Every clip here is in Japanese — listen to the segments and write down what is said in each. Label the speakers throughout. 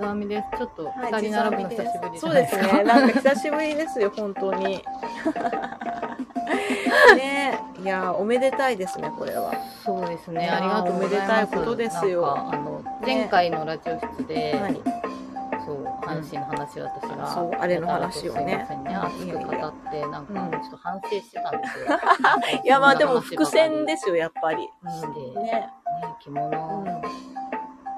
Speaker 1: まみです。ちょっと
Speaker 2: はい
Speaker 1: 二人並びの久しぶりじ
Speaker 2: そ
Speaker 1: ゃ
Speaker 2: う
Speaker 1: ないで
Speaker 2: で
Speaker 1: すす
Speaker 2: ね。
Speaker 1: か。
Speaker 2: なんか久しぶりですよ、本当に。 ねえ、いやー、おめでたいですね、これは。
Speaker 1: そうですね。
Speaker 2: いやー
Speaker 1: ありがとうございます。
Speaker 2: おめでたいことですよ
Speaker 1: なんかあの前回のラジオ室で、
Speaker 2: はい。
Speaker 1: そう阪神の話を私が、
Speaker 2: そうあれの話をね
Speaker 1: すいませんね熱く語ってなんか
Speaker 2: うん
Speaker 1: ちょっと反省してたんですよ。
Speaker 2: いや、まあでも伏線
Speaker 1: で
Speaker 2: ですよ、やっぱり。
Speaker 1: して、ね、
Speaker 2: ね。
Speaker 1: 着
Speaker 2: う
Speaker 1: 物
Speaker 2: ん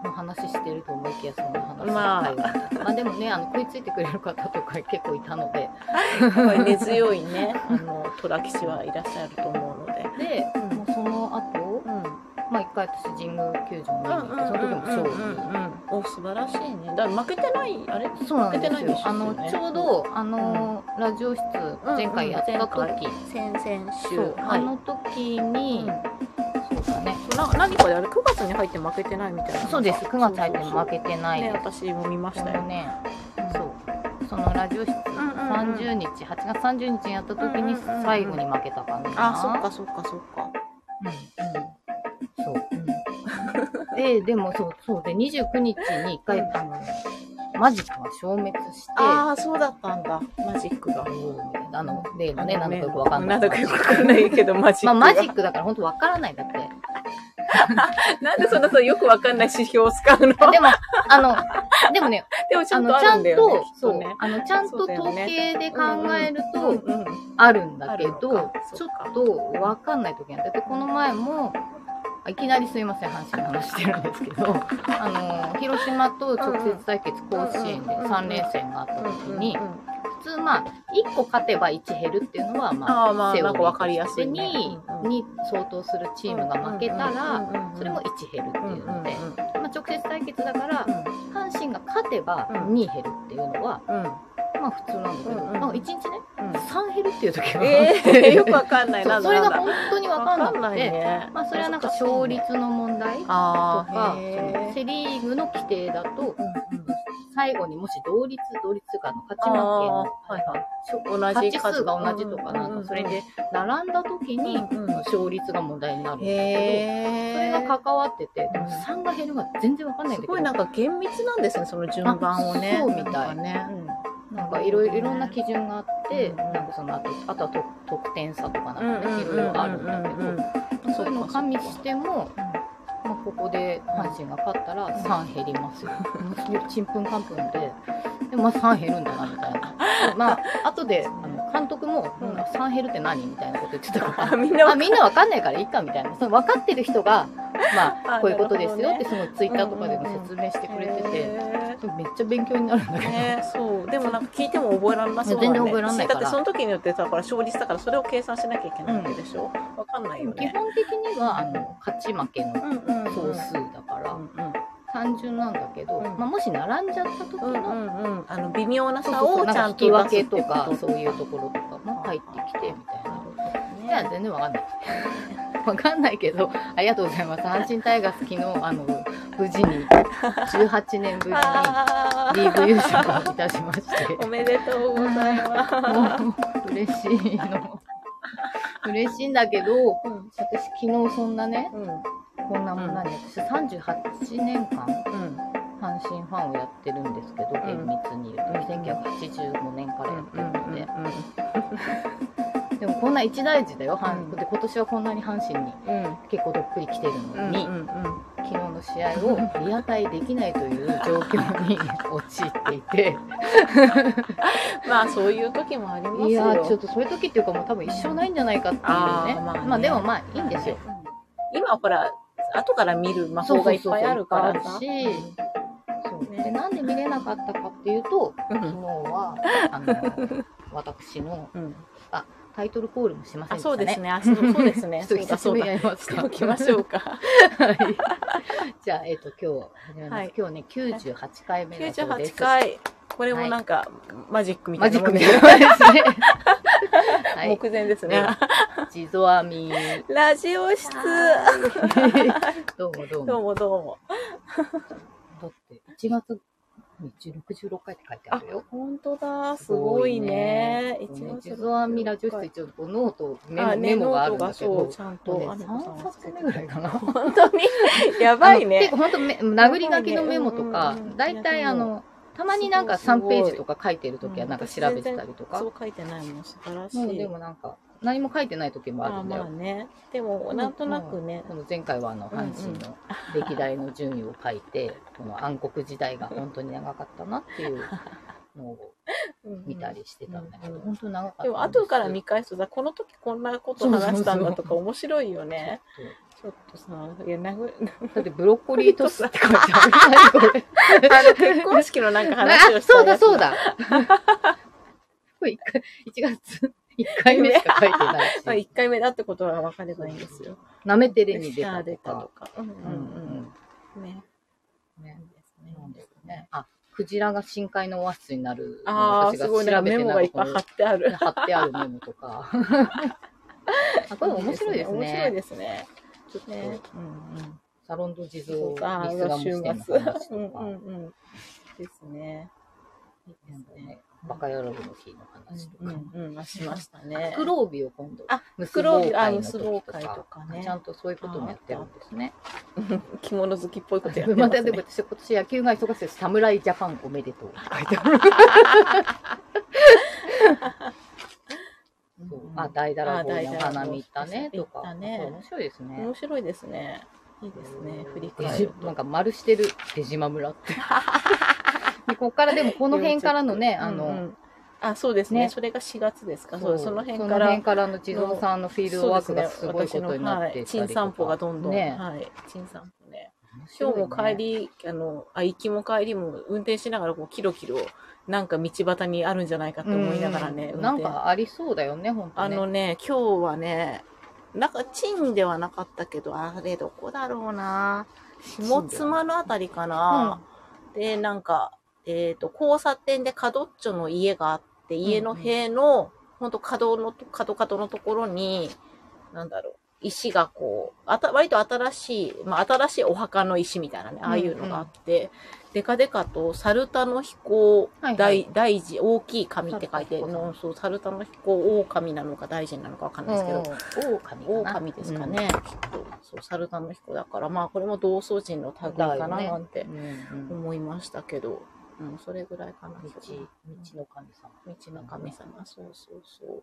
Speaker 1: の話してると思いきやそんな話
Speaker 2: まあ
Speaker 1: ばっかりみたいなまあでもねあの食いついてくれる方とか結構いたので。
Speaker 2: やっぱり根強いね、あの、虎吉はいらっしゃると思うので。
Speaker 1: で、
Speaker 2: うん
Speaker 1: もうその後、
Speaker 2: うん。
Speaker 1: まあ一回私神宮球場に見に行って、その時も勝利。
Speaker 2: お、素晴らしいね。だから負けてない、あれ
Speaker 1: そうなんです
Speaker 2: 負けてないんで
Speaker 1: よ
Speaker 2: す。よ
Speaker 1: あ
Speaker 2: ね
Speaker 1: のちょうどあの、ラジオ室前回やった時、
Speaker 2: 先々週。
Speaker 1: そう、
Speaker 2: は
Speaker 1: あ
Speaker 2: い。
Speaker 1: の時に、そうだね。
Speaker 2: な何かであれ9月に入って負けてないみたいな
Speaker 1: そうです。9月入っても負
Speaker 2: て
Speaker 1: けてない
Speaker 2: ね
Speaker 1: です。
Speaker 2: 私も見まし
Speaker 1: こ
Speaker 2: た
Speaker 1: の
Speaker 2: よ
Speaker 1: ね、そう、そのラジオ室
Speaker 2: んうんうん
Speaker 1: 30日、8月30日にやった時に
Speaker 2: うんうんうんうん
Speaker 1: 最後に負けたかな。
Speaker 2: あそっかそっかそっか
Speaker 1: うんそう。で、でもそう、そうで、29日に一回、
Speaker 2: うん
Speaker 1: あの、マジックが消滅して、
Speaker 2: ああそうだったんだマジックが
Speaker 1: うんあの、例のね、
Speaker 2: あ
Speaker 1: な
Speaker 2: の
Speaker 1: んだ
Speaker 2: ね
Speaker 1: かよくわかんな。
Speaker 2: ないんだかよくわかんないけどマジ
Speaker 1: ま
Speaker 2: ッ
Speaker 1: あ、
Speaker 2: ク
Speaker 1: マジックだから本当わからないだって。
Speaker 2: クなんでそんなさよくわかんない指標を使うの
Speaker 1: でも、あの、でもね、
Speaker 2: で もち
Speaker 1: あ
Speaker 2: ゃん
Speaker 1: の、
Speaker 2: と
Speaker 1: ち
Speaker 2: あ
Speaker 1: ゃ
Speaker 2: る
Speaker 1: ん
Speaker 2: んだよね
Speaker 1: と、
Speaker 2: きっ
Speaker 1: そ
Speaker 2: と
Speaker 1: う
Speaker 2: ね、
Speaker 1: あの、ちゃん
Speaker 2: そ
Speaker 1: と
Speaker 2: うだよ
Speaker 1: 統
Speaker 2: ね
Speaker 1: 計で考える
Speaker 2: うん
Speaker 1: と、
Speaker 2: うん
Speaker 1: あるんだけ
Speaker 2: あるの
Speaker 1: ど
Speaker 2: か、
Speaker 1: ち
Speaker 2: そ
Speaker 1: ょ
Speaker 2: っか
Speaker 1: っとわかんない時があって、でこの前も、あいきなりすいません、阪神の話してるんですけ ど、あの、広島と直接対決甲子園で3連戦があった
Speaker 2: うん
Speaker 1: 時
Speaker 2: うん
Speaker 1: に、普通まあ1個勝てば1減るっていうのはまあ
Speaker 2: あーまあ
Speaker 1: セオリ
Speaker 2: なんか
Speaker 1: ー
Speaker 2: 分
Speaker 1: と
Speaker 2: かりや
Speaker 1: し
Speaker 2: す
Speaker 1: て
Speaker 2: いね
Speaker 1: に
Speaker 2: うんうん
Speaker 1: に相当するチームが負けたらそれも1減るって
Speaker 2: うんうん
Speaker 1: いうので
Speaker 2: うん
Speaker 1: まあ直接対決だから阪神が勝てば
Speaker 2: うん
Speaker 1: 2減るっていうのは
Speaker 2: うん
Speaker 1: まあ普通なんだけど
Speaker 2: うんうん
Speaker 1: なんか1日ね
Speaker 2: うん
Speaker 1: 3減るっていう時があ
Speaker 2: え
Speaker 1: っ
Speaker 2: ー、よ
Speaker 1: て
Speaker 2: くわかんない
Speaker 1: そ
Speaker 2: な
Speaker 1: うん
Speaker 2: だ
Speaker 1: それ
Speaker 2: な
Speaker 1: が
Speaker 2: んだ
Speaker 1: 本当に分かんなくて
Speaker 2: ね
Speaker 1: まあそれはなんか勝率の問題と
Speaker 2: あ
Speaker 1: か
Speaker 2: ー
Speaker 1: その
Speaker 2: へー
Speaker 1: セ・リーグの規定だと
Speaker 2: うんうん
Speaker 1: 最後にもし同率同率とかの勝ち負け
Speaker 2: あ
Speaker 1: の
Speaker 2: ーはいはい
Speaker 1: 勝ち数が同じとかなんかそれで並んだ時に
Speaker 2: うんうん
Speaker 1: 勝率が問題になるんだけどそれ
Speaker 2: へー
Speaker 1: が関わっててでも
Speaker 2: うん
Speaker 1: 3が減るが全然わかんないんだ
Speaker 2: す
Speaker 1: けど
Speaker 2: ごいなんか厳密なんですねその順番をね
Speaker 1: あそうみたい
Speaker 2: なんかね、
Speaker 1: なんかいろいろいろんな基準があって
Speaker 2: うん
Speaker 1: なんかそのあとあとはと得点差とか
Speaker 2: うん
Speaker 1: なんかねいろいろあるんだけどそういうのを加味してもまあここで阪神が勝ったら3減りますよ。 もうちんぷんかんぷんで、でもまあ3減るんだなみたいな。 まあ後であの監督も、
Speaker 2: うん
Speaker 1: うん3減るって何みたいなこと言ってたから
Speaker 2: あ。みん な
Speaker 1: あみんなわかんないからいいかみたいなその分かってる人が、ま あ、
Speaker 2: あ
Speaker 1: こういうことですよ
Speaker 2: な
Speaker 1: って
Speaker 2: る
Speaker 1: すごいツイッターとかでも説明してくれてて、
Speaker 2: て
Speaker 1: それめっちゃ勉強になるんだけど、
Speaker 2: ね、そうでもなんか聞いても覚えられなそうだ、ね、
Speaker 1: 全然覚えられないから
Speaker 2: だってその時によってさほら勝率だからそれを計算しなきゃいけないわけでしょ、わかんないよ
Speaker 1: 基
Speaker 2: ね
Speaker 1: 本的にはあの勝ち負けの
Speaker 2: うんうんうん
Speaker 1: 総数だから、
Speaker 2: うんうん
Speaker 1: 単純なんだけど、
Speaker 2: うん
Speaker 1: まあ、もし並んじゃった時
Speaker 2: うんう
Speaker 1: の、
Speaker 2: んうんあの微妙な
Speaker 1: そう
Speaker 2: 差
Speaker 1: そうそう
Speaker 2: を
Speaker 1: なん
Speaker 2: ち
Speaker 1: か
Speaker 2: ゃ
Speaker 1: 引
Speaker 2: ん
Speaker 1: き
Speaker 2: と
Speaker 1: 分
Speaker 2: 出す
Speaker 1: け
Speaker 2: って
Speaker 1: とか
Speaker 2: こと
Speaker 1: そういうところとかも入ってきてみたいな。じゃあ
Speaker 2: ね
Speaker 1: 全然わかんない。わかんないけど、ありがとうございます。阪神タイガース昨日、あの、無事に、18年ぶりに
Speaker 2: あ
Speaker 1: リーグ優勝を
Speaker 2: ー
Speaker 1: いたしまして。
Speaker 2: おめでとうございます
Speaker 1: もう嬉しいの。嬉しいんだけど、
Speaker 2: うん
Speaker 1: 私昨日そんなね、
Speaker 2: うん
Speaker 1: こんなもんなんで、私38年間
Speaker 2: うん
Speaker 1: 阪神ファンをやってるんですけど、
Speaker 2: ん
Speaker 1: 厳密に言うと、1985年からやってるので、でもこんな一大事だよ、阪
Speaker 2: うん
Speaker 1: で今年はこんなに阪神に結構どっぷり来てるのに、昨日の試合をリアタイできないという状況に陥っていて、
Speaker 2: まあそういう時もありますよ。
Speaker 1: いやー、ちょっとそういう時っていうか、もう多分一生ないんじゃないかっていうね、
Speaker 2: あーまあね
Speaker 1: まあでもまあいいんですよ。。
Speaker 2: 今ほら後から見る魔
Speaker 1: そう
Speaker 2: 法
Speaker 1: そ
Speaker 2: が
Speaker 1: う
Speaker 2: いっぱいあるからさ
Speaker 1: そういっぱいあるしそうでなんで見れなかったかっていうと
Speaker 2: うん
Speaker 1: 昨日はあの私の
Speaker 2: うん
Speaker 1: タイトルコールもしません
Speaker 2: あ
Speaker 1: でし
Speaker 2: そ
Speaker 1: た
Speaker 2: うで
Speaker 1: ね
Speaker 2: す。ね。あそうそうです
Speaker 1: ちょ
Speaker 2: ね。
Speaker 1: っと
Speaker 2: そう
Speaker 1: 久
Speaker 2: だ
Speaker 1: し
Speaker 2: そ
Speaker 1: ぶり
Speaker 2: う
Speaker 1: に
Speaker 2: だ。
Speaker 1: やります
Speaker 2: して
Speaker 1: か。
Speaker 2: おきましょうか。
Speaker 1: はいじゃあ、えっ、と、今日始めます。
Speaker 2: はい
Speaker 1: 今日ね、98回目
Speaker 2: 九
Speaker 1: だ
Speaker 2: 十
Speaker 1: そうです。
Speaker 2: 八回。これもなんかマジックみた
Speaker 1: マ
Speaker 2: い
Speaker 1: ジ
Speaker 2: な
Speaker 1: ッ
Speaker 2: も
Speaker 1: ク
Speaker 2: んで
Speaker 1: み
Speaker 2: す
Speaker 1: た
Speaker 2: ね。
Speaker 1: いなです ね。はい。
Speaker 2: 目前ですね。
Speaker 1: 地蔵編み。
Speaker 2: ラジオ室。
Speaker 1: どうもどうも。
Speaker 2: どうもどうも。
Speaker 1: だって、1月日中66回って書いてあるよ。
Speaker 2: 本当だ、すごいね。一応
Speaker 1: 実はミラ女子と一応こうノートメモ、
Speaker 2: あね
Speaker 1: メモがあるんだけ
Speaker 2: ノ
Speaker 1: ど
Speaker 2: ートがそう、ちゃん
Speaker 1: と
Speaker 2: と
Speaker 1: ね、
Speaker 2: あるのかな
Speaker 1: 3冊目ぐらいかな。
Speaker 2: 本当 にやばい
Speaker 1: あの
Speaker 2: ね
Speaker 1: 結。構本当め殴り書きのメモと
Speaker 2: う
Speaker 1: か
Speaker 2: んうんうん、
Speaker 1: 大体あの、たまになんか
Speaker 2: すごい
Speaker 1: 3ページとか書いてるときはなんか調べてたりとか
Speaker 2: そう、書いてないもん、素晴らしい。
Speaker 1: もうでもなんか何も書いてないときもあ
Speaker 2: ま
Speaker 1: る
Speaker 2: あ
Speaker 1: んだ
Speaker 2: まあ
Speaker 1: よ。
Speaker 2: ね。でも、なんとなくね。
Speaker 1: この前回はあの阪神の 歴代の順位を書いて、この暗黒時代が本当に長かったなっていうのを見たりしてたんだけ
Speaker 2: うん
Speaker 1: ど、
Speaker 2: うん
Speaker 1: 本当長かったん
Speaker 2: です
Speaker 1: よ。
Speaker 2: も後から見返すとさ、この時こんなこと話したんだとか面白いよね。ちょっとさ、いや、なぐ、
Speaker 1: だってブロッコリートスって書いてある。何これ
Speaker 2: あの、結婚式のなんか話を
Speaker 1: あ、
Speaker 2: した
Speaker 1: そう
Speaker 2: や
Speaker 1: だ
Speaker 2: つ
Speaker 1: そう。だ。 これ一回、1月1回目しか書いて
Speaker 2: まあ、
Speaker 1: ないし、
Speaker 2: 1回目だってことは分かればいいんですよ。
Speaker 1: なめて
Speaker 2: で
Speaker 1: れに出たとか。
Speaker 2: うんう
Speaker 1: うんん
Speaker 2: うん。ね。
Speaker 1: うん。ね。
Speaker 2: ね
Speaker 1: なんですね。あ、クジラが深海のオアシスになる。
Speaker 2: ああ、すごいね。メモがいっぱい貼ってある。
Speaker 1: 貼ってあるメモとか。 あ、これ面白いですね。
Speaker 2: 面白いですね。
Speaker 1: ちょっと、
Speaker 2: ね
Speaker 1: うんうん。サロンド地蔵
Speaker 2: そうか、あ
Speaker 1: リスガ
Speaker 2: あ、
Speaker 1: ム
Speaker 2: 週
Speaker 1: 視
Speaker 2: 末。
Speaker 1: 点の話
Speaker 2: う
Speaker 1: と
Speaker 2: ん
Speaker 1: か
Speaker 2: う。んうん。ですね。いいで
Speaker 1: なんだ
Speaker 2: す
Speaker 1: ろうね
Speaker 2: ね。
Speaker 1: バカ野郎の日の話と
Speaker 2: う
Speaker 1: か。
Speaker 2: んうん、あしましたね。
Speaker 1: 黒帯を今度。
Speaker 2: あ、
Speaker 1: 無
Speaker 2: 黒帯、あ、
Speaker 1: 会
Speaker 2: 無
Speaker 1: の
Speaker 2: 数
Speaker 1: 時
Speaker 2: 防
Speaker 1: と
Speaker 2: 会と
Speaker 1: か。
Speaker 2: かね
Speaker 1: ち。ゃんとそういうこともやってるんですね。
Speaker 2: 着物好きっぽいことやってま
Speaker 1: ますた
Speaker 2: ね
Speaker 1: でも。私今年野球が忙しいです。侍ジャパンおめでとうって書い てある。
Speaker 2: うんうん
Speaker 1: あ、大だらぼう
Speaker 2: あ大
Speaker 1: の
Speaker 2: だらぼう
Speaker 1: 花見行ったねとか。
Speaker 2: 行ったね
Speaker 1: 面白いですね
Speaker 2: 面。白いですね。いいですね。振り
Speaker 1: で
Speaker 2: 返
Speaker 1: じ
Speaker 2: る
Speaker 1: なん
Speaker 2: と。
Speaker 1: か丸してる手島村って。 でここからでもこの辺からのね、あ
Speaker 2: う
Speaker 1: の、
Speaker 2: んうんあ、そうですね。
Speaker 1: ね
Speaker 2: それが4月ですか。そう、その辺か
Speaker 1: その
Speaker 2: ら
Speaker 1: 辺。からの地蔵さんのフィールドワークがすごいことになって
Speaker 2: い
Speaker 1: い
Speaker 2: チン散歩がどんどん。
Speaker 1: ね
Speaker 2: はい。チン散歩ね。
Speaker 1: 面白い
Speaker 2: 今日
Speaker 1: ね
Speaker 2: も帰り、あの、あ、行きも帰りも運転しながら、こう、キロキロ、なんか道端にあるんじゃないかって思いながら
Speaker 1: う
Speaker 2: ね、
Speaker 1: ん
Speaker 2: 運
Speaker 1: な
Speaker 2: 転
Speaker 1: んかありそうだよね、本当
Speaker 2: あ
Speaker 1: ね。
Speaker 2: のね、今日はね、なんか、チンではなかったけど、あれ、どこだろうな。下妻のあたりかな。で、なんか、えっ、と、交差点で角っちょの家があって、家の塀の、ほんと角のと、角角のところに、なんだろう、石がこう、あた、割と新しい、まあ、新しいお墓の石みたいなね、ああいうのがあって、でかでかと、猿田の飛行、
Speaker 1: はいは
Speaker 2: 大
Speaker 1: い
Speaker 2: 大事、大きい神って書いて、
Speaker 1: 猿田の
Speaker 2: のそう、猿田の飛行、狼なのか大事なのかわかんないですけど、
Speaker 1: うん、狼かな
Speaker 2: 狼ですか。ね、きっと。そう、猿田の彦だから、まあ、これも同窓人の類いかな、
Speaker 1: だよね
Speaker 2: なんて
Speaker 1: うんうんうん
Speaker 2: 思いましたけど、うん、それぐらいかな。
Speaker 1: 道、道の神様。
Speaker 2: 道の神様、そうそうそう。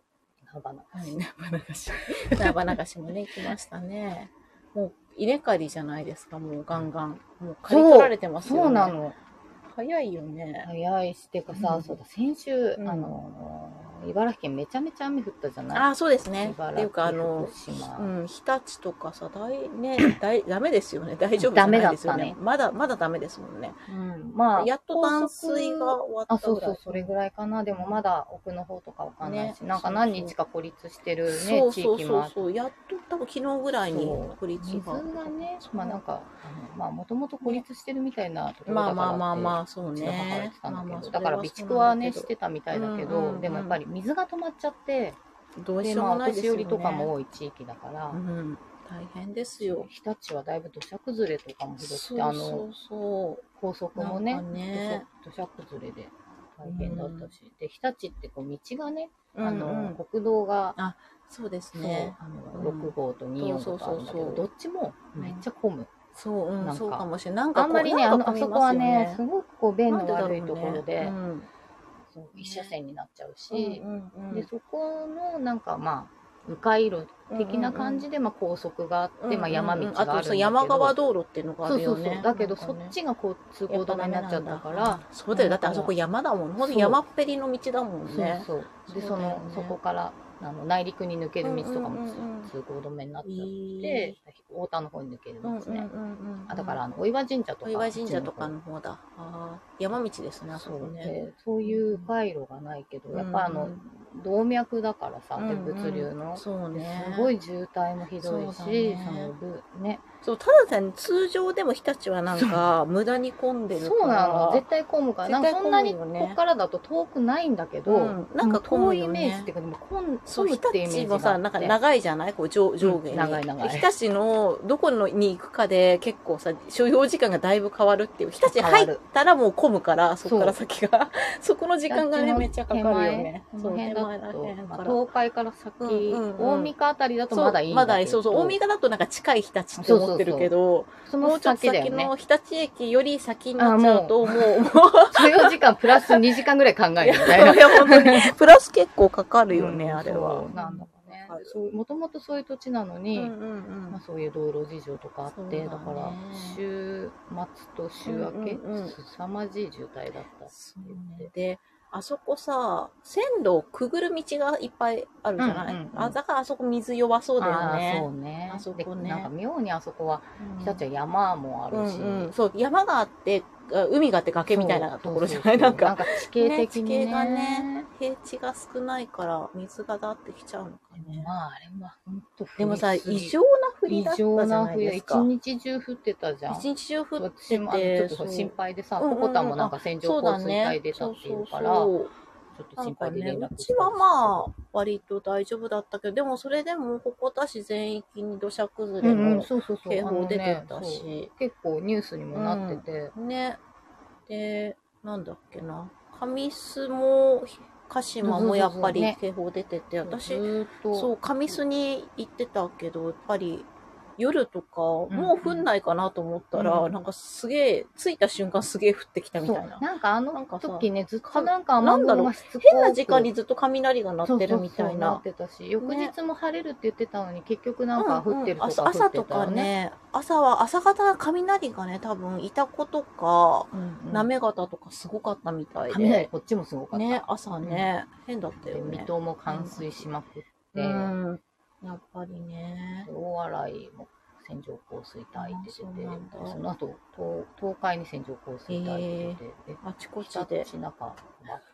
Speaker 1: なばなか
Speaker 2: はい、長流 し。長流しもね、行きましたね。もう、稲刈りじゃないですか、もうガンガン。もう刈り取られてますよね。
Speaker 1: そうな。の。
Speaker 2: 早いよね。
Speaker 1: 早いしてかさ、
Speaker 2: うん
Speaker 1: そうだ、先週、
Speaker 2: うん
Speaker 1: あの、茨城県めちゃめちゃ雨降ったじゃない
Speaker 2: ああ、そうですね。
Speaker 1: 茨
Speaker 2: っていうか、あの
Speaker 1: 城、福島
Speaker 2: うん、日立とかさ、大ね、大、ダメですよね。大丈夫じ
Speaker 1: ダ
Speaker 2: ゃな
Speaker 1: メだっ
Speaker 2: いですよ
Speaker 1: た
Speaker 2: ね。
Speaker 1: ね
Speaker 2: まだ、まだダメですもんね。
Speaker 1: うんまあ、
Speaker 2: やっと断水が終わ
Speaker 1: あ、
Speaker 2: った
Speaker 1: そ
Speaker 2: ぐ
Speaker 1: う
Speaker 2: らい。
Speaker 1: そう、それぐらいかな。でもまだ奥の方とかわかんないし、
Speaker 2: ね
Speaker 1: なんか何日か孤立してるね、
Speaker 2: そう
Speaker 1: 地
Speaker 2: そう
Speaker 1: 域もあ
Speaker 2: そう
Speaker 1: って
Speaker 2: そう。やっと多分昨日ぐらいに
Speaker 1: そう
Speaker 2: 孤立
Speaker 1: 水
Speaker 2: が。
Speaker 1: がね、まあなんか、あのまあもともと孤立してるみたいなところだ
Speaker 2: ま
Speaker 1: か
Speaker 2: あ
Speaker 1: ら
Speaker 2: まあまあま
Speaker 1: あ、
Speaker 2: あ、そう
Speaker 1: うちの母が言っ
Speaker 2: ね
Speaker 1: て。た
Speaker 2: まあ
Speaker 1: ん
Speaker 2: ま
Speaker 1: だ
Speaker 2: あ
Speaker 1: け
Speaker 2: そ
Speaker 1: ど、
Speaker 2: れ
Speaker 1: だ
Speaker 2: は
Speaker 1: から備蓄はね、
Speaker 2: そ
Speaker 1: し
Speaker 2: うなんだけど
Speaker 1: てたみたいだけ
Speaker 2: うんうんう
Speaker 1: ど
Speaker 2: ん、
Speaker 1: でもやっぱり水が止まっちゃって、
Speaker 2: どうし
Speaker 1: で
Speaker 2: よう
Speaker 1: まあ
Speaker 2: も
Speaker 1: お
Speaker 2: ない
Speaker 1: 年
Speaker 2: ですよ
Speaker 1: 寄
Speaker 2: ね。
Speaker 1: りとかも多い地域だから
Speaker 2: う、ん、大変です
Speaker 1: 日
Speaker 2: よ。
Speaker 1: 立はだいぶ土砂崩れとかもひどく
Speaker 2: そう
Speaker 1: て、あ
Speaker 2: そ
Speaker 1: の
Speaker 2: うそ
Speaker 1: 高速
Speaker 2: う。
Speaker 1: も
Speaker 2: な
Speaker 1: ね
Speaker 2: んか、
Speaker 1: 土
Speaker 2: ね
Speaker 1: 砂、土砂崩れで大変だったし、で日立ってこう道がね、あ
Speaker 2: うんう
Speaker 1: の
Speaker 2: ん
Speaker 1: 国道が
Speaker 2: そうです
Speaker 1: そう
Speaker 2: ね。
Speaker 1: あ
Speaker 2: う
Speaker 1: の
Speaker 2: ん
Speaker 1: 6号と24号とあるんだけ
Speaker 2: そうそうそうそ
Speaker 1: ど
Speaker 2: う
Speaker 1: どっちもめっちゃ混む。
Speaker 2: そう、う
Speaker 1: なん
Speaker 2: ん、
Speaker 1: か
Speaker 2: そうかもしれない。なんか
Speaker 1: あ
Speaker 2: こ
Speaker 1: ん
Speaker 2: う
Speaker 1: まりね、
Speaker 2: な
Speaker 1: あ
Speaker 2: ん
Speaker 1: の
Speaker 2: か
Speaker 1: あ
Speaker 2: 混み
Speaker 1: そこ
Speaker 2: ます
Speaker 1: は
Speaker 2: よ
Speaker 1: ね、すごくこう、便
Speaker 2: な
Speaker 1: の
Speaker 2: んでだろう
Speaker 1: 悪
Speaker 2: ね
Speaker 1: いところ
Speaker 2: う
Speaker 1: で、
Speaker 2: ん
Speaker 1: そう一車線になっちゃう
Speaker 2: うん
Speaker 1: し、
Speaker 2: うんうん
Speaker 1: で、そこのなんかまあ、迂回路的な感じで、まあ、高速があって、
Speaker 2: うんうんうん
Speaker 1: まあ、山道があるんだけど、
Speaker 2: あとさ山側道路っていうのがあ
Speaker 1: そう
Speaker 2: る
Speaker 1: そ
Speaker 2: よ
Speaker 1: う
Speaker 2: ね
Speaker 1: そう。だけど、
Speaker 2: なん
Speaker 1: そ
Speaker 2: か
Speaker 1: っ
Speaker 2: ね
Speaker 1: ちがこう、通
Speaker 2: や
Speaker 1: 行止
Speaker 2: ぱ
Speaker 1: め
Speaker 2: ダメ
Speaker 1: に
Speaker 2: な
Speaker 1: なんっ
Speaker 2: だ
Speaker 1: ちゃったから、
Speaker 2: そうだよだって
Speaker 1: だから
Speaker 2: あそこ山だもんほんと
Speaker 1: そう
Speaker 2: 山っぺりの道だもん
Speaker 1: そう
Speaker 2: ね
Speaker 1: そう。で、
Speaker 2: そ
Speaker 1: そう
Speaker 2: だよ
Speaker 1: の
Speaker 2: ね、
Speaker 1: そこから、あの、内陸に抜ける道とかも
Speaker 2: うんうんうんうん
Speaker 1: 通行止めになっちゃっ
Speaker 2: い
Speaker 1: て、太田の方に抜ける
Speaker 2: うんうん
Speaker 1: で
Speaker 2: んう
Speaker 1: すね。
Speaker 2: んうん
Speaker 1: あだから、あの、お岩神社とか。
Speaker 2: 小岩神社とかの方だあー山道ですねあそ
Speaker 1: そう
Speaker 2: こね
Speaker 1: でそういう回路がないけど、
Speaker 2: うん
Speaker 1: やっぱあの、
Speaker 2: うん
Speaker 1: 動脈だからさ、
Speaker 2: うんうん
Speaker 1: で物流の、
Speaker 2: そう
Speaker 1: で
Speaker 2: ね。
Speaker 1: すごい渋滞もひどいしそ
Speaker 2: そ
Speaker 1: う
Speaker 2: だね
Speaker 1: のぶね
Speaker 2: そう、ただでに通常でも日立はなんか、無駄に混んでるから。
Speaker 1: そうなの絶対混むからなんか
Speaker 2: 絶
Speaker 1: そ
Speaker 2: 対
Speaker 1: んな
Speaker 2: 混む
Speaker 1: に
Speaker 2: よね
Speaker 1: こっからだと遠くないんだけど、
Speaker 2: うんなんか混
Speaker 1: 遠
Speaker 2: む
Speaker 1: いイ
Speaker 2: よね
Speaker 1: メージっていうかでも混ん
Speaker 2: そう、
Speaker 1: 混む
Speaker 2: 日
Speaker 1: ってイメー
Speaker 2: 立
Speaker 1: ジがあ
Speaker 2: も
Speaker 1: って
Speaker 2: さ、なんか長いじゃないこう上、上下に。
Speaker 1: うん長い長い
Speaker 2: で日立の、どこのに行くかで、結構さ、所要時間がだいぶ変わるっていう。日立
Speaker 1: 変わ
Speaker 2: 入
Speaker 1: る
Speaker 2: ったらもう混むから、そこから
Speaker 1: そ
Speaker 2: 先が。 そこの時間がね、
Speaker 1: こっちの
Speaker 2: めっちゃかかるよね。
Speaker 1: この辺だと、
Speaker 2: 手前らへん
Speaker 1: ま
Speaker 2: か
Speaker 1: あ、
Speaker 2: ら
Speaker 1: 東海から先、
Speaker 2: うんうんうん
Speaker 1: 大三河あたりだと
Speaker 2: そう
Speaker 1: まだいいんだ
Speaker 2: ま
Speaker 1: けど
Speaker 2: だ、そうそう。大三河だとなんか近い日立って思ってるけど、
Speaker 1: そ
Speaker 2: も
Speaker 1: の
Speaker 2: うちょっと
Speaker 1: 先だ
Speaker 2: 先
Speaker 1: よね
Speaker 2: の日立駅より先になっちゃうと、もう、も
Speaker 1: 所要時間プラス2時間ぐらい考え
Speaker 2: う、い
Speaker 1: るみたい
Speaker 2: や、
Speaker 1: な
Speaker 2: そ。れ本当に。プラス結構かかるよね、
Speaker 1: うん
Speaker 2: あれは
Speaker 1: そ。うなんだかね
Speaker 2: わかる
Speaker 1: そうもともとそういう土地なの
Speaker 2: うん
Speaker 1: に、
Speaker 2: うんうん
Speaker 1: まあ、そういう道路事情とかあって
Speaker 2: そう
Speaker 1: だ,、
Speaker 2: だね
Speaker 1: から週末と週明け、
Speaker 2: うんうんうん
Speaker 1: 凄まじい渋滞だった
Speaker 2: そ
Speaker 1: って
Speaker 2: う
Speaker 1: 言
Speaker 2: ね
Speaker 1: って。
Speaker 2: で、あそこさ、線路をくぐる道がいっぱいあるじゃない、
Speaker 1: うんうんうん
Speaker 2: あ、だからあそこ水弱そうだよ
Speaker 1: あーそ
Speaker 2: ね。
Speaker 1: うね
Speaker 2: あそこね
Speaker 1: でなんか妙にあそこは
Speaker 2: うん
Speaker 1: 日立は山もあ
Speaker 2: う
Speaker 1: るし、
Speaker 2: んうん。そう、山があって、あ海があって崖みたいなところじゃない
Speaker 1: そ
Speaker 2: な
Speaker 1: うそう
Speaker 2: ん
Speaker 1: そう
Speaker 2: か、
Speaker 1: 地形的にね
Speaker 2: ね地形がね平地が少ないから水がだってきちゃうのかね。
Speaker 1: まああれは本当
Speaker 2: でもさ、異常な降り
Speaker 1: 異
Speaker 2: だったじ
Speaker 1: 常
Speaker 2: ゃ
Speaker 1: な
Speaker 2: ない
Speaker 1: 冬
Speaker 2: です
Speaker 1: 一
Speaker 2: か。
Speaker 1: 日中降ってたじゃん
Speaker 2: 一日中降って
Speaker 1: 私もあのちょ
Speaker 2: て、
Speaker 1: っと
Speaker 2: そう
Speaker 1: 心配でさ、
Speaker 2: うんうんうん
Speaker 1: ポコタンもなんか線
Speaker 2: そ
Speaker 1: 状
Speaker 2: うだ
Speaker 1: 降水帯
Speaker 2: ね
Speaker 1: 出。たっ
Speaker 2: そう
Speaker 1: てい
Speaker 2: そうう
Speaker 1: から、
Speaker 2: そう。
Speaker 1: ちょっと
Speaker 2: なん
Speaker 1: 心
Speaker 2: か
Speaker 1: 配で
Speaker 2: ね、
Speaker 1: 連絡
Speaker 2: うちはまあ、割と大丈夫だったけど、でもそれでも、ここだし全域に土砂崩
Speaker 1: う
Speaker 2: れ
Speaker 1: んうん、
Speaker 2: の
Speaker 1: そうそうそう
Speaker 2: 警報出て
Speaker 1: あの
Speaker 2: た
Speaker 1: ねそう
Speaker 2: し、
Speaker 1: 結構ニュースにもなってて、
Speaker 2: ね。で、なんだっけな、神栖も、鹿島もやっぱ
Speaker 1: そうそうそう
Speaker 2: り
Speaker 1: ね
Speaker 2: 警報出てて、
Speaker 1: ず
Speaker 2: 私、
Speaker 1: ーっと
Speaker 2: そう、神栖に行ってたけど、やっぱり、夜とか、
Speaker 1: うん
Speaker 2: もう降んないかなと思ったら、
Speaker 1: うん
Speaker 2: なんかすげえ、着いた瞬間すげえ降ってきたみ
Speaker 1: そ
Speaker 2: たいうな。
Speaker 1: なんかあ
Speaker 2: なん
Speaker 1: の
Speaker 2: かさ
Speaker 1: 時ねずっとなんか雨雲がしつこく
Speaker 2: 変な時間にずっと雷が鳴ってるみた
Speaker 1: そうそうそ
Speaker 2: いう
Speaker 1: な
Speaker 2: な
Speaker 1: っ。てたし翌日も晴れるって言ってたのに、結局なんか降ってると
Speaker 2: うんうん
Speaker 1: か
Speaker 2: 朝
Speaker 1: 降
Speaker 2: 朝
Speaker 1: って
Speaker 2: と
Speaker 1: たよ
Speaker 2: か
Speaker 1: ね。
Speaker 2: ね朝は朝方雷がね多分いた子とか
Speaker 1: うんうん
Speaker 2: なめ方とかすごかったみたいで、
Speaker 1: 雷こっちもすごかった。
Speaker 2: ね朝ね、変だった
Speaker 1: で
Speaker 2: よね
Speaker 1: 水戸も冠水しまくって、
Speaker 2: うんやっぱりね
Speaker 1: 大洗も線状降水帯出てて
Speaker 2: あそうなんだ
Speaker 1: その後東東海に線状降水帯出てて、え
Speaker 2: あちこち
Speaker 1: 日
Speaker 2: で
Speaker 1: 立中か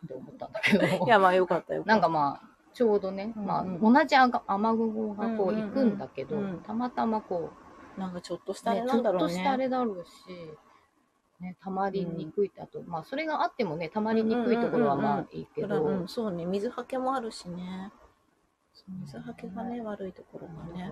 Speaker 1: って思ったんだけど
Speaker 2: いやまあよかったよ
Speaker 1: なん
Speaker 2: か
Speaker 1: か
Speaker 2: っ
Speaker 1: まあちょうどね、まあ、
Speaker 2: うん
Speaker 1: 同じあが雨雲がこう行くんだけど、
Speaker 2: うんうんうんうん
Speaker 1: たまたまこ
Speaker 2: たなんかちょっとし
Speaker 1: う、
Speaker 2: たあ
Speaker 1: ね
Speaker 2: れ
Speaker 1: ち
Speaker 2: な
Speaker 1: ょ
Speaker 2: んだ
Speaker 1: っ
Speaker 2: ろ
Speaker 1: と
Speaker 2: うね
Speaker 1: したあれだろうし、ね、たまりにくいってあと、まあそれがあってもねたまりにくいところはまあいいけど、
Speaker 2: うんそうね水はけもあるしねそう水はけがね悪いところがね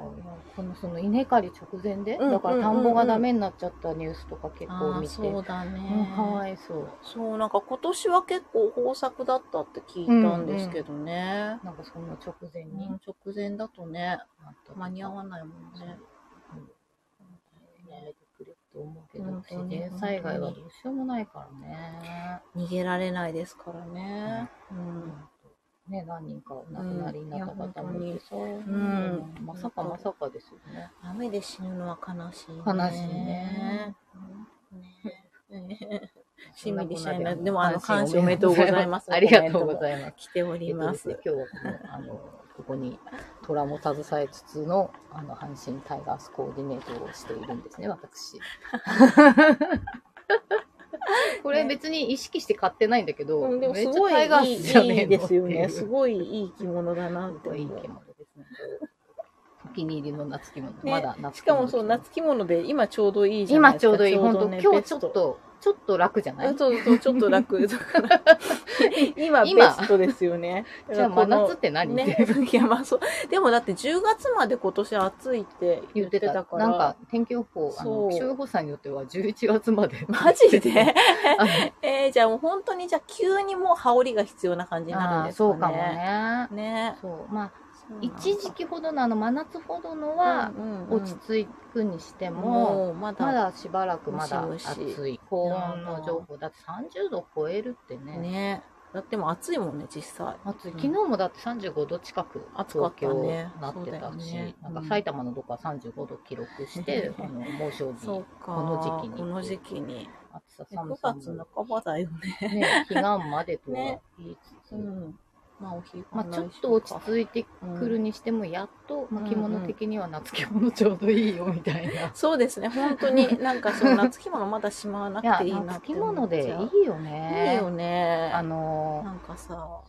Speaker 1: このその稲刈り直前で、
Speaker 2: うん
Speaker 1: だから田んぼがダメになっちゃったニュースとか結
Speaker 2: あ
Speaker 1: 構
Speaker 2: ー
Speaker 1: 見て、
Speaker 2: そ
Speaker 1: も
Speaker 2: うだね、
Speaker 1: うかわいそう。
Speaker 2: そう、なんか今年は結構豊作だったって聞いたんですけどね。
Speaker 1: なんかその直前
Speaker 2: うん
Speaker 1: に
Speaker 2: 直前だとね、間に合
Speaker 1: ない
Speaker 2: わないもんね。
Speaker 1: やめてくれって思うけど、
Speaker 2: 本当に
Speaker 1: 自然災害はどうしようもないからね。
Speaker 2: 逃げられないですからね。う
Speaker 1: うん
Speaker 2: ん。
Speaker 1: ね、何人かお亡くなりになった方もいてさ、
Speaker 2: ん
Speaker 1: まさかまさかですよね。
Speaker 2: 雨で死ぬのは悲しい、ね。
Speaker 1: 悲しいね。
Speaker 2: ね。しんみりしちゃいな。でも、あの、感謝おめでとうございます。
Speaker 1: ありがとうご ざいます。
Speaker 2: す。来てお
Speaker 1: え
Speaker 2: り
Speaker 1: っと
Speaker 2: ま
Speaker 1: ですね
Speaker 2: す。、
Speaker 1: 今日はこのあのここに虎も携えつつのあの阪神タイガースコーディネートをしているんですね、私。 これ別に意識して買ってないんだけど、
Speaker 2: うん、でも
Speaker 1: め
Speaker 2: す
Speaker 1: っちゃ
Speaker 2: ごい
Speaker 1: タイガ
Speaker 2: いい
Speaker 1: ースじゃねえ
Speaker 2: いい
Speaker 1: の
Speaker 2: ですよね。
Speaker 1: っていう
Speaker 2: すごいいい着物だなっ
Speaker 1: す
Speaker 2: て
Speaker 1: ご
Speaker 2: 思う。
Speaker 1: いいい着物ですね。お気に入りの夏着物、
Speaker 2: ね
Speaker 1: まだ夏
Speaker 2: しかもそう、夏着物で今ちょうどいいじゃな
Speaker 1: 今
Speaker 2: いです
Speaker 1: ち
Speaker 2: か。
Speaker 1: ょうどいい、本当、
Speaker 2: ね
Speaker 1: 今日ちょっ
Speaker 2: ベスト
Speaker 1: と、ちょっと楽じゃない
Speaker 2: そうそう、ちょっ と楽。だから今、ベ
Speaker 1: 今
Speaker 2: ストですよね。
Speaker 1: じゃあ
Speaker 2: こ
Speaker 1: 真
Speaker 2: の
Speaker 1: 夏って何、
Speaker 2: ね、いや、まあそう。でもだって10月まで今年暑いって
Speaker 1: 言
Speaker 2: 言っ
Speaker 1: って
Speaker 2: て
Speaker 1: た
Speaker 2: たから。
Speaker 1: なんか天気予報あ
Speaker 2: そう
Speaker 1: の気象予報士さんによっては11月まで
Speaker 2: マジで
Speaker 1: あの
Speaker 2: えー、じゃあもう本当にじゃあ急にもう羽織が必要な感じになるん
Speaker 1: あ
Speaker 2: で
Speaker 1: ー
Speaker 2: すか
Speaker 1: そ
Speaker 2: ね。
Speaker 1: うかも。ね
Speaker 2: ね。
Speaker 1: そうまあ
Speaker 2: そうなんだ
Speaker 1: 一時期ほどのあの真夏ほどのは
Speaker 2: うんうんうん
Speaker 1: 落ち着くにしても、
Speaker 2: もうまだ
Speaker 1: まだしばらくまだ
Speaker 2: ムシムシ
Speaker 1: 暑い高温の情報だって30度超えるってね
Speaker 2: ね。だってもう暑いもんね、実際。
Speaker 1: 暑い
Speaker 2: うん
Speaker 1: 昨日もだって35度近く
Speaker 2: 暑か
Speaker 1: 東
Speaker 2: った
Speaker 1: 京
Speaker 2: ね
Speaker 1: なってた
Speaker 2: そう
Speaker 1: し、
Speaker 2: だよね
Speaker 1: な
Speaker 2: うん
Speaker 1: んか埼玉のどこは35度記録して、あの猛暑日
Speaker 2: そうか。
Speaker 1: この時期に
Speaker 2: この時期に。
Speaker 1: 暑さ
Speaker 2: 9
Speaker 1: 寒さ
Speaker 2: 月
Speaker 1: も、
Speaker 2: 半ばだよ ね。
Speaker 1: ね、彼岸までとは言いつつ、
Speaker 2: うん。まあ、お昼
Speaker 1: まあ、ちょっと落ち着いてくるにしてもやっと、まあ、着物的には夏着物ちょうどいいよみた いな。
Speaker 2: そうですね、本当に、なんかその夏着物まだしまわない
Speaker 1: や
Speaker 2: くていいな
Speaker 1: 夏
Speaker 2: って
Speaker 1: 着
Speaker 2: 思
Speaker 1: 物
Speaker 2: っちゃう。
Speaker 1: でいいよ
Speaker 2: いい
Speaker 1: ね
Speaker 2: よね。
Speaker 1: あの
Speaker 2: なんかさ、
Speaker 1: ーも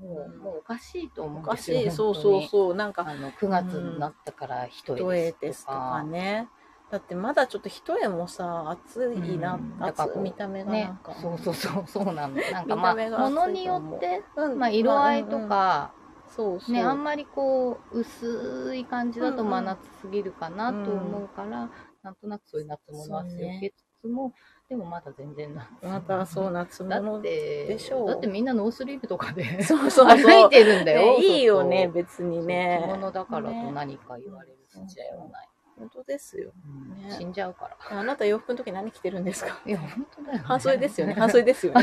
Speaker 1: うもうおかしいと思
Speaker 2: お
Speaker 1: うん
Speaker 2: か
Speaker 1: です
Speaker 2: し
Speaker 1: よ
Speaker 2: い、そうそう
Speaker 1: う
Speaker 2: そう。なんか、
Speaker 1: あの9月になったから一
Speaker 2: 一
Speaker 1: 重
Speaker 2: 重
Speaker 1: で
Speaker 2: です
Speaker 1: す
Speaker 2: と
Speaker 1: とか
Speaker 2: かね。だってまだちょっと一重もさ、暑いな、
Speaker 1: うん
Speaker 2: 暑
Speaker 1: やっぱ
Speaker 2: い
Speaker 1: こう
Speaker 2: 見た目がな
Speaker 1: ね
Speaker 2: んか。、
Speaker 1: そうそうそうそうなのなんかまあ
Speaker 2: 見た目が熱いと思う
Speaker 1: 物によって、
Speaker 2: うん
Speaker 1: まあ、色合いと、か、
Speaker 2: うんうんそうそう。
Speaker 1: ねあんまりこう薄い感じだ
Speaker 2: うんう
Speaker 1: と
Speaker 2: ん
Speaker 1: 真夏すぎるかなと思うから、なんとなくそういう夏物は避けつつも、でもまだ全然な
Speaker 2: またそう、夏
Speaker 1: だ
Speaker 2: 物
Speaker 1: っ
Speaker 2: で。
Speaker 1: て
Speaker 2: でしょう
Speaker 1: だってみんなノースリーブとかで
Speaker 2: そうそうそう。
Speaker 1: 歩いてるんだよ、
Speaker 2: ね いいよね、
Speaker 1: そう
Speaker 2: 別
Speaker 1: そう
Speaker 2: に
Speaker 1: そう
Speaker 2: ね
Speaker 1: 着。物だからと何か言われる筋合いはない、
Speaker 2: 本当ですよ。
Speaker 1: うん
Speaker 2: ね
Speaker 1: 死んじゃうから
Speaker 2: あなた洋服の時何着てるんです か
Speaker 1: いや本当だよ、ね、
Speaker 2: 半袖ですよね。半袖ですよね。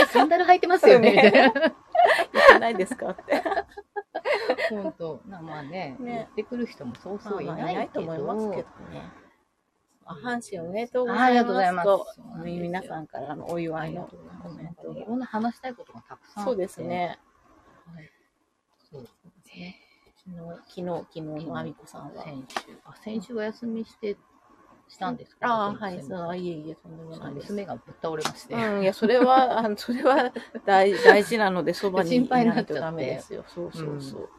Speaker 1: え サンダル履いてますよね
Speaker 2: そうね
Speaker 1: みたいな
Speaker 2: 着てないですかって。
Speaker 1: 本当なまあね
Speaker 2: ね
Speaker 1: 言ってくる人もそう そうい
Speaker 2: まあ
Speaker 1: ないけど、
Speaker 2: と思いますけどね。あ阪神おめでとうございます。
Speaker 1: ありがとうございますそうなんですよ
Speaker 2: 皆さんからのお祝
Speaker 1: あ
Speaker 2: い
Speaker 1: りが
Speaker 2: の
Speaker 1: とうご
Speaker 2: コ
Speaker 1: ざい
Speaker 2: メン
Speaker 1: ます
Speaker 2: ト
Speaker 1: い
Speaker 2: を
Speaker 1: ろんな話したいことがたくさんあって
Speaker 2: そうですね。
Speaker 1: そう
Speaker 2: ね昨日、昨日のあみこさんは。
Speaker 1: 先週あ先週お休みしてしたんですけど
Speaker 2: ああ、はい、
Speaker 1: 全
Speaker 2: そ
Speaker 1: 然
Speaker 2: う、いえいえ、とんでもないです。
Speaker 1: 娘がぶっ倒れまして、
Speaker 2: うん、いや、それ は、あの、それは大、大事なので、そばに
Speaker 1: 心
Speaker 2: いな
Speaker 1: 配になっちゃ
Speaker 2: いと
Speaker 1: って
Speaker 2: ダメですよ。そうそうそう。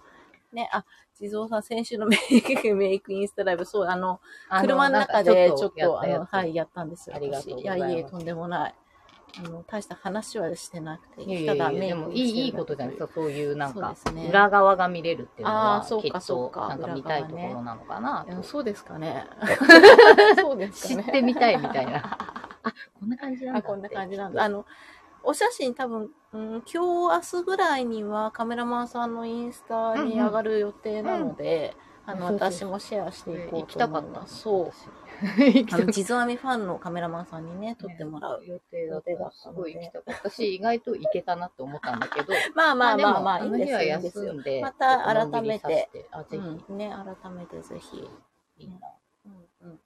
Speaker 2: ね、あ、地蔵さん、先週のメイク、メイクインスタライブ、そう、あの、
Speaker 1: あ
Speaker 2: 車の中で、ちょっと、あ
Speaker 1: なん
Speaker 2: の、
Speaker 1: か
Speaker 2: は
Speaker 1: やっ
Speaker 2: い、やったんですよ。
Speaker 1: ありがとうご
Speaker 2: 私い
Speaker 1: ざ
Speaker 2: や、
Speaker 1: います
Speaker 2: いえ、とんでもない。あの、大した話はしてなくて、
Speaker 1: たやついやいやいやでもいいいいことじゃない
Speaker 2: です
Speaker 1: ですかそういうなんか
Speaker 2: そうですね
Speaker 1: 裏側が見れるっていうの
Speaker 2: あ
Speaker 1: は
Speaker 2: ーそう
Speaker 1: き
Speaker 2: か
Speaker 1: っ
Speaker 2: そう
Speaker 1: と
Speaker 2: か
Speaker 1: なんか見たいとこ
Speaker 2: 裏側
Speaker 1: ろなのかなと
Speaker 2: そうですかね。 そうです
Speaker 1: 知
Speaker 2: か
Speaker 1: っ
Speaker 2: ね。
Speaker 1: てみたいみたいなあこんな感じなんだ
Speaker 2: あ、
Speaker 1: って
Speaker 2: こんな感じなんだ。あの、お写真多分、うん、今日、明日ぐらいにはカメラマンさんのインスタに上がる予定なので、
Speaker 1: うん
Speaker 2: あの、
Speaker 1: そうそう
Speaker 2: 私もシェアしていこ
Speaker 1: 行
Speaker 2: う
Speaker 1: き
Speaker 2: と
Speaker 1: たか
Speaker 2: 思い
Speaker 1: った
Speaker 2: ます。そう。
Speaker 1: う行きた
Speaker 2: あ
Speaker 1: かっ
Speaker 2: の、地蔵編みファンのカメラマンさんにね、
Speaker 1: た
Speaker 2: 撮ってもらう。
Speaker 1: 予定だっ
Speaker 2: 予定だ
Speaker 1: た
Speaker 2: った
Speaker 1: す
Speaker 2: ので
Speaker 1: ごい行きたかったし意外と行けたなって思ったんだけど
Speaker 2: まあ まあ
Speaker 1: で
Speaker 2: まあ
Speaker 1: も
Speaker 2: まあ、い
Speaker 1: あ
Speaker 2: い
Speaker 1: の
Speaker 2: で
Speaker 1: 日は
Speaker 2: すよ、いいです
Speaker 1: 休
Speaker 2: よ。
Speaker 1: んで
Speaker 2: また
Speaker 1: ちょっとのんびりさせ
Speaker 2: 改
Speaker 1: あぜ
Speaker 2: うんね、改めてぜひ。
Speaker 1: ひいいな
Speaker 2: うん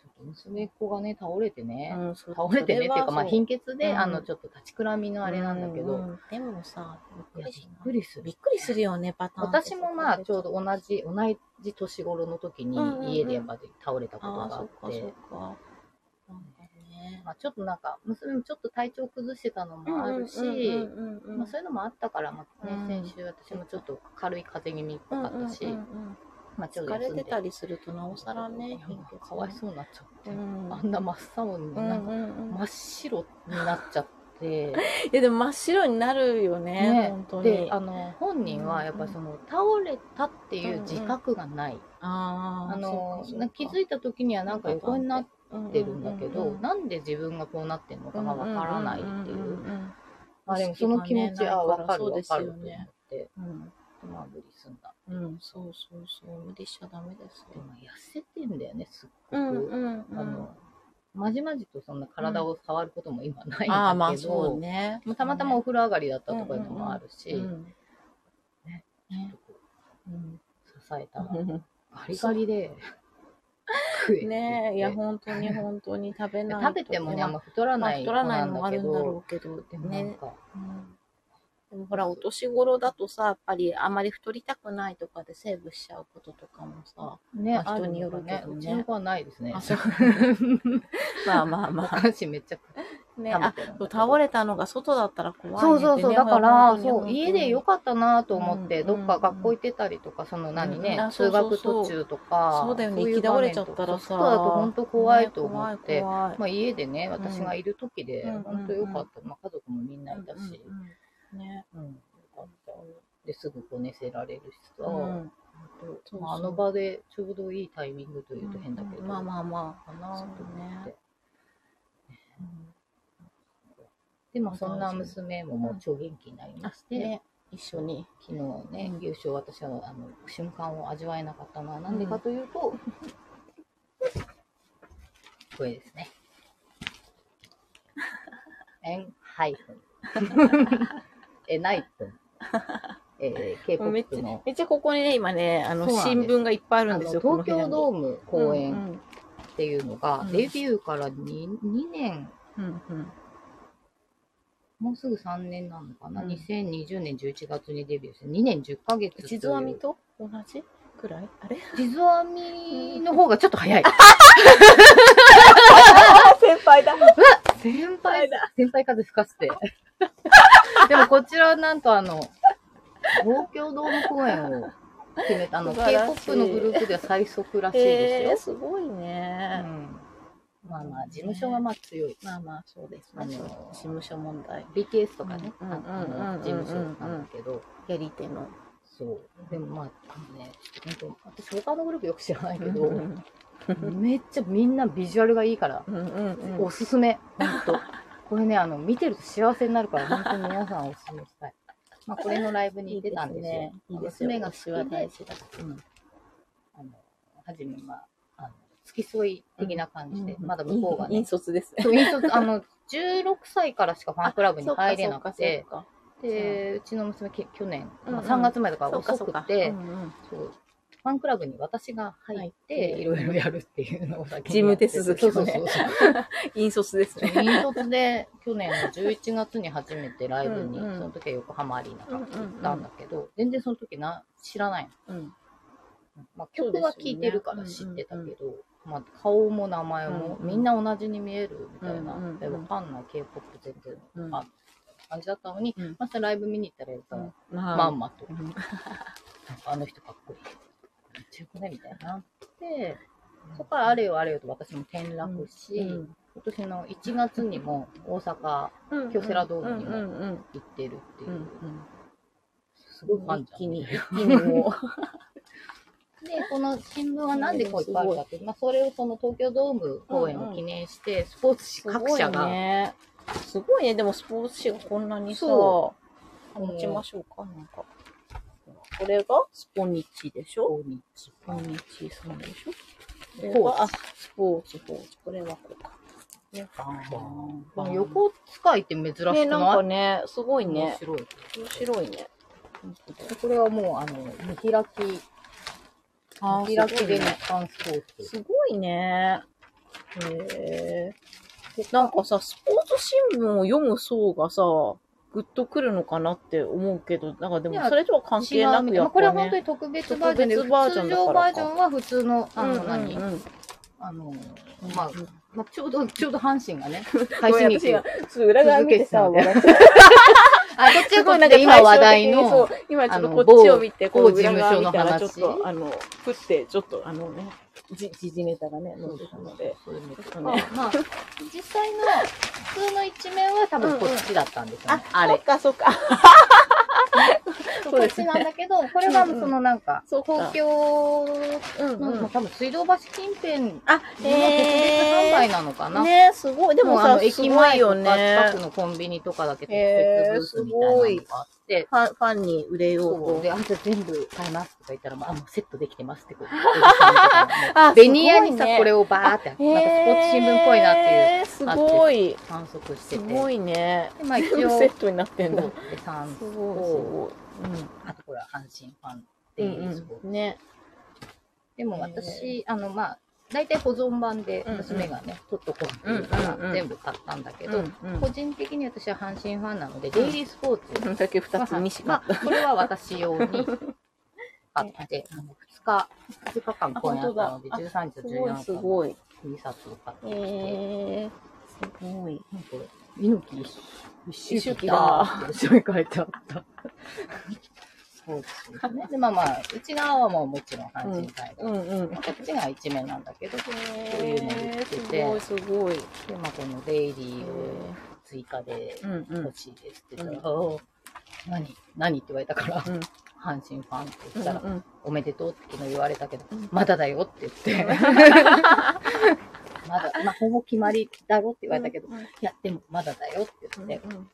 Speaker 1: ちょっと娘っ子がね倒れてね、
Speaker 2: うん、そう
Speaker 1: 倒れてねっていうか、まあ、
Speaker 2: それはそう
Speaker 1: 貧血で、
Speaker 2: うん
Speaker 1: あの、ちょっと立ちくらみのあれなんだけど、
Speaker 2: ううんでもさ、
Speaker 1: い
Speaker 2: びっ
Speaker 1: や、
Speaker 2: く
Speaker 1: び
Speaker 2: りし
Speaker 1: っ
Speaker 2: ない
Speaker 1: くりする
Speaker 2: びっ。くりするよね、パターンって。
Speaker 1: 私もまあ、ちょうど同じ、同じ年頃の時に
Speaker 2: うんうんうん
Speaker 1: 家でやっぱり倒れたこと
Speaker 2: ああ、
Speaker 1: があっ
Speaker 2: そう
Speaker 1: て、
Speaker 2: か、そうか。なんかね。
Speaker 1: まあ、ちょっとなんか、娘もちょっと体調崩してたのもあるし、
Speaker 2: うんうんうんうん
Speaker 1: まあ、そういうのもあったから、まあね
Speaker 2: うん
Speaker 1: 先週私もちょっと軽い風邪気味っぽかったし、
Speaker 2: うんうんうんうん
Speaker 1: まあ、ちょっと
Speaker 2: 疲れ
Speaker 1: 休んで
Speaker 2: てたりすると、なおさらね、貧血ね
Speaker 1: かわいそうになっちゃって、
Speaker 2: うん
Speaker 1: あんな真っ青に、なんか
Speaker 2: うんうんうん
Speaker 1: 真っ白になっちゃ って、
Speaker 2: いやでも真っ白になるよね、
Speaker 1: ね
Speaker 2: 本当
Speaker 1: で
Speaker 2: に。
Speaker 1: あの本人はやっぱりその倒れたっていう自覚がない、
Speaker 2: あ
Speaker 1: あのな気づ
Speaker 2: い
Speaker 1: いた時にはなんか横になってるんだけど、
Speaker 2: うんうんうん
Speaker 1: なんで自分がこうなってるのかがわからないっていう,、
Speaker 2: んんん
Speaker 1: まあでもその気持ちはわかる
Speaker 2: そう
Speaker 1: わ
Speaker 2: です
Speaker 1: かる
Speaker 2: よ
Speaker 1: と思
Speaker 2: ね
Speaker 1: って
Speaker 2: うん。うん
Speaker 1: まあ無理すんだ
Speaker 2: うん、そうそうそう、無理しちゃダメです
Speaker 1: で
Speaker 2: よ
Speaker 1: も。痩せてんだよねすっご
Speaker 2: う
Speaker 1: く、
Speaker 2: んうんうん。
Speaker 1: あのまじまじとそんな体を触ることも今ないん
Speaker 2: ああ、ま
Speaker 1: だ
Speaker 2: あ
Speaker 1: けど、
Speaker 2: そうね。
Speaker 1: もうたまたまお風呂上がりだったとかいうのもあるし、
Speaker 2: うん
Speaker 1: ね
Speaker 2: ね
Speaker 1: ちょっとこ
Speaker 2: うん
Speaker 1: う支えたらガリガリで食えって言って
Speaker 2: ねえ、いや、本当に本当に食べない と。
Speaker 1: 食べてもね、あんま太ら
Speaker 2: まあ
Speaker 1: ない
Speaker 2: 太
Speaker 1: 子
Speaker 2: らな
Speaker 1: ないん
Speaker 2: のも
Speaker 1: だ
Speaker 2: あ
Speaker 1: け
Speaker 2: るんだろ
Speaker 1: ど、
Speaker 2: うけど、
Speaker 1: でもなん
Speaker 2: ね。
Speaker 1: か、
Speaker 2: うんでもほら、お年頃だとさ、やっぱりあまり太りたくないとかでセーブしちゃうこととかもさ。
Speaker 1: ね、
Speaker 2: まあ人によるけどね
Speaker 1: あのうちの子はないですね。
Speaker 2: あ、そう。まあまあ
Speaker 1: お
Speaker 2: ま
Speaker 1: 菓子めっちゃ食
Speaker 2: あ。
Speaker 1: べ
Speaker 2: ね、
Speaker 1: てるんだ
Speaker 2: あ、
Speaker 1: けど
Speaker 2: 倒れたのが外だったら怖いね。
Speaker 1: そうそうそう、だから、そう、家でよ
Speaker 2: よ
Speaker 1: かったなと思って、
Speaker 2: うん
Speaker 1: どっか学校行ってたりとか、その何ね、
Speaker 2: うんあそう
Speaker 1: 通
Speaker 2: そう
Speaker 1: 学
Speaker 2: そう
Speaker 1: 途中とか、
Speaker 2: そうだよね
Speaker 1: い
Speaker 2: 行き倒れちゃったらさ
Speaker 1: そうだと本当怖いと思って、
Speaker 2: ま
Speaker 1: まあ家でね、私がいる時で、
Speaker 2: うん
Speaker 1: 本当よかった。まあ家族もみんないたし、
Speaker 2: ね。
Speaker 1: うん、よかった。ですぐこう寝せられるしさ、
Speaker 2: うんそう
Speaker 1: まあ、あの場でちょうどいいタイミングというと変だけど、
Speaker 2: まあまあま
Speaker 1: かなと思って、
Speaker 2: あ。
Speaker 1: でまあそんな娘ももう超元気になりまして、
Speaker 2: ね、一緒に。
Speaker 1: 昨日ね
Speaker 2: うん
Speaker 1: 優勝私はあの瞬間を味わえなかったのはなんでかというと、これです ね。エンハ イフン。えナイフン。えー、
Speaker 2: めっ
Speaker 1: K-POP
Speaker 2: ちゃ
Speaker 1: の、
Speaker 2: めっちゃここにね、今ね、あの、
Speaker 1: そうなん
Speaker 2: 新
Speaker 1: です
Speaker 2: 聞がいっぱいある
Speaker 1: あ
Speaker 2: ん
Speaker 1: の
Speaker 2: ですよ、
Speaker 1: 東
Speaker 2: この辺に
Speaker 1: 京ドーム公演、っていうのが、
Speaker 2: うん
Speaker 1: デビューから 2, 2年、
Speaker 2: うんうんうん
Speaker 1: もうすぐ3年なのかな、
Speaker 2: うん
Speaker 1: 2020年11月にデビューして、2年10ヶ月という。
Speaker 2: 地図編みと同じくらいあれ
Speaker 1: 地図編みの方がちょっと早い。
Speaker 2: 先輩だ
Speaker 1: 先輩だ。先輩風吹かせて。でもこちらはなんとあの、東京ドーム公演を決めたあの、
Speaker 2: 素晴らしい
Speaker 1: K-POP のグループでは最速らしい
Speaker 2: えー、
Speaker 1: です
Speaker 2: すごい
Speaker 1: よ。う
Speaker 2: ね。
Speaker 1: ん。まあまあ、事務所がまあ強い。
Speaker 2: まあまあ、そうです
Speaker 1: あ
Speaker 2: ね。
Speaker 1: の
Speaker 2: 事務所問題。
Speaker 1: BTS とかね、
Speaker 2: うん
Speaker 1: ああの事務所なんだけど、
Speaker 2: やり手の。
Speaker 1: そう。でもまあ、あのね、本当私他のグループよく知らないけ
Speaker 2: うん
Speaker 1: ど、めっちゃみんなビジュアルがいいから、
Speaker 2: うんうん
Speaker 1: おすすめ。本当これね、あの、見てると幸せになるから、本当に皆さんおすすめしたい。まあ、これのライブに出たんですよ。
Speaker 2: いいですね。
Speaker 1: 娘が好きで、
Speaker 2: 私は大事だ。
Speaker 1: うん。あの、はじめは、あの、付き添い的な感じで、まだ向こうが
Speaker 2: 引
Speaker 1: ね、
Speaker 2: 率ですね。
Speaker 1: そう引率あの、16歳からしかファンクラブに入れなくて、
Speaker 2: そうか
Speaker 1: で、うちの娘、き去年、まあ
Speaker 2: うんうん
Speaker 1: 3月前だから
Speaker 2: そうか、
Speaker 1: 遅
Speaker 2: そう
Speaker 1: く
Speaker 2: か。
Speaker 1: て
Speaker 2: うん、うん
Speaker 1: そうファンクラブに私が入って、
Speaker 2: 入って
Speaker 1: いろいろやるっていうのを先に
Speaker 2: 事務手
Speaker 1: やって
Speaker 2: 続
Speaker 1: て
Speaker 2: きをね
Speaker 1: そうそうそう。
Speaker 2: 引率です ね。
Speaker 1: 引率で去年の11月に初めてライブに、
Speaker 2: うんうん
Speaker 1: その時は横浜アリーナから行ったんだけど、全然その時な知らないの。
Speaker 2: うん
Speaker 1: まあ、曲は聴いてるから知ってたけど、
Speaker 2: そうで
Speaker 1: まあ、顔も名前も、
Speaker 2: うんうん
Speaker 1: みんな同じに見えるみたいな、
Speaker 2: うんうん
Speaker 1: でわかんない K-POP 全然
Speaker 2: うん
Speaker 1: あ感じだったのに、
Speaker 2: うん
Speaker 1: またライブ見に行ったらやっぱ、ま
Speaker 2: ま
Speaker 1: んまと、
Speaker 2: うん
Speaker 1: なんかあの人かっこいい。めっちゃよくねみたいになって、そこからあれよあれよと私も転落し、今年の1月にも大阪
Speaker 2: うん
Speaker 1: 京セラドームにも
Speaker 2: うんうん
Speaker 1: 行ってるっていう、
Speaker 2: うん
Speaker 1: すごいファンじ
Speaker 2: 一
Speaker 1: ゃん
Speaker 2: 気に、一気にもう。
Speaker 1: で、この新聞はなんでこういっぱいあるかっていう、まあ、それをその東京ドーム公演を記念して、スポーツ紙各社
Speaker 2: すごい
Speaker 1: が、
Speaker 2: ね。すごいね。でもスポーツ紙がこんなにさ、持
Speaker 1: そ
Speaker 2: ちましょうか。なんか。これがスポニチでしょ
Speaker 1: こうに
Speaker 2: スポニチさんでしょ
Speaker 1: ス
Speaker 2: これ
Speaker 1: ポーツ
Speaker 2: は、あ、スポーツ、スポーツ。これはこうか。ね、バンバン
Speaker 1: この横使いって珍しくない、
Speaker 2: ね、なんかね、すごい
Speaker 1: 面
Speaker 2: ね。
Speaker 1: 白い。
Speaker 2: 面白いね。
Speaker 1: でこれはもう、あの、見開き、
Speaker 2: あ
Speaker 1: 見開きで
Speaker 2: ね
Speaker 1: 日刊スポーツ。
Speaker 2: すごいね。へえ。なんかさ、スポーツ新聞を読む層がさ、グッとくるのかなって思うけど、なんかで
Speaker 1: い
Speaker 2: も
Speaker 1: や
Speaker 2: それとは関係なく
Speaker 1: 違う
Speaker 2: や
Speaker 1: まあ
Speaker 2: っ
Speaker 1: これ
Speaker 2: ぱ
Speaker 1: は本当
Speaker 2: ね。
Speaker 1: に特別バージョンで、
Speaker 2: 特別バージョン
Speaker 1: 通
Speaker 2: だから
Speaker 1: 常
Speaker 2: か
Speaker 1: バージョンは普通の、あの、何、
Speaker 2: うんうんうん
Speaker 1: あの、
Speaker 2: うん
Speaker 1: まあ、まあ、ちょうど、ちょうど阪神がね、配信
Speaker 2: ごめん私
Speaker 1: に
Speaker 2: がちょっと裏側見て さ、
Speaker 1: 続け
Speaker 2: 笑
Speaker 1: て
Speaker 2: って
Speaker 1: あ、こっち
Speaker 2: す
Speaker 1: はこっち
Speaker 2: ごいなんか
Speaker 1: で今話題
Speaker 2: 対照
Speaker 1: の
Speaker 2: 的に、そう今ちょっ
Speaker 1: あ
Speaker 2: と
Speaker 1: の
Speaker 2: こっちを見て、
Speaker 1: 某
Speaker 2: こう裏側見た
Speaker 1: 某
Speaker 2: らち
Speaker 1: 事
Speaker 2: ょっ
Speaker 1: 務所の
Speaker 2: と、あの、食って、ちょっとあのね、じ、時事ネタがね、載ってたので。
Speaker 1: あまあ、実際の普通の一面は多分こっちだったんですよ、ねあ
Speaker 2: そっ
Speaker 1: れ。
Speaker 2: かそっか。そう
Speaker 1: こっ
Speaker 2: です
Speaker 1: ち
Speaker 2: ね
Speaker 1: なんだけど、これは
Speaker 2: うんうん
Speaker 1: そのなんか、
Speaker 2: そうか
Speaker 1: 東京
Speaker 2: うん
Speaker 1: の、
Speaker 2: うん。
Speaker 1: 多分水道橋近辺の
Speaker 2: あ、
Speaker 1: 特別販売なのかな。
Speaker 2: ねすごい。でも
Speaker 1: あ
Speaker 2: さ、
Speaker 1: の駅
Speaker 2: 駅前
Speaker 1: 前と
Speaker 2: よ
Speaker 1: か
Speaker 2: ね
Speaker 1: 近く。のコンビニとかだけ特
Speaker 2: へー
Speaker 1: 設ブースみたいなのがあって、
Speaker 2: ファンファンに売れよ
Speaker 1: そう
Speaker 2: う
Speaker 1: で、
Speaker 2: と。
Speaker 1: あんた全部買えますとか言ったら、もうあ、もうセットできてます ってこう。
Speaker 2: あ
Speaker 1: ベニヤにさ、これ
Speaker 2: を、
Speaker 1: をバーって、なんかスポーツ新聞っぽいなっていう
Speaker 2: いう。すごい。
Speaker 1: 観測して
Speaker 2: す
Speaker 1: て。
Speaker 2: ご いね。
Speaker 1: でまあ一
Speaker 2: セ
Speaker 1: 応、
Speaker 2: ットになってんだ。す
Speaker 1: で三
Speaker 2: ごい、
Speaker 1: と、
Speaker 2: すご
Speaker 1: あとこれは阪神ファンって
Speaker 2: い。う
Speaker 1: いう、
Speaker 2: ん。うんうん。ね。
Speaker 1: でも私、あの、まあ、大体保存版で娘がね、取っとこうっていうか
Speaker 2: うんうんうん
Speaker 1: ら、全部買ったんだけど、
Speaker 2: うん
Speaker 1: 個人的に私は阪神ファンなので、デイリースポーツ
Speaker 2: うんだけ二つにしか
Speaker 1: まあ、これは私用に買 って、あの2日、2日間公演あったので、
Speaker 2: あ本
Speaker 1: 13日
Speaker 2: す
Speaker 1: と
Speaker 2: ご
Speaker 1: 14
Speaker 2: い、
Speaker 1: 日
Speaker 2: す
Speaker 1: の
Speaker 2: ごい。
Speaker 1: 2冊を買って
Speaker 2: え
Speaker 1: きて、
Speaker 2: ー、すごい。
Speaker 1: なんか、猪木一周期
Speaker 2: だ
Speaker 1: だーって後ろに書いてあった。そうですね。で、まあまあ、内側はもうもちろん阪神タイ
Speaker 2: うんうん。
Speaker 1: こっちが一面なんだけど、で、
Speaker 2: えー、すごい、すごい。
Speaker 1: まあこのデイリ
Speaker 2: え
Speaker 1: ーを追加で
Speaker 2: うんうん
Speaker 1: 欲しいですって言ったら、おー何何って言われたから、
Speaker 2: うん
Speaker 1: 阪神ファンって言ったら、
Speaker 2: ー。
Speaker 1: おめでとうって昨日言われたけど、
Speaker 2: うん
Speaker 1: まだだよって言って。まだ、まあ、ほぼ決まりだろって言われたけど、
Speaker 2: うんうん
Speaker 1: いや、でもまだだよって言って、
Speaker 2: うんうん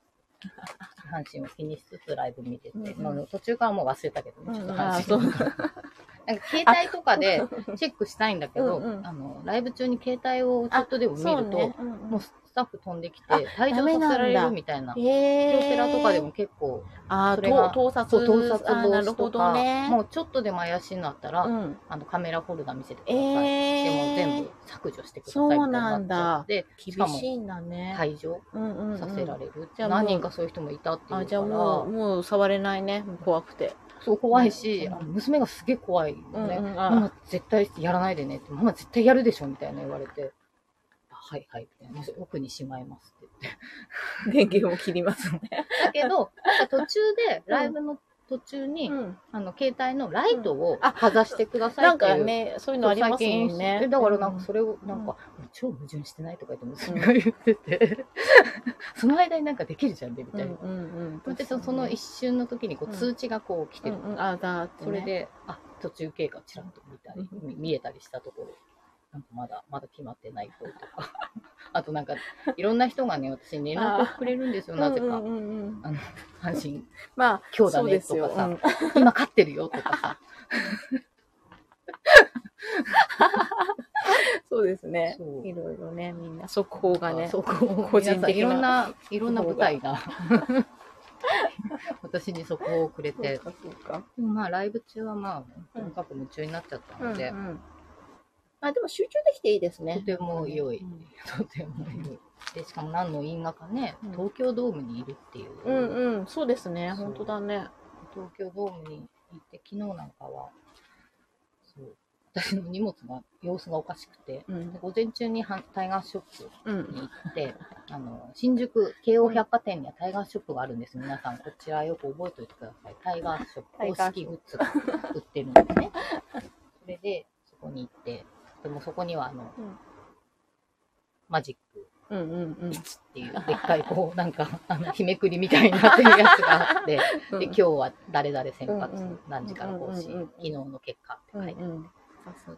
Speaker 1: 阪神を気にしつつライブ見てて、
Speaker 2: うんうん
Speaker 1: まあ途中からもう忘れたけどね、ちょっと阪神、
Speaker 2: うんうん
Speaker 1: なんか携帯とかでチェックしたいんだけど、
Speaker 2: うんうん
Speaker 1: あのライブ中に携帯をちょっとでも見ると、
Speaker 2: そうね
Speaker 1: もうスタッフ飛んできて
Speaker 2: あ
Speaker 1: 退場させられ
Speaker 2: ダメなんだ
Speaker 1: るみたいな。京
Speaker 2: えー、
Speaker 1: セラとかでも結構、
Speaker 2: あ
Speaker 1: それ
Speaker 2: ー
Speaker 1: が
Speaker 2: 盗盗撮
Speaker 1: そう、盗撮
Speaker 2: あー
Speaker 1: 防
Speaker 2: なる
Speaker 1: 止
Speaker 2: ほ
Speaker 1: と
Speaker 2: ど
Speaker 1: か、
Speaker 2: ね
Speaker 1: もうちょっとでも怪しいのあったら、
Speaker 2: うん、
Speaker 1: あのカメラホルダー見せてくださ
Speaker 2: え
Speaker 1: い。
Speaker 2: ー、
Speaker 1: でも全部削除してくださいみたいになっちゃって、しか
Speaker 2: 厳
Speaker 1: も
Speaker 2: しいんだね、
Speaker 1: 退場
Speaker 2: うんうんうん、
Speaker 1: させられる。
Speaker 2: じゃあもう
Speaker 1: 何人かそういう人もいたっていうから、
Speaker 2: あじゃあもうもう触れないねもう怖くて、
Speaker 1: そう怖いし、
Speaker 2: うん
Speaker 1: あの娘がすげえ怖いよね。
Speaker 2: うんうんあ
Speaker 1: ママ絶対やらないでねって、ママ絶対やるでしょみたいな言われて、はいはい、みたいな。奥にしまいますって言って。
Speaker 2: 電源を切りますね。
Speaker 1: だけど、なんか途中で、ライブの途中に、あの、携帯のライトを
Speaker 2: あ
Speaker 1: かざしてください
Speaker 2: な
Speaker 1: っ
Speaker 2: ん
Speaker 1: ていう。
Speaker 2: かね、そういうのありますもんね
Speaker 1: え。だからなんかそれを、なんか、超矛盾してないとか言って娘が言ってて、 その間になんかできるじゃんね、み
Speaker 2: うん
Speaker 1: たいな。
Speaker 2: うんう
Speaker 1: そ
Speaker 2: ん。
Speaker 1: してそその一瞬の時にこ
Speaker 2: うん
Speaker 1: う通知がこう来てる。
Speaker 2: うんうんあ、だーって
Speaker 1: そ
Speaker 2: ね
Speaker 1: れで、あ、途中経過ちらっと見たり、み見えたりしたところ、なんかまだ、まだ決まってない声とか。 あとなんか、いろんな人がね、私に連絡をくれるんですよ、なぜ
Speaker 2: うんう
Speaker 1: か
Speaker 2: ん。うんうん
Speaker 1: あの、阪神、
Speaker 2: まあ、
Speaker 1: 今日だ
Speaker 2: そう
Speaker 1: ね
Speaker 2: で
Speaker 1: と
Speaker 2: すよ。
Speaker 1: か
Speaker 2: う
Speaker 1: さ、
Speaker 2: ん
Speaker 1: 今勝ってるよとかさ、
Speaker 2: そうですね
Speaker 1: そ。う
Speaker 2: いろいろね、みんな速報がね。
Speaker 1: そこ
Speaker 2: 個
Speaker 1: 個
Speaker 2: 人
Speaker 1: 人
Speaker 2: 的
Speaker 1: 的
Speaker 2: ない
Speaker 1: ろんな、いろんな舞台 が、私にそこをくれ
Speaker 2: そう
Speaker 1: て、
Speaker 2: かそうか。
Speaker 1: でもまあライブ中はまあ、とにかく夢中になっちゃった
Speaker 2: うんう
Speaker 1: ので、
Speaker 2: ん。まあでも集中できていいです
Speaker 1: と
Speaker 2: ね。
Speaker 1: ても良 い、
Speaker 2: うん
Speaker 1: とても良い。で、しかも何の因果かね、
Speaker 2: うん
Speaker 1: 東京ドームにいるっていう、
Speaker 2: うんうん、そうですね。
Speaker 1: そう
Speaker 2: 本当だね。
Speaker 1: 東京ドームに行って、昨日なんかは、そう私の荷物が、様子がおかしくて、
Speaker 2: うん
Speaker 1: で。午前中にはタイガーショップ
Speaker 2: うん。
Speaker 1: に行って、 あの、新宿、京王百貨店にはタイガーショップがあるんです。皆さん、こちらよく覚えておいてください。タイガーショッ
Speaker 2: タイ
Speaker 1: プ、公
Speaker 2: ガー
Speaker 1: 式グッズが売ってるんですね。それで、そこに行って、でもそこには、あの、
Speaker 2: うん
Speaker 1: マジック
Speaker 2: うんうん
Speaker 1: 1っていう、でっかい、こう、なんか、あの、日めくりみたいになってるやつがあって、
Speaker 2: うん。
Speaker 1: で、今日は誰々先
Speaker 2: う
Speaker 1: 発
Speaker 2: んうん、
Speaker 1: 何時から更新、
Speaker 2: うんうんうん
Speaker 1: 昨日の結果って書いてあって、
Speaker 2: うんうんさすが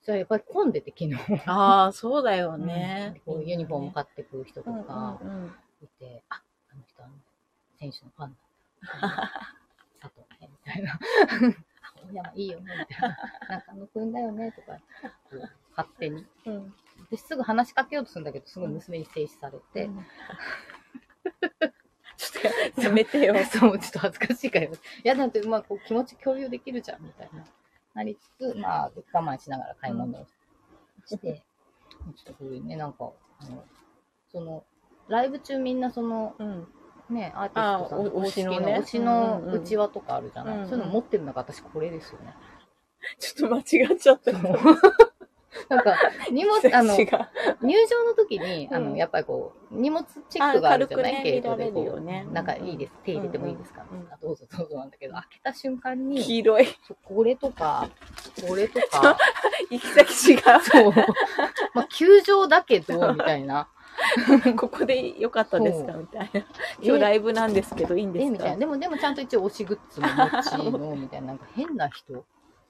Speaker 1: それはやっぱり混んでて、昨日。
Speaker 2: ああ、そうだよね。
Speaker 1: こうユニフォーム買
Speaker 2: 買
Speaker 1: ってくる人とか、見て、あ、あの人、あの選手のファンなんだ。佐藤ね、みたいな。大山いいよね、みたいな。中野くんだよね、とか、こう勝手に。で、すぐ話しかけようとするんだけど、すぐ娘に制止されて、
Speaker 2: ちょっとやめてよ。
Speaker 1: そう、ちょっと恥ずかしいから、いや、だって、まあ、こう気持ち共有できるじゃん、みたいな。なりつつ、まあ、我慢しながら買い物をして、ちょっとこういうね、なんか、あの、その、ライブ中みんなその、
Speaker 2: うん。
Speaker 1: ね、アーティストさん
Speaker 2: あお推しのね
Speaker 1: 推しの
Speaker 2: うんう
Speaker 1: う
Speaker 2: ん
Speaker 1: ちわとかあるじゃない、
Speaker 2: うんうん
Speaker 1: そういうの持ってるのが私これですよ ね。
Speaker 2: ちょっと間違っちゃったよ。
Speaker 1: なんか、荷物、 あの、入
Speaker 2: 違う
Speaker 1: 場の時に、あ
Speaker 2: うん
Speaker 1: の、やっぱりこう、荷物チェックがあるじゃな
Speaker 2: あ
Speaker 1: い
Speaker 2: 軽く
Speaker 1: 系
Speaker 2: ね
Speaker 1: 統で
Speaker 2: 見られ
Speaker 1: こ
Speaker 2: るよ
Speaker 1: う、
Speaker 2: ね
Speaker 1: なんかいいです。手入れてもいいですか、
Speaker 2: うんうん
Speaker 1: あどうぞどうぞなんだけど、開けた瞬間に、
Speaker 2: 黄色い。
Speaker 1: そうこれとか、これとか、
Speaker 2: 行き先違
Speaker 1: そう、まあ、球場だけど、みたいな。
Speaker 2: う。ここで良かったですかみたいな。今
Speaker 1: え
Speaker 2: 日ライブなんですけど、いいん で
Speaker 1: ですみたい
Speaker 2: か
Speaker 1: な。でも、でもちゃんと一応推しグッズも持ちの、みたいな、なんか変な人。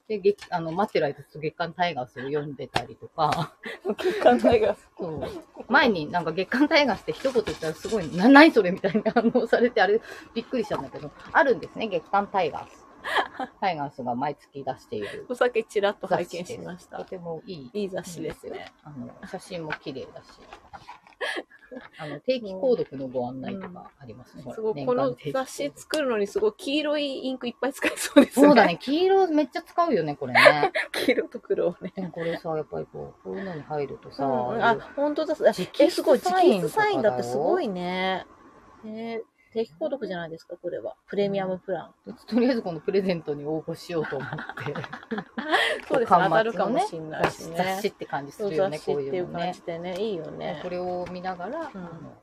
Speaker 1: で、月あの待ってる間ずっと月刊タイガースを読んでたりとか、
Speaker 2: 結果ないが。
Speaker 1: そう前になんか月刊タイガースって一言言ったらすごい、な、何それみたいな 反応されて、あれびっくりしたんだけど、あるんですね、月刊タイガース。タイガースが毎月出している
Speaker 2: お酒ちらっと
Speaker 1: 雑
Speaker 2: 拝
Speaker 1: 誌
Speaker 2: 見
Speaker 1: です。
Speaker 2: しまし
Speaker 1: と
Speaker 2: た。
Speaker 1: てもいい
Speaker 2: いい雑誌ですよ。。
Speaker 1: あの、写真も綺麗だし。あの、定期購読のご案内とかありますね。
Speaker 2: すごい、
Speaker 1: 年
Speaker 2: こ
Speaker 1: 間
Speaker 2: の
Speaker 1: 定期購
Speaker 2: 雑
Speaker 1: 読
Speaker 2: 誌作るのにすごい黄色いインクいっぱい使えそうですね。
Speaker 1: そうだ。ね、黄色めっちゃ使うよね、これね。
Speaker 2: 黄色と黒をね。
Speaker 1: でもこれさ、やっぱりこう、こういうのに入るとさ、
Speaker 2: うんうん、あ、本当だ。
Speaker 1: 直筆
Speaker 2: え、すごい。直
Speaker 1: サイン
Speaker 2: 筆
Speaker 1: とか
Speaker 2: サ
Speaker 1: だよ
Speaker 2: インだってすごいね。えー、定期購読じゃないですか、これは。プレミアムプラン。
Speaker 1: とりあえずこのプレゼントに応募しようと思って、
Speaker 2: そうですね。
Speaker 1: 端末のね
Speaker 2: 当たるかもしれない
Speaker 1: 雑
Speaker 2: し
Speaker 1: 誌
Speaker 2: ね。
Speaker 1: 雑誌って感じす
Speaker 2: そう
Speaker 1: るよ
Speaker 2: 雑
Speaker 1: ね、
Speaker 2: 誌
Speaker 1: こ
Speaker 2: っ
Speaker 1: う
Speaker 2: て
Speaker 1: い
Speaker 2: い
Speaker 1: う
Speaker 2: う
Speaker 1: の
Speaker 2: 感
Speaker 1: ね
Speaker 2: じ。でね、いいよね
Speaker 1: こ。れを見ながら、
Speaker 2: うん
Speaker 1: あの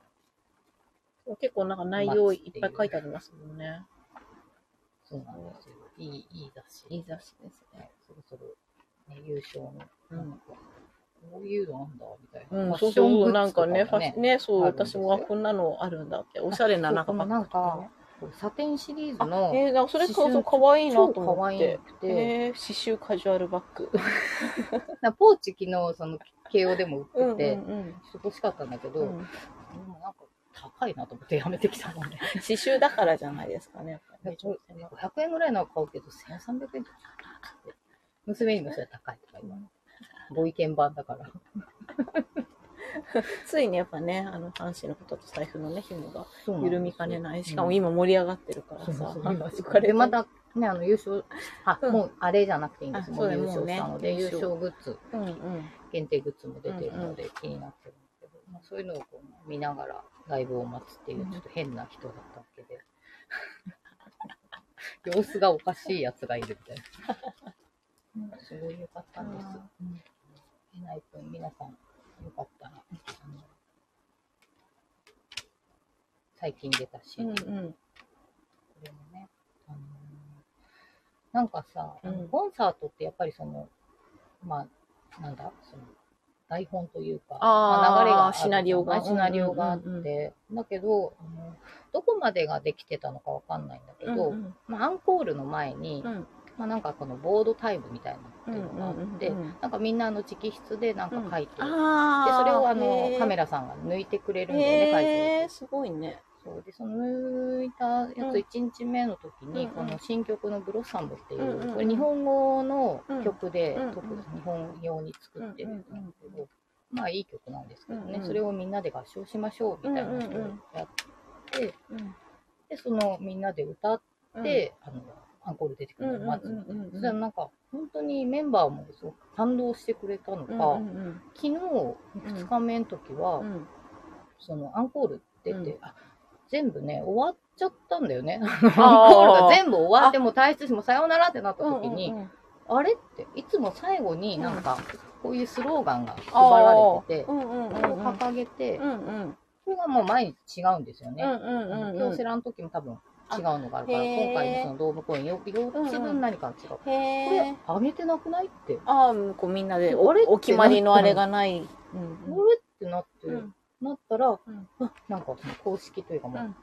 Speaker 2: 結構なんか内容いっぱい書いてありますもんね。
Speaker 1: そうなんですよ。いい、いい雑誌。
Speaker 2: いい雑誌ですね。
Speaker 1: ねそろそろ、ね、優勝の、
Speaker 2: う
Speaker 1: うんんか、こういうのなんだ、みたいな。
Speaker 2: うん、
Speaker 1: フ
Speaker 2: そ
Speaker 1: ァ
Speaker 2: う
Speaker 1: ッション
Speaker 2: そ
Speaker 1: グ
Speaker 2: う、
Speaker 1: ッ
Speaker 2: なん
Speaker 1: ズとか
Speaker 2: かね、
Speaker 1: ね
Speaker 2: ファッシね、そう、
Speaker 1: あるんです
Speaker 2: 私
Speaker 1: よ
Speaker 2: もあこんなのあるんだって、おしゃれな
Speaker 1: そう
Speaker 2: なんか
Speaker 1: このなんか、こうサテンシリー
Speaker 2: あ
Speaker 1: ズの、
Speaker 2: えー、なんかそれそうそう、
Speaker 1: 刺繍
Speaker 2: かわいいなと
Speaker 1: 超
Speaker 2: 思
Speaker 1: 可
Speaker 2: っ
Speaker 1: 愛
Speaker 2: て。
Speaker 1: くて、
Speaker 2: えー、刺繍カジュアルバッグ。
Speaker 1: なポーチ昨日、その、慶 応でも売ってて、
Speaker 2: ん
Speaker 1: ちょっと欲しかったんだけど、
Speaker 2: うんうん。
Speaker 1: でもなんか高いなと思ってやめてきたもんね。
Speaker 2: 刺繍だからじゃないですかね。やっぱりね
Speaker 1: 500円ぐらいのは買うけど、1300円とかって。娘にもそれ高いとか今。ご意見版だから。
Speaker 2: ついにやっぱね、あの、阪神のことと財布のね、紐が
Speaker 1: そうなんですよ
Speaker 2: 緩みかねない。しかも今盛り上がってるから
Speaker 1: そう
Speaker 2: さ、
Speaker 1: そう
Speaker 2: なんか浮
Speaker 1: そ
Speaker 2: か
Speaker 1: う
Speaker 2: れ
Speaker 1: で、
Speaker 2: て
Speaker 1: ま、たね、あの、優勝、あ、
Speaker 2: うん
Speaker 1: もうあれじゃなくていいんです。
Speaker 2: あ
Speaker 1: も
Speaker 2: そう
Speaker 1: う
Speaker 2: だ
Speaker 1: 優勝したので、
Speaker 2: もうね
Speaker 1: 優勝グッズ、
Speaker 2: うんうん。
Speaker 1: 限定グッズも出てるので気になってるんですけど、まあ、そういうのをこう見ながらライブを待つっていう、ちょっと変な人だったわけで。 様子がおかしいやつがいるみたいな。すごい良かったんです。えないくん、皆さん、よかったら。あの最近出たし、
Speaker 2: う
Speaker 1: こ
Speaker 2: んう
Speaker 1: れ
Speaker 2: ん。
Speaker 1: もね。あのーなんかさ、あの
Speaker 2: うん
Speaker 1: コンサートってやっぱりその、まあ、なんだ、その、台本というか、
Speaker 2: あー
Speaker 1: まあ、流れがある
Speaker 2: シナリオが
Speaker 1: うんシナリオがあって、
Speaker 2: うんうん
Speaker 1: だけどあの、どこまでができてたのかわかんないんだけど、
Speaker 2: うん
Speaker 1: まあ、アンコールの前に、
Speaker 2: うん
Speaker 1: まあ、なんかこのボードタイムみたいなのっていうのがあって、
Speaker 2: うんうんうんうん
Speaker 1: なんかみんなあの直筆でなんか書いて、
Speaker 2: あ
Speaker 1: で
Speaker 2: ー
Speaker 1: それをあの
Speaker 2: へー
Speaker 1: カメラさんが抜いてくれるんだよね、会場
Speaker 2: へえ、すごいね。
Speaker 1: そうでその抜いたや
Speaker 2: うん
Speaker 1: つ1日目の時に、
Speaker 2: うんうん
Speaker 1: この新曲の「ブロッサム」っていう、
Speaker 2: うんうんうん
Speaker 1: これ日本語の曲で、
Speaker 2: うんうん
Speaker 1: 特に日本用に作ってるやつなんだけど、
Speaker 2: うんうん
Speaker 1: まあいい曲なんですけどね、
Speaker 2: うんうん
Speaker 1: それをみんなで合唱しましょうみたいなのをやって、でそのみんなで歌っ
Speaker 2: うん、
Speaker 1: て、あのアンコール出てく
Speaker 2: うんう
Speaker 1: る
Speaker 2: ん
Speaker 1: のを待つ
Speaker 2: うん
Speaker 1: みたいな。
Speaker 2: うん、
Speaker 1: そしたらなんか本当にメンバーもすごく感動してくれたのか、
Speaker 2: うんうん
Speaker 1: 昨日2日目の時は、
Speaker 2: うんうん
Speaker 1: そのアンコール出て、
Speaker 2: うん
Speaker 1: あ全部ね、終わっちゃったんだよね。アンコールが全部終わって、もう退出してもうさようならってなった時に、
Speaker 2: うんうんうん
Speaker 1: あれって、いつも最後になんか、こういうスローガンが配られてて、
Speaker 2: うんうんうん
Speaker 1: それを掲げて、
Speaker 2: うんうん
Speaker 1: これがもう毎日違うんですよ
Speaker 2: う
Speaker 1: ね。
Speaker 2: んうんうんうん
Speaker 1: 京セラの時も多分違うのがあるから、
Speaker 2: あへー
Speaker 1: 今回のそのドーム公演、4つ分何か違う。こ
Speaker 2: へえ
Speaker 1: れ、あげてなくないって。
Speaker 2: ああこうみんなでお
Speaker 1: あれ
Speaker 2: お決まりのあれがな
Speaker 1: あ
Speaker 2: い
Speaker 1: れってなって、
Speaker 2: うん
Speaker 1: なったら、
Speaker 2: ん
Speaker 1: あなんかその公式というかもう、
Speaker 2: うん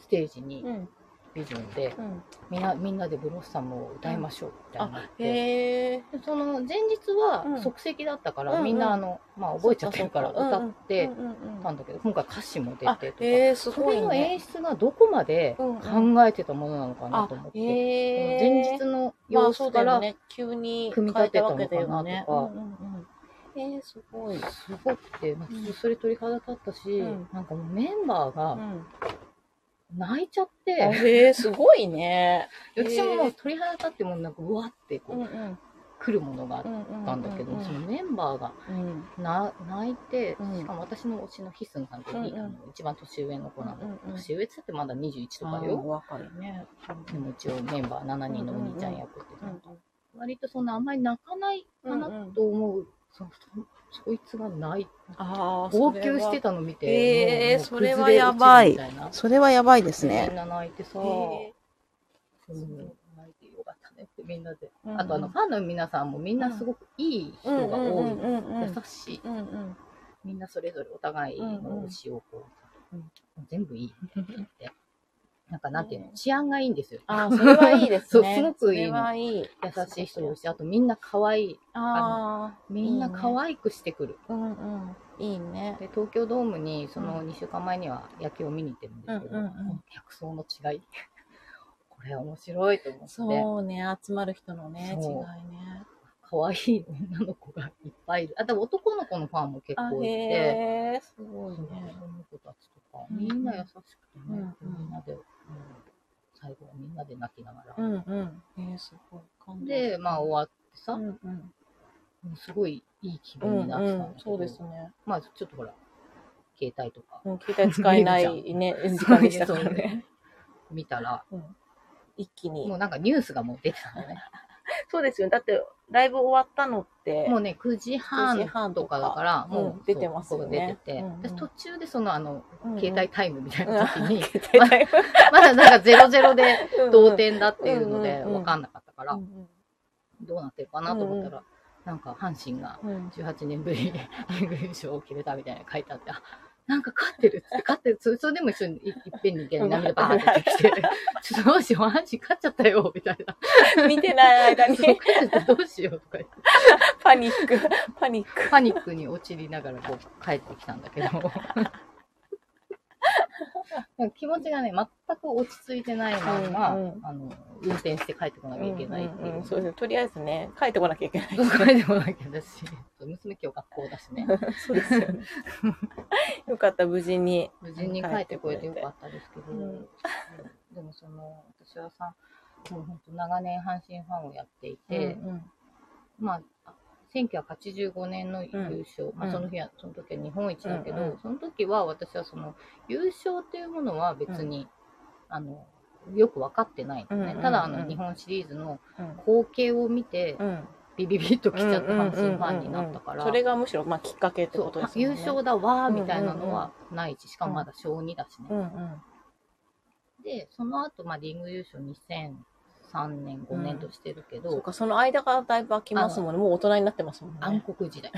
Speaker 1: ステージに
Speaker 2: うん
Speaker 1: ビジョンで、
Speaker 2: うん
Speaker 1: みんなみんなでブロッサムを歌いましょうみたいになっ
Speaker 2: あ
Speaker 1: て、
Speaker 2: へえ
Speaker 1: でその前日
Speaker 2: う
Speaker 1: は
Speaker 2: ん
Speaker 1: 即席だったから、
Speaker 2: うんうん
Speaker 1: みんなあの、まあ、覚えちゃってるから
Speaker 2: そっかそっ
Speaker 1: 歌
Speaker 2: か
Speaker 1: って
Speaker 2: うんうんうん
Speaker 1: たんだけど、今回歌詞も出
Speaker 2: あ
Speaker 1: てとか、
Speaker 2: へえす
Speaker 1: そ
Speaker 2: ご
Speaker 1: れ
Speaker 2: い
Speaker 1: の
Speaker 2: ね
Speaker 1: 演出がどこまで
Speaker 2: うんうん
Speaker 1: 考えてたものなのかな
Speaker 2: あ
Speaker 1: と思って、
Speaker 2: へえ
Speaker 1: その前日の
Speaker 2: ま
Speaker 1: 様
Speaker 2: あそ
Speaker 1: 子
Speaker 2: うだ
Speaker 1: か
Speaker 2: よ
Speaker 1: ら、
Speaker 2: ね急に
Speaker 1: 組み立てたのかなとか
Speaker 2: 変えわけだよねうんうんうんへえすごい
Speaker 1: すごくて、まあ
Speaker 2: うん
Speaker 1: それ鳥肌立ったし、
Speaker 2: うん
Speaker 1: なんかもうメンバー
Speaker 2: う
Speaker 1: が
Speaker 2: ん
Speaker 1: 泣いちゃって、
Speaker 2: あへえすごいね
Speaker 1: うちももう鳥肌立ってもうなんかうわってこう、
Speaker 2: ん
Speaker 1: 来るものがあっ
Speaker 2: ん
Speaker 1: たんだけど、
Speaker 2: うんうん
Speaker 1: そのメンバーが
Speaker 2: うん
Speaker 1: な泣いて、
Speaker 2: うん
Speaker 1: しかも私の推しのヒスンさんっていう、
Speaker 2: うんうん
Speaker 1: あの一番年上の子なの、
Speaker 2: うんうんうん
Speaker 1: 年上って言ってもまだ21と
Speaker 2: あ
Speaker 1: か
Speaker 2: ー
Speaker 1: よ、
Speaker 2: 若いね
Speaker 1: でも一応メンバー7人のお兄ちゃん役って、
Speaker 2: うん
Speaker 1: 割とそんなあんまり泣かないかな
Speaker 2: うんうん
Speaker 1: と思う、そそそいつが泣い
Speaker 2: ああ
Speaker 1: 号泣してたの見て
Speaker 2: へ
Speaker 1: もう
Speaker 2: ー
Speaker 1: もう
Speaker 2: それ
Speaker 1: 崩れ
Speaker 2: は
Speaker 1: 落ちる
Speaker 2: やばい
Speaker 1: みたいな
Speaker 2: それはやばいです
Speaker 1: みん。な泣いてさ、
Speaker 2: へ
Speaker 1: そう泣いてよかったねってみんなで、
Speaker 2: うん
Speaker 1: あとあのファンの皆さんもみんなすごくいい人が多い、優しい
Speaker 2: うんうん
Speaker 1: みんなそれぞれお互いの推しをこう、
Speaker 2: うん
Speaker 1: 全部いいみたいになって、なんかなんていうの、治安がいいんですよ。
Speaker 2: あーそれはいいですね。
Speaker 1: そうすごくいいの
Speaker 2: それはいい。
Speaker 1: 優しい人もいし、あとみんな可愛い。
Speaker 2: あ
Speaker 1: みんな可愛くしてくる。
Speaker 2: あ、うんうん。いいね。
Speaker 1: で、東京ドームに、その
Speaker 2: う
Speaker 1: 2週間前には野球を見に行ってるんですけど、
Speaker 2: うんうんうん
Speaker 1: この客層の違い。 これ面白いと思って、
Speaker 2: そうね、集まる人のね、違い
Speaker 1: そう
Speaker 2: ね。
Speaker 1: 可愛い女の子がいっぱいいる。あと男の子のファンも結
Speaker 2: あ、
Speaker 1: 構いて、
Speaker 2: へえ、すごい
Speaker 1: そう
Speaker 2: ね。
Speaker 1: 女の子たちとか、
Speaker 2: うん
Speaker 1: みんな優しくてね、
Speaker 2: うんうん
Speaker 1: みんなで、うん最後はみんなで泣きながら、
Speaker 2: うんうん。へえ、すごい。感動
Speaker 1: で、まあ終わってさ、
Speaker 2: うんうん。
Speaker 1: すごいいい気
Speaker 2: う
Speaker 1: 分に
Speaker 2: ん
Speaker 1: なってたんだ
Speaker 2: う
Speaker 1: け
Speaker 2: ん。
Speaker 1: ど
Speaker 2: そうですね。
Speaker 1: まあちょっとほら、携帯とか
Speaker 2: うん携帯使えな
Speaker 1: 見る
Speaker 2: いね、時間でしたから
Speaker 1: そう
Speaker 2: ね。
Speaker 1: 見たら、
Speaker 2: 一気に
Speaker 1: もう。なんかニュースがもう出てたんだね。
Speaker 2: そうですよ。だって、ライブ終わったのって、
Speaker 1: もうね、9時
Speaker 2: 9時半
Speaker 1: 半
Speaker 2: と
Speaker 1: と
Speaker 2: か
Speaker 1: かだから、
Speaker 2: うん
Speaker 1: もう、
Speaker 2: 出てますよ
Speaker 1: よ
Speaker 2: ね
Speaker 1: ね。出てて、
Speaker 2: うんうん
Speaker 1: 私途中でそのあの、
Speaker 2: うんうん
Speaker 1: 携帯タイムみたいな時に、
Speaker 2: 携帯ライブ
Speaker 1: まだなんかゼロゼロで同点だっていうの
Speaker 2: うん
Speaker 1: で、
Speaker 2: うんうん
Speaker 1: わかんなかったから、
Speaker 2: うん
Speaker 1: どうなってるかなと思ったら、なんか阪神が
Speaker 2: うんうん
Speaker 1: 18年ぶり にリーグ優勝を決めたみたいなの書いてあって、あなんか勝ってるっつって、勝ってる。それそれでも一緒にいいっぺんにいきなり涙バーって出てきて、ちょっとどうしよう、阪神勝っちゃったよ、みたいな。
Speaker 2: 見てない間に
Speaker 1: そう勝っちゃったどうしようとか言って、
Speaker 2: パニック、パニック。
Speaker 1: パニックに陥りながらこう帰ってきたんだけど。気持ちがね、全く落ち着いてないまんま、
Speaker 2: うんうん
Speaker 1: あの、運転して帰ってこなきゃいけないっていう。
Speaker 2: うんうんそうですね。とりあえずね、帰ってこなきゃいけな い。
Speaker 1: どう考えてもなきゃだし、娘今日学校だしね、
Speaker 2: そうですよね。よかった、無事に。
Speaker 1: 無事に帰ってこれてよかったですけど、
Speaker 2: うん
Speaker 1: でもその、私はさ、もう本当長年阪神ファンをやっていて、
Speaker 2: うん
Speaker 1: まあ、1985年の優勝、ま
Speaker 2: う
Speaker 1: あ、
Speaker 2: ん
Speaker 1: その日は、その時は日本一だけど、
Speaker 2: うんうん
Speaker 1: その時は私はその、優勝っていうものは別に、あの、よく分かってないんですね。
Speaker 2: うんうんうん
Speaker 1: ただ、あの、日本シリーズの
Speaker 2: うん
Speaker 1: 光景を見て、
Speaker 2: うん。
Speaker 1: ビビビッと来ちゃって阪神ファンになったから、
Speaker 2: それがむしろ、まあ、きっかけってことです
Speaker 1: 優
Speaker 2: よね。
Speaker 1: 勝だわーみたいなのはないし、しかもまだ小2だしね。
Speaker 2: うんうん。
Speaker 1: で、その後、まあ、リング優勝2003年、5年としてるけど、
Speaker 2: そうか、その間がだいぶ空きますもんね。もう大人になってますもん
Speaker 1: 暗
Speaker 2: ね。
Speaker 1: 黒 時代。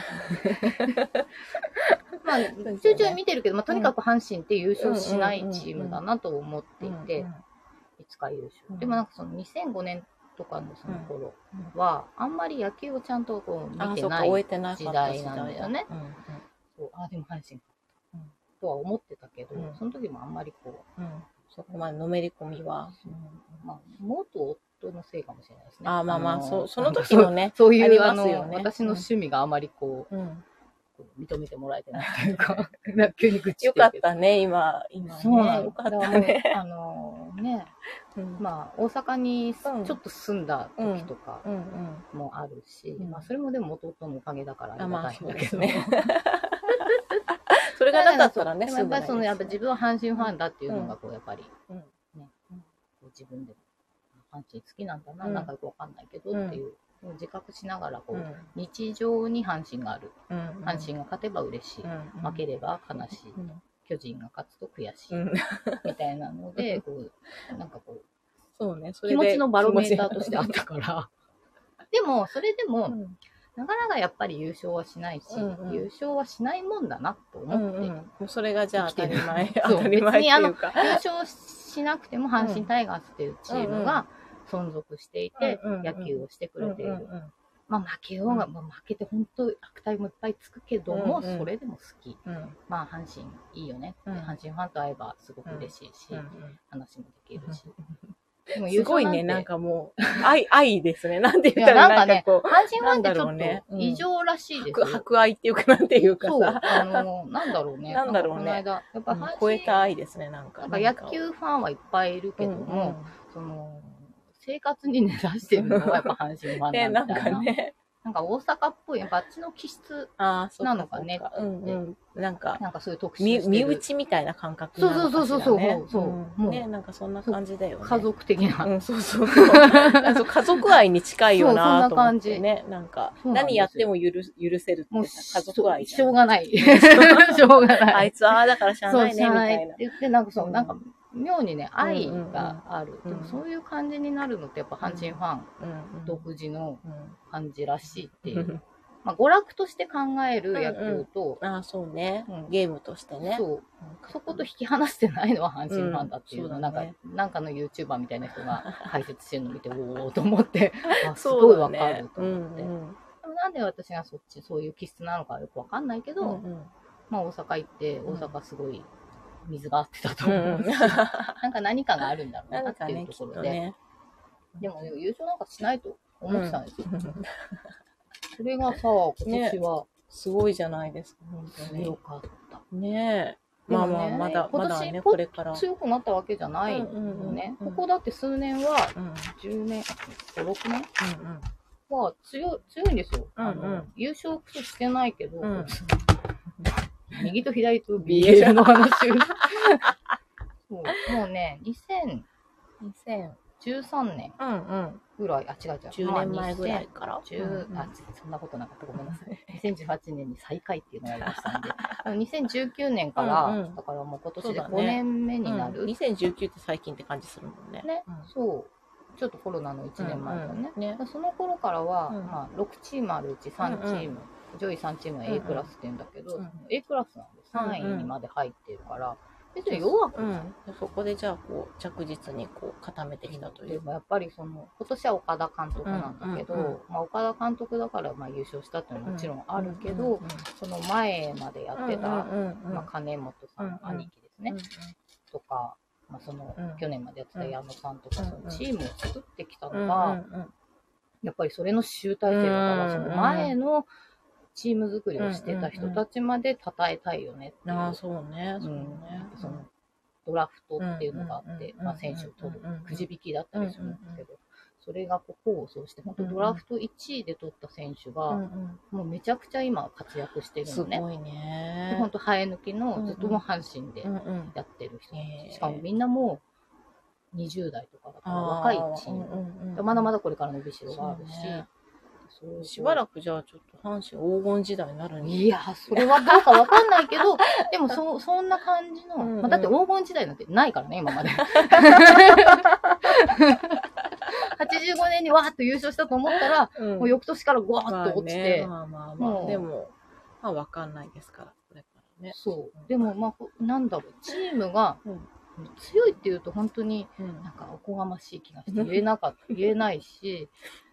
Speaker 1: まあ、
Speaker 2: すよね
Speaker 1: ちょいちょい見てるけど、まあ、とにかく阪神って優勝しないチームだなと思っていて
Speaker 2: うん、
Speaker 1: いつか優
Speaker 2: うん
Speaker 1: 勝。でもなんかその2005年とかのその頃は、あんまり野球をちゃんとこう見
Speaker 2: うん、あ、
Speaker 1: て
Speaker 2: そうか、
Speaker 1: ない
Speaker 2: 終えてなかった
Speaker 1: 時代なんだよね。
Speaker 2: うんうん
Speaker 1: そうあでも阪神か
Speaker 2: うん
Speaker 1: とは思ってたけど、
Speaker 2: うん
Speaker 1: その時もあんまりこ
Speaker 2: うんそこまでのめり込みは。
Speaker 1: う、まあ、元夫のせいかもしれないですね。
Speaker 2: ああまあまあ、
Speaker 1: の。
Speaker 2: そうその時もね
Speaker 1: そうい
Speaker 2: あり
Speaker 1: う、あ
Speaker 2: ますよね
Speaker 1: の、私の趣味があまりこ
Speaker 2: うん、
Speaker 1: う、こう認めてもらえてないという か、なんか急に愚痴
Speaker 2: よ
Speaker 1: 言
Speaker 2: か
Speaker 1: う
Speaker 2: っ
Speaker 1: けど
Speaker 2: たね、今、今、ね。
Speaker 1: そうなの。
Speaker 2: よかったね。
Speaker 1: だからもう。あのね、
Speaker 2: うん
Speaker 1: まあ、大阪にち
Speaker 2: うん
Speaker 1: ょっと住んだ時とか
Speaker 2: うんうん。
Speaker 1: もあるし、
Speaker 2: うん
Speaker 1: まあ、それもでも弟のおかげだからあ
Speaker 2: あ、
Speaker 1: り
Speaker 2: ま
Speaker 1: がた
Speaker 2: あ、
Speaker 1: い
Speaker 2: そ
Speaker 1: ん
Speaker 2: う
Speaker 1: だ
Speaker 2: で
Speaker 1: け
Speaker 2: す
Speaker 1: ど。
Speaker 2: ね。 それがなかったらね、
Speaker 1: でもやっぱりその、やっぱ自
Speaker 2: 分。
Speaker 1: 分は阪神ファンだっていうのが、こう、やっぱり、
Speaker 2: うん
Speaker 1: ね、こう自分でも、阪神好きなんだな、
Speaker 2: うん
Speaker 1: なんかよくわかんないけどっていう、自覚しながら、こ
Speaker 2: う
Speaker 1: う、
Speaker 2: ん。
Speaker 1: 日常に阪神がある。
Speaker 2: うん。
Speaker 1: 阪神が勝てば嬉しい。
Speaker 2: うん。
Speaker 1: 負ければ悲しい。
Speaker 2: うん。
Speaker 1: 巨人が勝つと悔し
Speaker 2: う
Speaker 1: い。
Speaker 2: ん。
Speaker 1: みたいなので、こう、なんかこう、
Speaker 2: そうね、そ
Speaker 1: 気
Speaker 2: れ
Speaker 1: 持
Speaker 2: で
Speaker 1: ちのバロメーターとしてあっ
Speaker 2: 気持
Speaker 1: たから。でも、それで
Speaker 2: ちう
Speaker 1: も、
Speaker 2: ん
Speaker 1: なかなかやっぱり優勝はしないし、
Speaker 2: うんうん
Speaker 1: 優勝はしないもんだなと
Speaker 2: う
Speaker 1: 思
Speaker 2: ん
Speaker 1: って、
Speaker 2: うん。もうそれがじゃあ当たり前。
Speaker 1: 生きてる
Speaker 2: 当たり前っていうか。
Speaker 1: 優勝しなくても阪神タイガースっていうチームが存続していて、
Speaker 2: うんうんうん
Speaker 1: 野球をしてくれている。
Speaker 2: うんうんうん
Speaker 1: まあ負けようが、まあ、負けて本当悪態もいっぱいつくけども、
Speaker 2: うんうん
Speaker 1: それでも好き。
Speaker 2: うん
Speaker 1: まあ阪神いいよねって、
Speaker 2: うん
Speaker 1: 阪神ファンと会えばすごく嬉しいし、
Speaker 2: うん
Speaker 1: 話もできるし。でも
Speaker 2: すごいね、なん
Speaker 1: か。
Speaker 2: かもう、愛、愛ですね。なんて言っ
Speaker 1: いや
Speaker 2: たら
Speaker 1: なんかね
Speaker 2: こう、
Speaker 1: 阪神ファンってち
Speaker 2: なんだろう
Speaker 1: ょ
Speaker 2: ね
Speaker 1: っ
Speaker 2: う
Speaker 1: と
Speaker 2: ん
Speaker 1: 異常らしいです
Speaker 2: 博
Speaker 1: よ。
Speaker 2: 博愛っていうか、なんていうか
Speaker 1: そう、
Speaker 2: さ、
Speaker 1: あの、なんだろうね。
Speaker 2: なんだろうね
Speaker 1: なんかこの間、やっぱ
Speaker 2: うん
Speaker 1: 阪
Speaker 2: 超
Speaker 1: 神、
Speaker 2: えた愛ですね、なん
Speaker 1: な
Speaker 2: か。
Speaker 1: んか野球ファンはいっぱいいるけ
Speaker 2: う
Speaker 1: ど
Speaker 2: ん
Speaker 1: も、その、生活に根ざしてるのはやっぱ阪神フ
Speaker 2: う
Speaker 1: ァ
Speaker 2: ん。で、
Speaker 1: ンな
Speaker 2: なんん
Speaker 1: だみたいな。
Speaker 2: か ね、
Speaker 1: なんか大阪っぽい、やっぱあっちの気質、
Speaker 2: ああ、そう
Speaker 1: なのかね
Speaker 2: そううんうん。なんか、
Speaker 1: なんかそういう特集して
Speaker 2: 身
Speaker 1: る。
Speaker 2: 身内みたいな感覚
Speaker 1: そう
Speaker 2: なのかしらね
Speaker 1: そうそうそうそう
Speaker 2: うん
Speaker 1: もう
Speaker 2: ね、なんかそんな感じだよね。
Speaker 1: 家族的な。
Speaker 2: うん、そうそう そう。あそう家族愛に近いよなと思って、
Speaker 1: そうそん
Speaker 2: ね。なんか、
Speaker 1: そうなんです
Speaker 2: 何
Speaker 1: よ
Speaker 2: やっても許す許せるっ
Speaker 1: もう
Speaker 2: てさ、家族愛じ
Speaker 1: し
Speaker 2: ゃ。
Speaker 1: ょうんがない。しょうがない。
Speaker 2: あいつ、ああ、だからしゃあ
Speaker 1: そ
Speaker 2: な
Speaker 1: う
Speaker 2: い
Speaker 1: し
Speaker 2: ね、み
Speaker 1: な
Speaker 2: た
Speaker 1: いっ
Speaker 2: い
Speaker 1: て
Speaker 2: な。
Speaker 1: 言って、なんかそう、
Speaker 2: うん
Speaker 1: なんか妙にね、愛がある。
Speaker 2: うんうんうん
Speaker 1: でもそういう感じになるのって、やっぱ阪神ファン
Speaker 2: うんうん
Speaker 1: 独自の
Speaker 2: うん
Speaker 1: 感じらしいっていう。まあ、娯楽として考える野球と、
Speaker 2: ああ、そうね、
Speaker 1: うん
Speaker 2: ゲームとしてね。
Speaker 1: そう、
Speaker 2: うん
Speaker 1: そこと引き離してないのは阪神ファンだっていうの、
Speaker 2: うん
Speaker 1: なんか、
Speaker 2: そうだね
Speaker 1: なんかの YouTuber みたいな人が解説してるの見て、おおと思 って、 あす
Speaker 2: そ
Speaker 1: ごいう
Speaker 2: だ
Speaker 1: わ
Speaker 2: ね
Speaker 1: かると思って。
Speaker 2: うん
Speaker 1: でもなんで私がそっち、そういう気質なのかよくわかんないけ
Speaker 2: う
Speaker 1: ど、
Speaker 2: んうん
Speaker 1: まあ大阪行って、
Speaker 2: うん
Speaker 1: 大阪すごい水が合ってたと
Speaker 2: う
Speaker 1: 思う。
Speaker 2: んうん
Speaker 1: なんか何かがあるんだろうな
Speaker 2: な
Speaker 1: っ
Speaker 2: ん
Speaker 1: て
Speaker 2: か
Speaker 1: いう
Speaker 2: ね、
Speaker 1: と
Speaker 2: き
Speaker 1: こ
Speaker 2: っ
Speaker 1: ろ
Speaker 2: と
Speaker 1: で。
Speaker 2: ね。
Speaker 1: でも、ね、優勝なんかしないと思ってたんですよ。
Speaker 2: うん
Speaker 1: それがさ、今年は
Speaker 2: すごいじゃないですか、本当
Speaker 1: 強
Speaker 2: に。
Speaker 1: かった。
Speaker 2: ねえ。
Speaker 1: で
Speaker 2: ま
Speaker 1: も
Speaker 2: あ
Speaker 1: ね
Speaker 2: まあ、まだ、
Speaker 1: 今
Speaker 2: ま
Speaker 1: 年
Speaker 2: だね、
Speaker 1: ポッ
Speaker 2: これから。
Speaker 1: 強くなったわけじゃないよね。
Speaker 2: うんうんうんうん
Speaker 1: ここだって数年は、
Speaker 2: うんうん
Speaker 1: 10年、5、6年
Speaker 2: うん。
Speaker 1: まあ、強い、強いんですよ。
Speaker 2: うんうん
Speaker 1: あの優勝こそしてないけど、
Speaker 2: うん
Speaker 1: 右と左 と BL の話を そうもうね、
Speaker 2: 2000。
Speaker 1: 2013年
Speaker 2: うんうん。
Speaker 1: ぐらい、あ、違う違う。
Speaker 2: 10年前ぐらいから。
Speaker 1: 10、あ、ちそんなことなかった。ごめんなさ い。2018年に最下位っていう のがありましたんで。2019年から、
Speaker 2: うんうん
Speaker 1: だからもう今
Speaker 2: そ
Speaker 1: 年
Speaker 2: う
Speaker 1: で
Speaker 2: だね
Speaker 1: 5年目になる。
Speaker 2: うん2019って最近って感じするもんね。
Speaker 1: ね
Speaker 2: うん
Speaker 1: そう。ちょっとコロナの1年前だよね。
Speaker 2: うんうんね
Speaker 1: その頃からは、
Speaker 2: うん
Speaker 1: まあ、6チームあるうち3チーム、
Speaker 2: うん
Speaker 1: 上位3チームは A クラスって言うんだけど、
Speaker 2: うんうん
Speaker 1: A クラスなんで3位にまで入ってるから、別に弱く
Speaker 2: う
Speaker 1: ない、
Speaker 2: ん。そこでじゃあ、こう、着実にこう、固めてきたとい
Speaker 1: で
Speaker 2: う。
Speaker 1: もやっぱりその今年は岡田監督なんだけど、
Speaker 2: うんうんうん
Speaker 1: まあ、岡田監督だからまあ優勝したっていうのはもちろんあるけど、
Speaker 2: うんうん
Speaker 1: その前までや
Speaker 2: うん、
Speaker 1: ってた、
Speaker 2: うんうん
Speaker 1: まあ、金本さん、
Speaker 2: うんうん
Speaker 1: 兄貴ですね、とか、まあ、その
Speaker 2: うん
Speaker 1: 去年までやってた矢野さんとか、
Speaker 2: うん
Speaker 1: そのチームを作ってきた
Speaker 2: うんう
Speaker 1: の
Speaker 2: ん
Speaker 1: が、
Speaker 2: うんうん
Speaker 1: やっぱりそれの集大成だから、
Speaker 2: うん
Speaker 1: その前のチーム作りをしてた人たちまで称えたいよねっていう。
Speaker 2: ああ、そうね、そううんね。
Speaker 1: そのドラフトっていうのがあって、
Speaker 2: うん
Speaker 1: まあ、選手を取る
Speaker 2: うん、
Speaker 1: くじ引きだったりするんですけど、それがこう功を奏して、本当ドラフト1位で取った選手
Speaker 2: う
Speaker 1: が、
Speaker 2: ん
Speaker 1: もうめちゃくちゃ今活躍して
Speaker 2: うん
Speaker 1: る
Speaker 2: す
Speaker 1: のね。
Speaker 2: ごい
Speaker 1: で
Speaker 2: ね。
Speaker 1: 本当生え抜き
Speaker 2: うん
Speaker 1: のずっともう阪神で
Speaker 2: うんうん
Speaker 1: やってる人
Speaker 2: へ
Speaker 1: た
Speaker 2: え
Speaker 1: ち。しかもみんなもう20代とかだから
Speaker 2: あ
Speaker 1: 若い
Speaker 2: ー
Speaker 1: チーム。
Speaker 2: うんうんうん
Speaker 1: まだまだこれから伸びしろ
Speaker 2: そう
Speaker 1: があるし、
Speaker 2: ね
Speaker 1: そう
Speaker 2: しばらくじゃあちょっと阪神黄金時代になるに。
Speaker 1: いや、それはどうかわかんないけど、 でもそ、そんな感じの、
Speaker 2: うんうん
Speaker 1: まあ、だって黄金時代なんてないからね、今ま で。85年にわーっと優勝したと思ったら、
Speaker 2: うん
Speaker 1: もう翌年からゴワーっと落ちて、
Speaker 2: まあね、まあまあまあ、
Speaker 1: うん
Speaker 2: でも、まあわかんないですから、これからね。
Speaker 1: そう。でも、まあこ、なんだろう、チームが
Speaker 2: うん
Speaker 1: 強いっていうと本当に
Speaker 2: うん
Speaker 1: なんかおこがましい気がして言えなかった、 言えないし、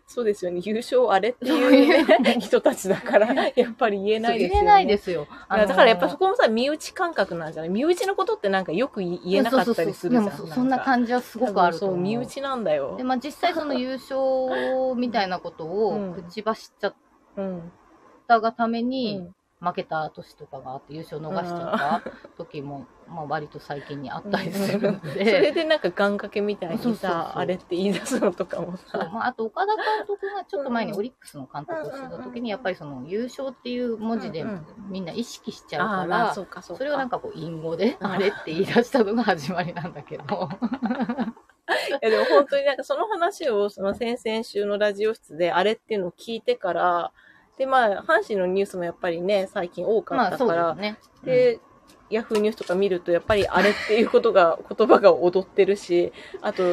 Speaker 2: そうですよね、優勝あれっ ていう、ね、人たちだから、やっぱり言
Speaker 1: そ
Speaker 2: え
Speaker 1: う
Speaker 2: ない
Speaker 1: 言
Speaker 2: ですよね。
Speaker 1: えないですよ。
Speaker 2: いやだからやっぱそこもさ、身内感覚なんじゃない身内のことってなんかよく言えなかったりするじゃん。
Speaker 1: そうそうそうでもそそんな
Speaker 2: じ
Speaker 1: 感じはすごくあると
Speaker 2: そう、
Speaker 1: 思う。
Speaker 2: 身内なんだよ
Speaker 1: で、。まあ、実際その優勝みたいなことを
Speaker 2: うん
Speaker 1: 口走っちゃっ
Speaker 2: うん。
Speaker 1: たがため
Speaker 2: う
Speaker 1: に、
Speaker 2: ん
Speaker 1: 負けた年とかがあって優勝逃しちゃった時も、まあ、割と最近にあったりするの
Speaker 2: それ
Speaker 1: で。
Speaker 2: でなんか願掛けみたいにさ
Speaker 1: そうそうそう
Speaker 2: あれって言い出すのとかも
Speaker 1: そう
Speaker 2: さ。
Speaker 1: まあ、あと岡田監督がちょっと前に
Speaker 2: うん
Speaker 1: オリックスの監督をしてた時
Speaker 2: うん
Speaker 1: にやっぱりその優勝っていう文字で
Speaker 2: うんうん
Speaker 1: みんな意識しちゃう
Speaker 2: あ
Speaker 1: か
Speaker 2: あ、まあ
Speaker 1: ら
Speaker 2: そうか、そうか。
Speaker 1: それをなんかこう隠語で
Speaker 2: うん
Speaker 1: あれって言い出したのが始まりなんだけ ど
Speaker 2: いやでも本当になんかその話をその先々週のラジオ室であれっていうのを聞いてから、でまあ阪神のニュースもやっぱりね、最近多か
Speaker 1: ま
Speaker 2: った
Speaker 1: あそう
Speaker 2: か
Speaker 1: で
Speaker 2: ら、
Speaker 1: すね。
Speaker 2: で、ヤフーニュースとか見るとやっぱりあれっていうことが、言葉が踊ってるし、あと、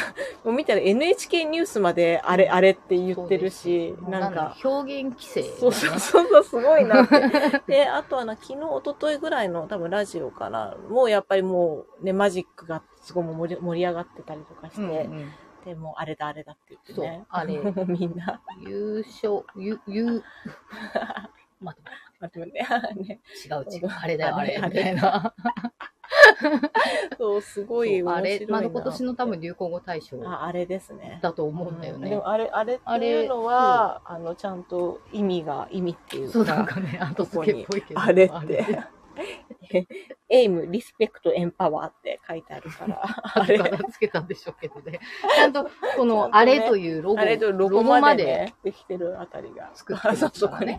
Speaker 2: もう見たら NHK ニュースまであれあれって言ってるし
Speaker 1: そうで、す
Speaker 2: なん
Speaker 1: もう
Speaker 2: か、
Speaker 1: だろう表現規制だよね、
Speaker 2: そうそうそうそう、すごい なって。で、あとはな、昨日、一昨日ぐらいの多分ラジオかな、もうやっぱりもうね、マジックがすごいもう盛り盛り上がってたりとかして、
Speaker 1: うんうん
Speaker 2: でもうあれだあれだって言って
Speaker 1: そ
Speaker 2: ね。
Speaker 1: うあ れ
Speaker 2: みんな。
Speaker 1: 優勝、ゆ、ゆ、 待って
Speaker 2: あでもねあね
Speaker 1: 待って違う違う、あれだよ、あれ、
Speaker 2: あれ
Speaker 1: みたいな。
Speaker 2: そう、すごい
Speaker 1: そう
Speaker 2: 面
Speaker 1: あ
Speaker 2: 白いな
Speaker 1: れ、まだ今年の多分流行語大賞
Speaker 2: あ、あれですね。
Speaker 1: だと思うんだよ
Speaker 2: で
Speaker 1: ね。
Speaker 2: もあれ、あれっていうのは、あの、ちゃんと意味が、意味っていうか、
Speaker 1: そうなんかね、後付けっぽいけど。
Speaker 2: あれって。 エイム、リスペクト、エンパワーって書いてあるから、あ
Speaker 1: あれ
Speaker 2: れ、
Speaker 1: からつけたんでしょうけどね。ちゃんと、こ
Speaker 2: ちゃんとね
Speaker 1: の、あれというロゴ、
Speaker 2: あれとロゴまで,、ね、できてるあたりが。
Speaker 1: 作ってるからね
Speaker 2: あそうそうね。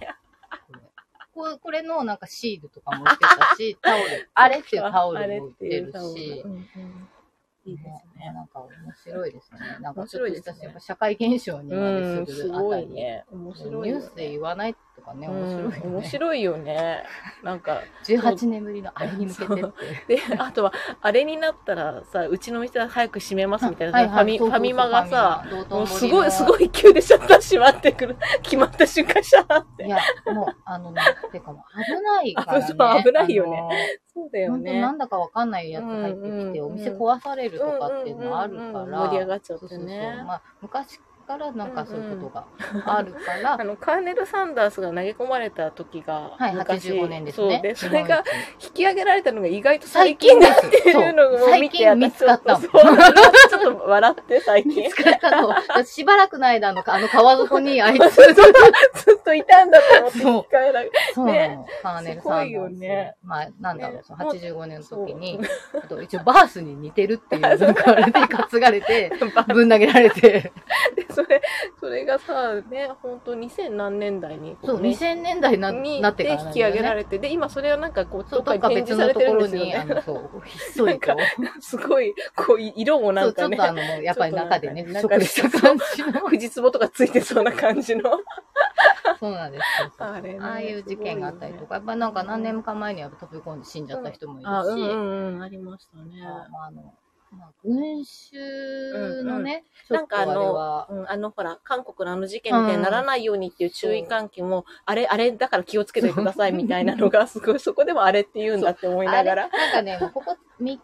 Speaker 1: これこれのなんかシールとかもしてた し、タオル、あれっていうタオルも売ってる
Speaker 2: あれっていう
Speaker 1: し
Speaker 2: タオ。ルうんうんいいですね。
Speaker 1: なんか面白いですね。なんか
Speaker 2: 面白いで
Speaker 1: ちょっと
Speaker 2: す
Speaker 1: した
Speaker 2: ね
Speaker 1: やっぱ社会現象にま
Speaker 2: う
Speaker 1: で
Speaker 2: ん、
Speaker 1: す
Speaker 2: す
Speaker 1: るあ
Speaker 2: ご
Speaker 1: た
Speaker 2: い
Speaker 1: り。
Speaker 2: ね。面白い
Speaker 1: ニ
Speaker 2: よ
Speaker 1: ュ
Speaker 2: ね。
Speaker 1: ースで言わないとかね、面白いよね。
Speaker 2: うん面白いよね。なんか、
Speaker 1: 18年ぶりのあれに向けてって
Speaker 2: そ。で、 あとは、あれになったらさ、うちの店は早く閉め ますみたいな
Speaker 1: は
Speaker 2: さ、
Speaker 1: いはい
Speaker 2: ファミファミマがさ、、
Speaker 1: そうそうそう
Speaker 2: も
Speaker 1: う
Speaker 2: すごい、す
Speaker 1: い。
Speaker 2: ごい急でシャッター閉まってくる。 決まった瞬間シャーっ
Speaker 1: い
Speaker 2: て。
Speaker 1: や、もう、あのね、てかもう危ないから、ね。
Speaker 2: そう危ないよねそう
Speaker 1: あの。
Speaker 2: だよ
Speaker 1: 本当
Speaker 2: ね
Speaker 1: な。んだかわかんないやつ入ってきて、
Speaker 2: うんうんうん
Speaker 1: お店壊されるとかっていうのはあるから、
Speaker 2: うんうんうん盛り上がっちゃっ
Speaker 1: そうそ
Speaker 2: て
Speaker 1: うそう
Speaker 2: ね。
Speaker 1: まあ、昔からなんかそういうことがあるから、
Speaker 2: あの、カーネル・サンダースが投げ込まれた時が、
Speaker 1: はい、
Speaker 2: 昔
Speaker 1: 85年ですね。
Speaker 2: そうで、
Speaker 1: 日
Speaker 2: そ
Speaker 1: 本
Speaker 2: れが
Speaker 1: 一
Speaker 2: 引き上げられたのが意外と
Speaker 1: 最
Speaker 2: 最
Speaker 1: 近
Speaker 2: 近
Speaker 1: で
Speaker 2: だ
Speaker 1: す。
Speaker 2: っていうの
Speaker 1: そう
Speaker 2: を
Speaker 1: 最
Speaker 2: 見て、
Speaker 1: 近見つかった
Speaker 2: 私
Speaker 1: の
Speaker 2: ち。ょとそうちょっと笑って、最 近
Speaker 1: 見つ。かったの。私しばらくの間、あの、あの川底にあいつ、
Speaker 2: ずっといたんだと思って
Speaker 1: そう
Speaker 2: 引き換えられ
Speaker 1: そうなの。カーネル・サンダース。
Speaker 2: すごいよね
Speaker 1: まあ、なんだろう、
Speaker 2: ね
Speaker 1: その85年の時に、あと一応バースに似てるっていう、なんかあれで担がれて、
Speaker 2: バ
Speaker 1: ぶん投げられて。
Speaker 2: でそれ、それがさ、ね、本当2000何年代に、
Speaker 1: そう、
Speaker 2: ね
Speaker 1: 2000年代にな
Speaker 2: に
Speaker 1: なってから、ね。
Speaker 2: 引き上げられて、で、今それはなんかこう、
Speaker 1: そ
Speaker 2: ど
Speaker 1: う、
Speaker 2: っか
Speaker 1: どっか
Speaker 2: に展
Speaker 1: 別
Speaker 2: 示され
Speaker 1: のと
Speaker 2: て
Speaker 1: こ
Speaker 2: るん
Speaker 1: ろ
Speaker 2: ですよ
Speaker 1: に、あ
Speaker 2: ね。
Speaker 1: の、そう、ひっそりと。
Speaker 2: すごい、こう、色もな
Speaker 1: そ
Speaker 2: ん
Speaker 1: う、ち
Speaker 2: か
Speaker 1: ょっ
Speaker 2: ね
Speaker 1: と、あの、やっぱり中でね、
Speaker 2: ち
Speaker 1: 腐
Speaker 2: ょっとなんか
Speaker 1: 食した感じの。
Speaker 2: 藤壺とかついてそうな感 じの。
Speaker 1: そうなんですよ。
Speaker 2: あれね
Speaker 1: ああいう事件があったりとか、やっぱなんか何年か前には飛び込んで死んじゃった人もいるし、
Speaker 2: あ、うんうんうん、ありましたね。
Speaker 1: まあまああの、まあ、群衆のね、
Speaker 2: うん
Speaker 1: ちょっとあれは、
Speaker 2: うん、あの、ほら、韓国のあの事件みたいにならないようにっていう注意喚起も、あれ、あれ、だから気をつけてくださいみたいなのが、すごい、そこでもあれって言うんだって思い
Speaker 1: あ
Speaker 2: な
Speaker 1: れ、
Speaker 2: が
Speaker 1: なん
Speaker 2: ら、
Speaker 1: かね、もうここ3日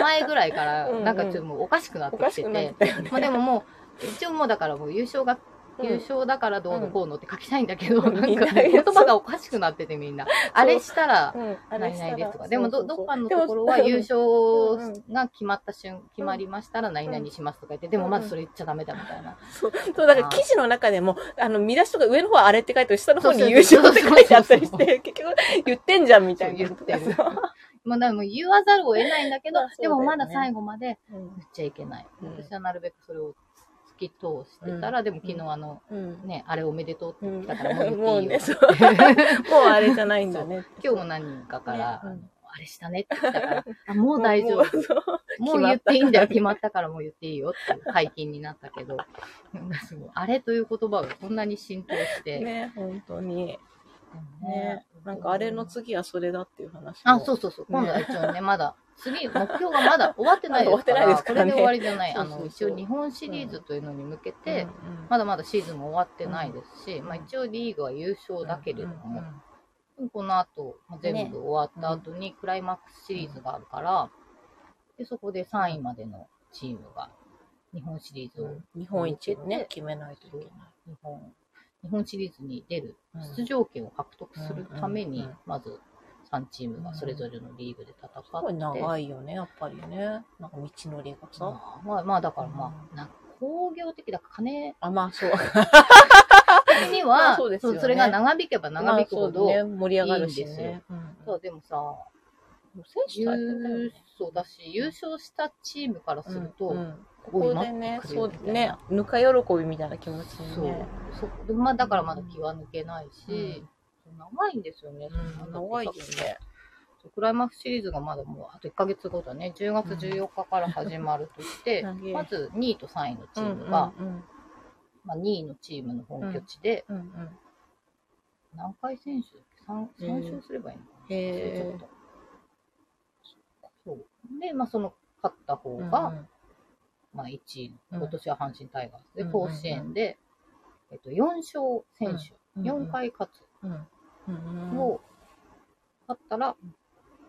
Speaker 1: 前ぐらいから
Speaker 2: うんう、ん
Speaker 1: なんかちょっともうおかしくなって
Speaker 2: おか
Speaker 1: き、
Speaker 2: してくなってたよね。
Speaker 1: まあでももう、一応もうだからもう優勝が、
Speaker 2: うん
Speaker 1: 優勝だからどうのこうのって書きたいんだけど、
Speaker 2: うん
Speaker 1: なん
Speaker 2: みん
Speaker 1: か
Speaker 2: な
Speaker 1: ね言葉がおかしくなっててみんな。あれしたら、
Speaker 2: うん、あ
Speaker 1: 何々ですとか。でもど、どっかの
Speaker 2: でも
Speaker 1: ところは優
Speaker 2: う
Speaker 1: 勝
Speaker 2: ん
Speaker 1: が決まった瞬、決まりましたら何々しますとか言って、でもまずそれ言っちゃダメだみたいな。
Speaker 2: そう、そうだから記事の中でも、あの、見出しとか上の方はあれって書いてある、下の方に
Speaker 1: そうそう
Speaker 2: 優勝って書いてあったりし
Speaker 1: そう
Speaker 2: て、結局言ってんじゃんみた
Speaker 1: そう
Speaker 2: いな。
Speaker 1: 言ってる。まあでも言わざるを得ないんだけど
Speaker 2: まあ、そうだ
Speaker 1: で
Speaker 2: よね
Speaker 1: もまだ最後まで
Speaker 2: うん
Speaker 1: 言っちゃいけない。
Speaker 2: うん
Speaker 1: 私はなるべくそれを突き通してたら、でも昨日あの、
Speaker 2: うん。
Speaker 1: ね、あれおめでとうって
Speaker 2: うん
Speaker 1: だからもう言っていいよ
Speaker 2: もうね、そう。もうあれじゃないんだね。
Speaker 1: 今日も何人かから、
Speaker 2: ねうん
Speaker 1: あのあれしたねって言ったから、あもう大丈夫。もう言っていいんだよ、決まったからもう言っていいよっていう解禁になったけど、なんかすごい、あれという言葉がこんなに浸透して。
Speaker 2: ね、本当に。
Speaker 1: でも
Speaker 2: ね、なんかあれの次はそれだっていう話も。
Speaker 1: あ、そうそうそう。今度は一応ね、まだ、次、目標がまだ終わってないですから、
Speaker 2: まだ終わってないですか
Speaker 1: これ
Speaker 2: らね
Speaker 1: で終わりじゃない。あ
Speaker 2: そう
Speaker 1: の、
Speaker 2: そうそ
Speaker 1: 一
Speaker 2: う
Speaker 1: 応日本シリーズというのに向け
Speaker 2: うん
Speaker 1: て、
Speaker 2: うん
Speaker 1: まだまだシーズンも終わってないですし、まあ一応リーグは優勝だけれども、
Speaker 2: うんうん
Speaker 1: この後、まあ全部終わった後にクライマックスシリーズがあるから、でそこで3位までのチームが日本シリーズを、
Speaker 2: うん日本一ね、決めないといけない。
Speaker 1: 日本、日本シリーズに出る
Speaker 2: うん
Speaker 1: 出場権を獲得するため
Speaker 2: う
Speaker 1: に
Speaker 2: んうんうん、
Speaker 1: まず3チームがそれぞれのリーグで戦って、
Speaker 2: すごい長いよね、やっぱりね。なんか道のりがさ。
Speaker 1: まあまあ、まあだからまあ、なんか工業的だから金
Speaker 2: あ、まあそう。
Speaker 1: 的に
Speaker 2: ま
Speaker 1: は、
Speaker 2: あそうですよね
Speaker 1: それが長引けば 長引くほど、
Speaker 2: まあそうね、盛り上がるし
Speaker 1: いいんですよ
Speaker 2: ね。うん
Speaker 1: そうでもさ、
Speaker 2: 選手
Speaker 1: 優
Speaker 2: 大変だよね。
Speaker 1: 勝だし、優勝したチームからすると、
Speaker 2: うんうんここでね、
Speaker 1: こういう
Speaker 2: そ
Speaker 1: の
Speaker 2: う
Speaker 1: ってくるよね
Speaker 2: ね、ぬか喜びみたいな気持ち
Speaker 1: そ
Speaker 2: に
Speaker 1: う
Speaker 2: ね。
Speaker 1: そうまあ、だからまだ気は抜けないし、長いんですよね、
Speaker 2: うん長いよね。
Speaker 1: そうクライマックスシリーズがまだもうあと1ヶ月後だね、10月14日から始まるとして、
Speaker 2: う ん
Speaker 1: まず2位と3位のチ
Speaker 2: うん
Speaker 1: ー
Speaker 2: うん
Speaker 1: ム
Speaker 2: うん
Speaker 1: が、まあ、2位のチームの本拠地で、
Speaker 2: うんうん
Speaker 1: 何回選手 3,
Speaker 2: う
Speaker 1: 3
Speaker 2: ん
Speaker 1: 勝すればいいのかな、
Speaker 2: へー
Speaker 1: ちょっとそうで、まあ、その勝った方
Speaker 2: うん
Speaker 1: が、まあ、1位、
Speaker 2: うん
Speaker 1: 今年は阪神タイガースで、
Speaker 2: うん
Speaker 1: 甲子園で、えっと、4勝選手、
Speaker 2: うん
Speaker 1: 4回勝つ
Speaker 2: うんうん
Speaker 1: を勝ったら、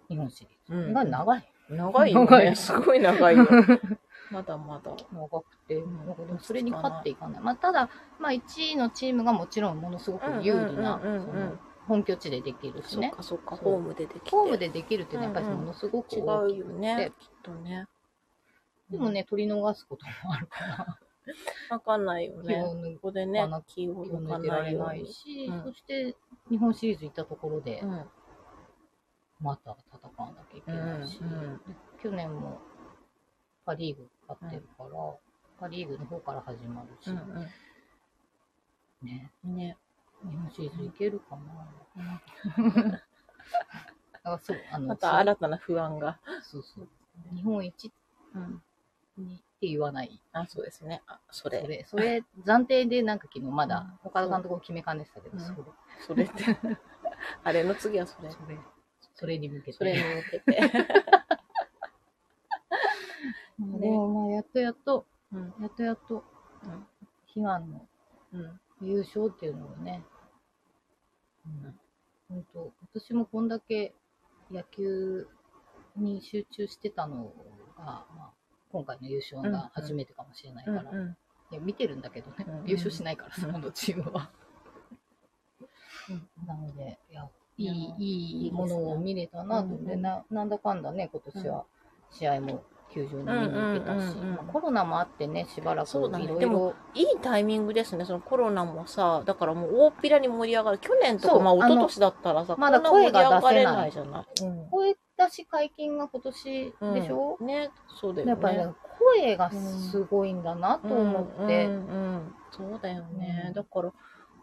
Speaker 1: 日本シリー
Speaker 2: うん
Speaker 1: ズが長い。
Speaker 2: 長いよ
Speaker 1: 長い
Speaker 2: ね。すごい長 いよ。まだまだ。
Speaker 1: 長くて、
Speaker 2: ん
Speaker 1: なんかでもそれに勝っていかない。まあ、ただ、まあ、1位のチームがもちろんものすごく有利な、
Speaker 2: うんうんうんうん
Speaker 1: その本拠地でできるし
Speaker 2: そっ
Speaker 1: ね。
Speaker 2: かそっか、
Speaker 1: そう
Speaker 2: ホームでできて。
Speaker 1: ホームでできるっていうのはやっぱ
Speaker 2: う
Speaker 1: り
Speaker 2: んうん
Speaker 1: ものすごく
Speaker 2: 違う
Speaker 1: 大き
Speaker 2: よ
Speaker 1: くて、
Speaker 2: ね。きっとね。
Speaker 1: でもね、取り逃すこともあるから、
Speaker 2: わかんないよ
Speaker 1: 気
Speaker 2: ね。
Speaker 1: を
Speaker 2: こ
Speaker 1: 抜
Speaker 2: こでね
Speaker 1: まあ、
Speaker 2: 気を
Speaker 1: 気を
Speaker 2: 抜か
Speaker 1: 抜けら
Speaker 2: な
Speaker 1: れ
Speaker 2: いよ
Speaker 1: な
Speaker 2: う
Speaker 1: い
Speaker 2: に。
Speaker 1: し、
Speaker 2: うん
Speaker 1: そして日本シリーズ行ったところで、
Speaker 2: うん
Speaker 1: また戦わなきゃいけないし、
Speaker 2: うんうん
Speaker 1: で去年もパ・リーグ勝ってるから、パ・リーグの方から始まるし、
Speaker 2: うん
Speaker 1: ね、
Speaker 2: うん。ね。
Speaker 1: 日本シリーズいけるかな。だからそう、あの、
Speaker 2: また新たな不安が。
Speaker 1: そうそうそう日本一
Speaker 2: うん。
Speaker 1: にって言わない。
Speaker 2: あ、そうですね。あ、そ
Speaker 1: そ
Speaker 2: れ。
Speaker 1: れ、それ、暫定でなんか昨日まだ、
Speaker 2: うん
Speaker 1: 岡田監督を決めかねてたけど、
Speaker 2: うん
Speaker 1: それ、
Speaker 2: それって。 あれの次はそれ
Speaker 1: そ。れ、それに向け
Speaker 2: それに
Speaker 1: て。
Speaker 2: 向けて。
Speaker 1: でもまあ、やっとやっと、
Speaker 2: うん。
Speaker 1: やっとやっと、悲願の
Speaker 2: うん。
Speaker 1: 優勝っていうのをね、本当、私もこんだけ野球に集中してたのが、まあ、今回の優勝が初めてかもしれないから、いや見てるんだけどね、
Speaker 2: うんうん
Speaker 1: 優勝しないから、そ
Speaker 2: うん
Speaker 1: のチームは。
Speaker 2: うん
Speaker 1: なので、いや、
Speaker 2: い
Speaker 1: い
Speaker 2: や
Speaker 1: い、い
Speaker 2: いいですね
Speaker 1: いものを見れたなと、
Speaker 2: うんうん
Speaker 1: でな、なんだかんだね、今年は試合も球場に見に行けたし、
Speaker 2: うんうんうんうん
Speaker 1: まあコロナもあってね、しばらくい
Speaker 2: そうだ
Speaker 1: ろ
Speaker 2: ね
Speaker 1: いろ、
Speaker 2: でもいいタイミングですね、そのコロナもさ、だからもう大っぴらに盛り上がる、去年と
Speaker 1: そ
Speaker 2: か、
Speaker 1: う
Speaker 2: まあ一
Speaker 1: あの
Speaker 2: 昨年だったらさ、
Speaker 1: まだ
Speaker 2: こん
Speaker 1: 声
Speaker 2: な
Speaker 1: が
Speaker 2: 盛り上
Speaker 1: 出せ
Speaker 2: がれ
Speaker 1: な
Speaker 2: ないいじゃない。うん
Speaker 1: 声出し解禁が今年
Speaker 2: うん
Speaker 1: でしょ、
Speaker 2: ね、そうだよね。
Speaker 1: やっぱりね声がすごいんだなと思って、
Speaker 2: うんうんうんそうだよね、
Speaker 1: うん
Speaker 2: だから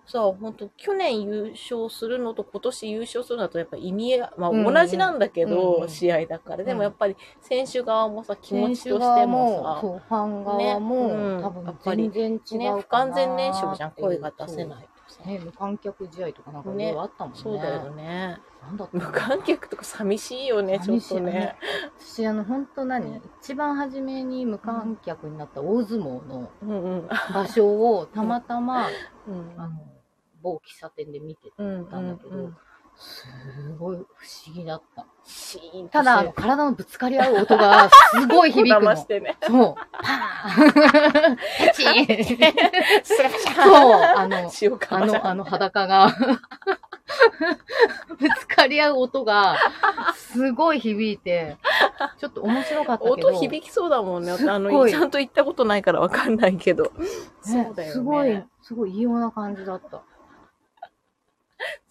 Speaker 2: さ本当去年優勝するのと今年優勝するのとやっぱ意味合い、まあ、
Speaker 1: うんうん
Speaker 2: 同じなんだけど、
Speaker 1: うんうん
Speaker 2: 試合だから、で
Speaker 1: うん
Speaker 2: もやっぱり選手側もさ気持
Speaker 1: 選
Speaker 2: ち
Speaker 1: 手
Speaker 2: とし
Speaker 1: 側
Speaker 2: てもさ
Speaker 1: そうファン側も、
Speaker 2: ねうん
Speaker 1: 多
Speaker 2: や
Speaker 1: 分
Speaker 2: っぱり
Speaker 1: 全然違うかな
Speaker 2: ね、不完全燃焼じゃん声が出せないいとさ、
Speaker 1: ね無観客試合とかなんかいろいろあったもんね
Speaker 2: そうだよね
Speaker 1: なんだった
Speaker 2: 無
Speaker 1: の
Speaker 2: 観客とか寂しいよねちょ
Speaker 1: 寂
Speaker 2: っ
Speaker 1: しい
Speaker 2: とね
Speaker 1: 私あの本当何、一番初めに無観客になった大相撲の
Speaker 2: うんうん
Speaker 1: 場所をたまたま、
Speaker 2: うん
Speaker 1: あの某喫茶店で見てて
Speaker 2: うん
Speaker 1: たんだけどすごい不思議だった
Speaker 2: シーンと
Speaker 1: ただあ
Speaker 2: し
Speaker 1: の
Speaker 2: て
Speaker 1: 体のぶつかり合う音がすごい響 く
Speaker 2: 騙
Speaker 1: の
Speaker 2: してね
Speaker 1: そう。パーンチーン
Speaker 2: スラッシャ
Speaker 1: そう、あの、
Speaker 2: ー塩
Speaker 1: あ
Speaker 2: か
Speaker 1: の、あの裸が、ぶつかり合う音が、すごい響いて、ちょっと面白かったけど。
Speaker 2: 音響きそうだもんね。
Speaker 1: すっごい
Speaker 2: あの、ちゃんと行ったことないからわかんないけど。
Speaker 1: ね
Speaker 2: そうだよね。
Speaker 1: すごい、すごい異様な感じだった。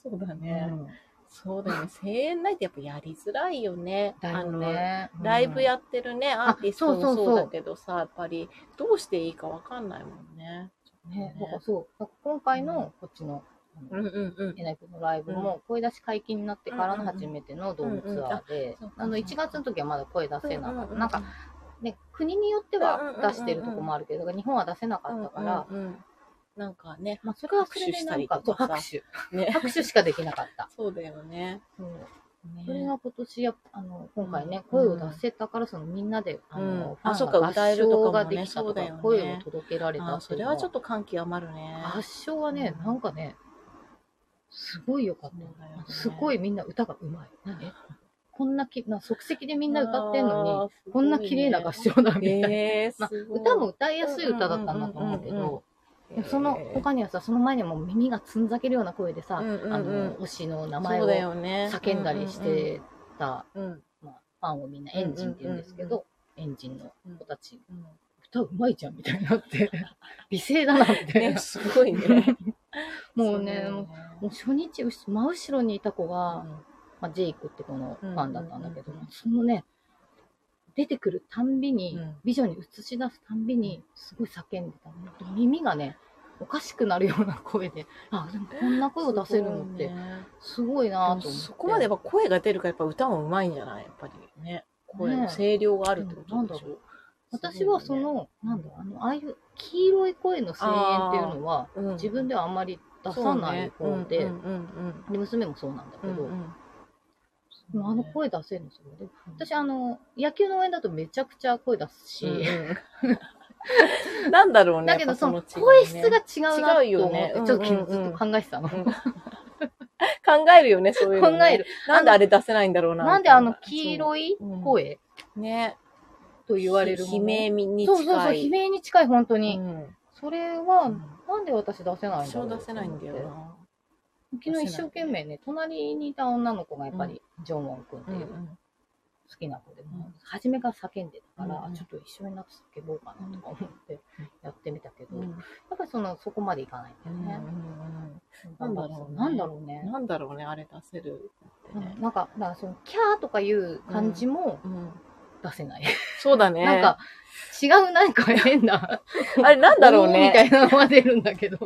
Speaker 2: そうだ
Speaker 1: う
Speaker 2: ね。
Speaker 1: ん、
Speaker 2: そうだよね。声援ないってやっぱやりづらいよね。
Speaker 1: だよ
Speaker 2: あの、
Speaker 1: ね。うん
Speaker 2: ライブやってるね、アーティスト
Speaker 1: そう
Speaker 2: も
Speaker 1: そうそう
Speaker 2: そうだけどさ、やっぱり、どうしていいかわかんないもんね。
Speaker 1: ね、だからそう。だから今回のこっちの
Speaker 2: うんうんうん。
Speaker 1: えなくんのライブも声出し解禁になってからの初めてのドームツアーで
Speaker 2: うんうんうんあそう、か
Speaker 1: あの1月の時はまだ声出せなかっ
Speaker 2: う
Speaker 1: た。なんか、ね、国によっては出してるとこもあるけど、日本は出せなか
Speaker 2: う
Speaker 1: っ
Speaker 2: ん
Speaker 1: たから、
Speaker 2: うんうんなんかね、
Speaker 1: まあそれはそれでなんか、そう
Speaker 2: 拍
Speaker 1: 拍
Speaker 2: 手
Speaker 1: 手。
Speaker 2: ね。
Speaker 1: 拍手しかできなかった。
Speaker 2: そうだよね。
Speaker 1: そう
Speaker 2: ね
Speaker 1: それが今年や、あの、今回ね、
Speaker 2: うん
Speaker 1: 声を出せたから、そのみんなで、あ
Speaker 2: うん
Speaker 1: の、
Speaker 2: あ
Speaker 1: フ
Speaker 2: そ
Speaker 1: ァ
Speaker 2: う
Speaker 1: ン
Speaker 2: か
Speaker 1: が
Speaker 2: 歌え
Speaker 1: 合
Speaker 2: ると
Speaker 1: 唱が
Speaker 2: かもね
Speaker 1: できた
Speaker 2: そう
Speaker 1: と
Speaker 2: だ
Speaker 1: か
Speaker 2: よね、
Speaker 1: 声を届けられた
Speaker 2: あ
Speaker 1: っ
Speaker 2: そ
Speaker 1: ていう
Speaker 2: れ
Speaker 1: のは
Speaker 2: はちょっと感極まるね。
Speaker 1: 合唱はね、
Speaker 2: うん
Speaker 1: なんかね、すごい良かっ
Speaker 2: そうだよね
Speaker 1: た。すごいみんな歌がうまい。何こんなき、な即席でみんな歌ってんのに、こんな綺麗な合唱だみたいな。
Speaker 2: えー
Speaker 1: まあ
Speaker 2: すごい
Speaker 1: 歌も歌いやすい歌だったんだと思うけ
Speaker 2: うんうんうんうん
Speaker 1: ど、でもその他にはさ、その前にも耳がつんざけるような声でさ、
Speaker 2: う
Speaker 1: あ
Speaker 2: んうんうん
Speaker 1: の、推しの名前
Speaker 2: そうだ
Speaker 1: を
Speaker 2: よね
Speaker 1: 叫んだりしてた、
Speaker 2: うんうん
Speaker 1: まあ、ファンをみんなエンジンって言うんですけど、エンジンの子たち、
Speaker 2: うん
Speaker 1: 歌うまいじゃんみたいになっ て、美声だなみたい
Speaker 2: ね
Speaker 1: な。
Speaker 2: す ごいね
Speaker 1: もうね、
Speaker 2: そだよ
Speaker 1: もう初日、うし真後ろにいた子
Speaker 2: う
Speaker 1: が、
Speaker 2: ん
Speaker 1: まあ、ジェイクってこのファンだったんだけど、
Speaker 2: うんうんうん
Speaker 1: そのね、出てくるたんびに、
Speaker 2: うん
Speaker 1: 美女に映し出すたんびに、すごい叫んでたの。耳がね、おかしくなるような声で、あ、でもこんな声を出せるのっ
Speaker 2: す
Speaker 1: て
Speaker 2: ごい、ね
Speaker 1: すごい
Speaker 2: で
Speaker 1: な
Speaker 2: も
Speaker 1: ぁと思って。
Speaker 2: そこまでやっぱ声が出るからやっぱ歌もうまいんじゃないやっぱりね声
Speaker 1: ね
Speaker 2: の
Speaker 1: え
Speaker 2: 声量があるってことでし
Speaker 1: うん
Speaker 2: ょ
Speaker 1: 私はその、なんだろう、あの、ああいう黄色い声の声援っていうのは、自分ではあんまり出さない方で、で娘もそうなんだけど、でもあの声出せるんですよ。で私、あの、野球の応援だとめちゃくちゃ声出すし、
Speaker 2: 私なんだろうね
Speaker 1: だけ
Speaker 2: や
Speaker 1: ど
Speaker 2: っぱそ
Speaker 1: そ
Speaker 2: の
Speaker 1: の
Speaker 2: 違いね
Speaker 1: 声質が違うなと
Speaker 2: 違うよ
Speaker 1: 思っ
Speaker 2: ね
Speaker 1: て、ちょっとず
Speaker 2: うんうんうん
Speaker 1: っと考えてたの。
Speaker 2: うん考えるよねそういう
Speaker 1: 考
Speaker 2: のね
Speaker 1: える。
Speaker 2: なんであれ出せないんだろうな
Speaker 1: なんであの黄
Speaker 2: い
Speaker 1: 色い
Speaker 2: うん
Speaker 1: 声
Speaker 2: ね
Speaker 1: と言われるもの。
Speaker 2: 悲鳴に近
Speaker 1: そ
Speaker 2: いう
Speaker 1: そうそう、悲鳴に近い、本当に。
Speaker 2: うん
Speaker 1: それは
Speaker 2: うん、
Speaker 1: なんで私出せないんだ
Speaker 2: 一
Speaker 1: ろう
Speaker 2: 生出せないんだよ
Speaker 1: と思って
Speaker 2: な
Speaker 1: 昨日一生懸命ね、隣にいた女の子がやっぱり、ジョンウォン君って
Speaker 2: うん
Speaker 1: いううん好きな子で、
Speaker 2: ん
Speaker 1: 初めから叫んでたか
Speaker 2: うん
Speaker 1: ら、
Speaker 2: うん
Speaker 1: ちょっと一緒になって叫ぼうかなとか思って
Speaker 2: うん
Speaker 1: やってみたけど、
Speaker 2: う
Speaker 1: や
Speaker 2: ん
Speaker 1: っぱりその、そこまでいかないんだよね。
Speaker 2: なんだろうね
Speaker 1: なんだろう
Speaker 2: う
Speaker 1: ね
Speaker 2: ん。なんだろうねあれ出せるってね
Speaker 1: なんか、だからその、キャーとかいう感じも
Speaker 2: うん
Speaker 1: 出せない。
Speaker 2: そうだね
Speaker 1: なんか、違うなんか変な、
Speaker 2: あれ なんだろう
Speaker 1: おー
Speaker 2: ね
Speaker 1: みたいなのが出るんだけど、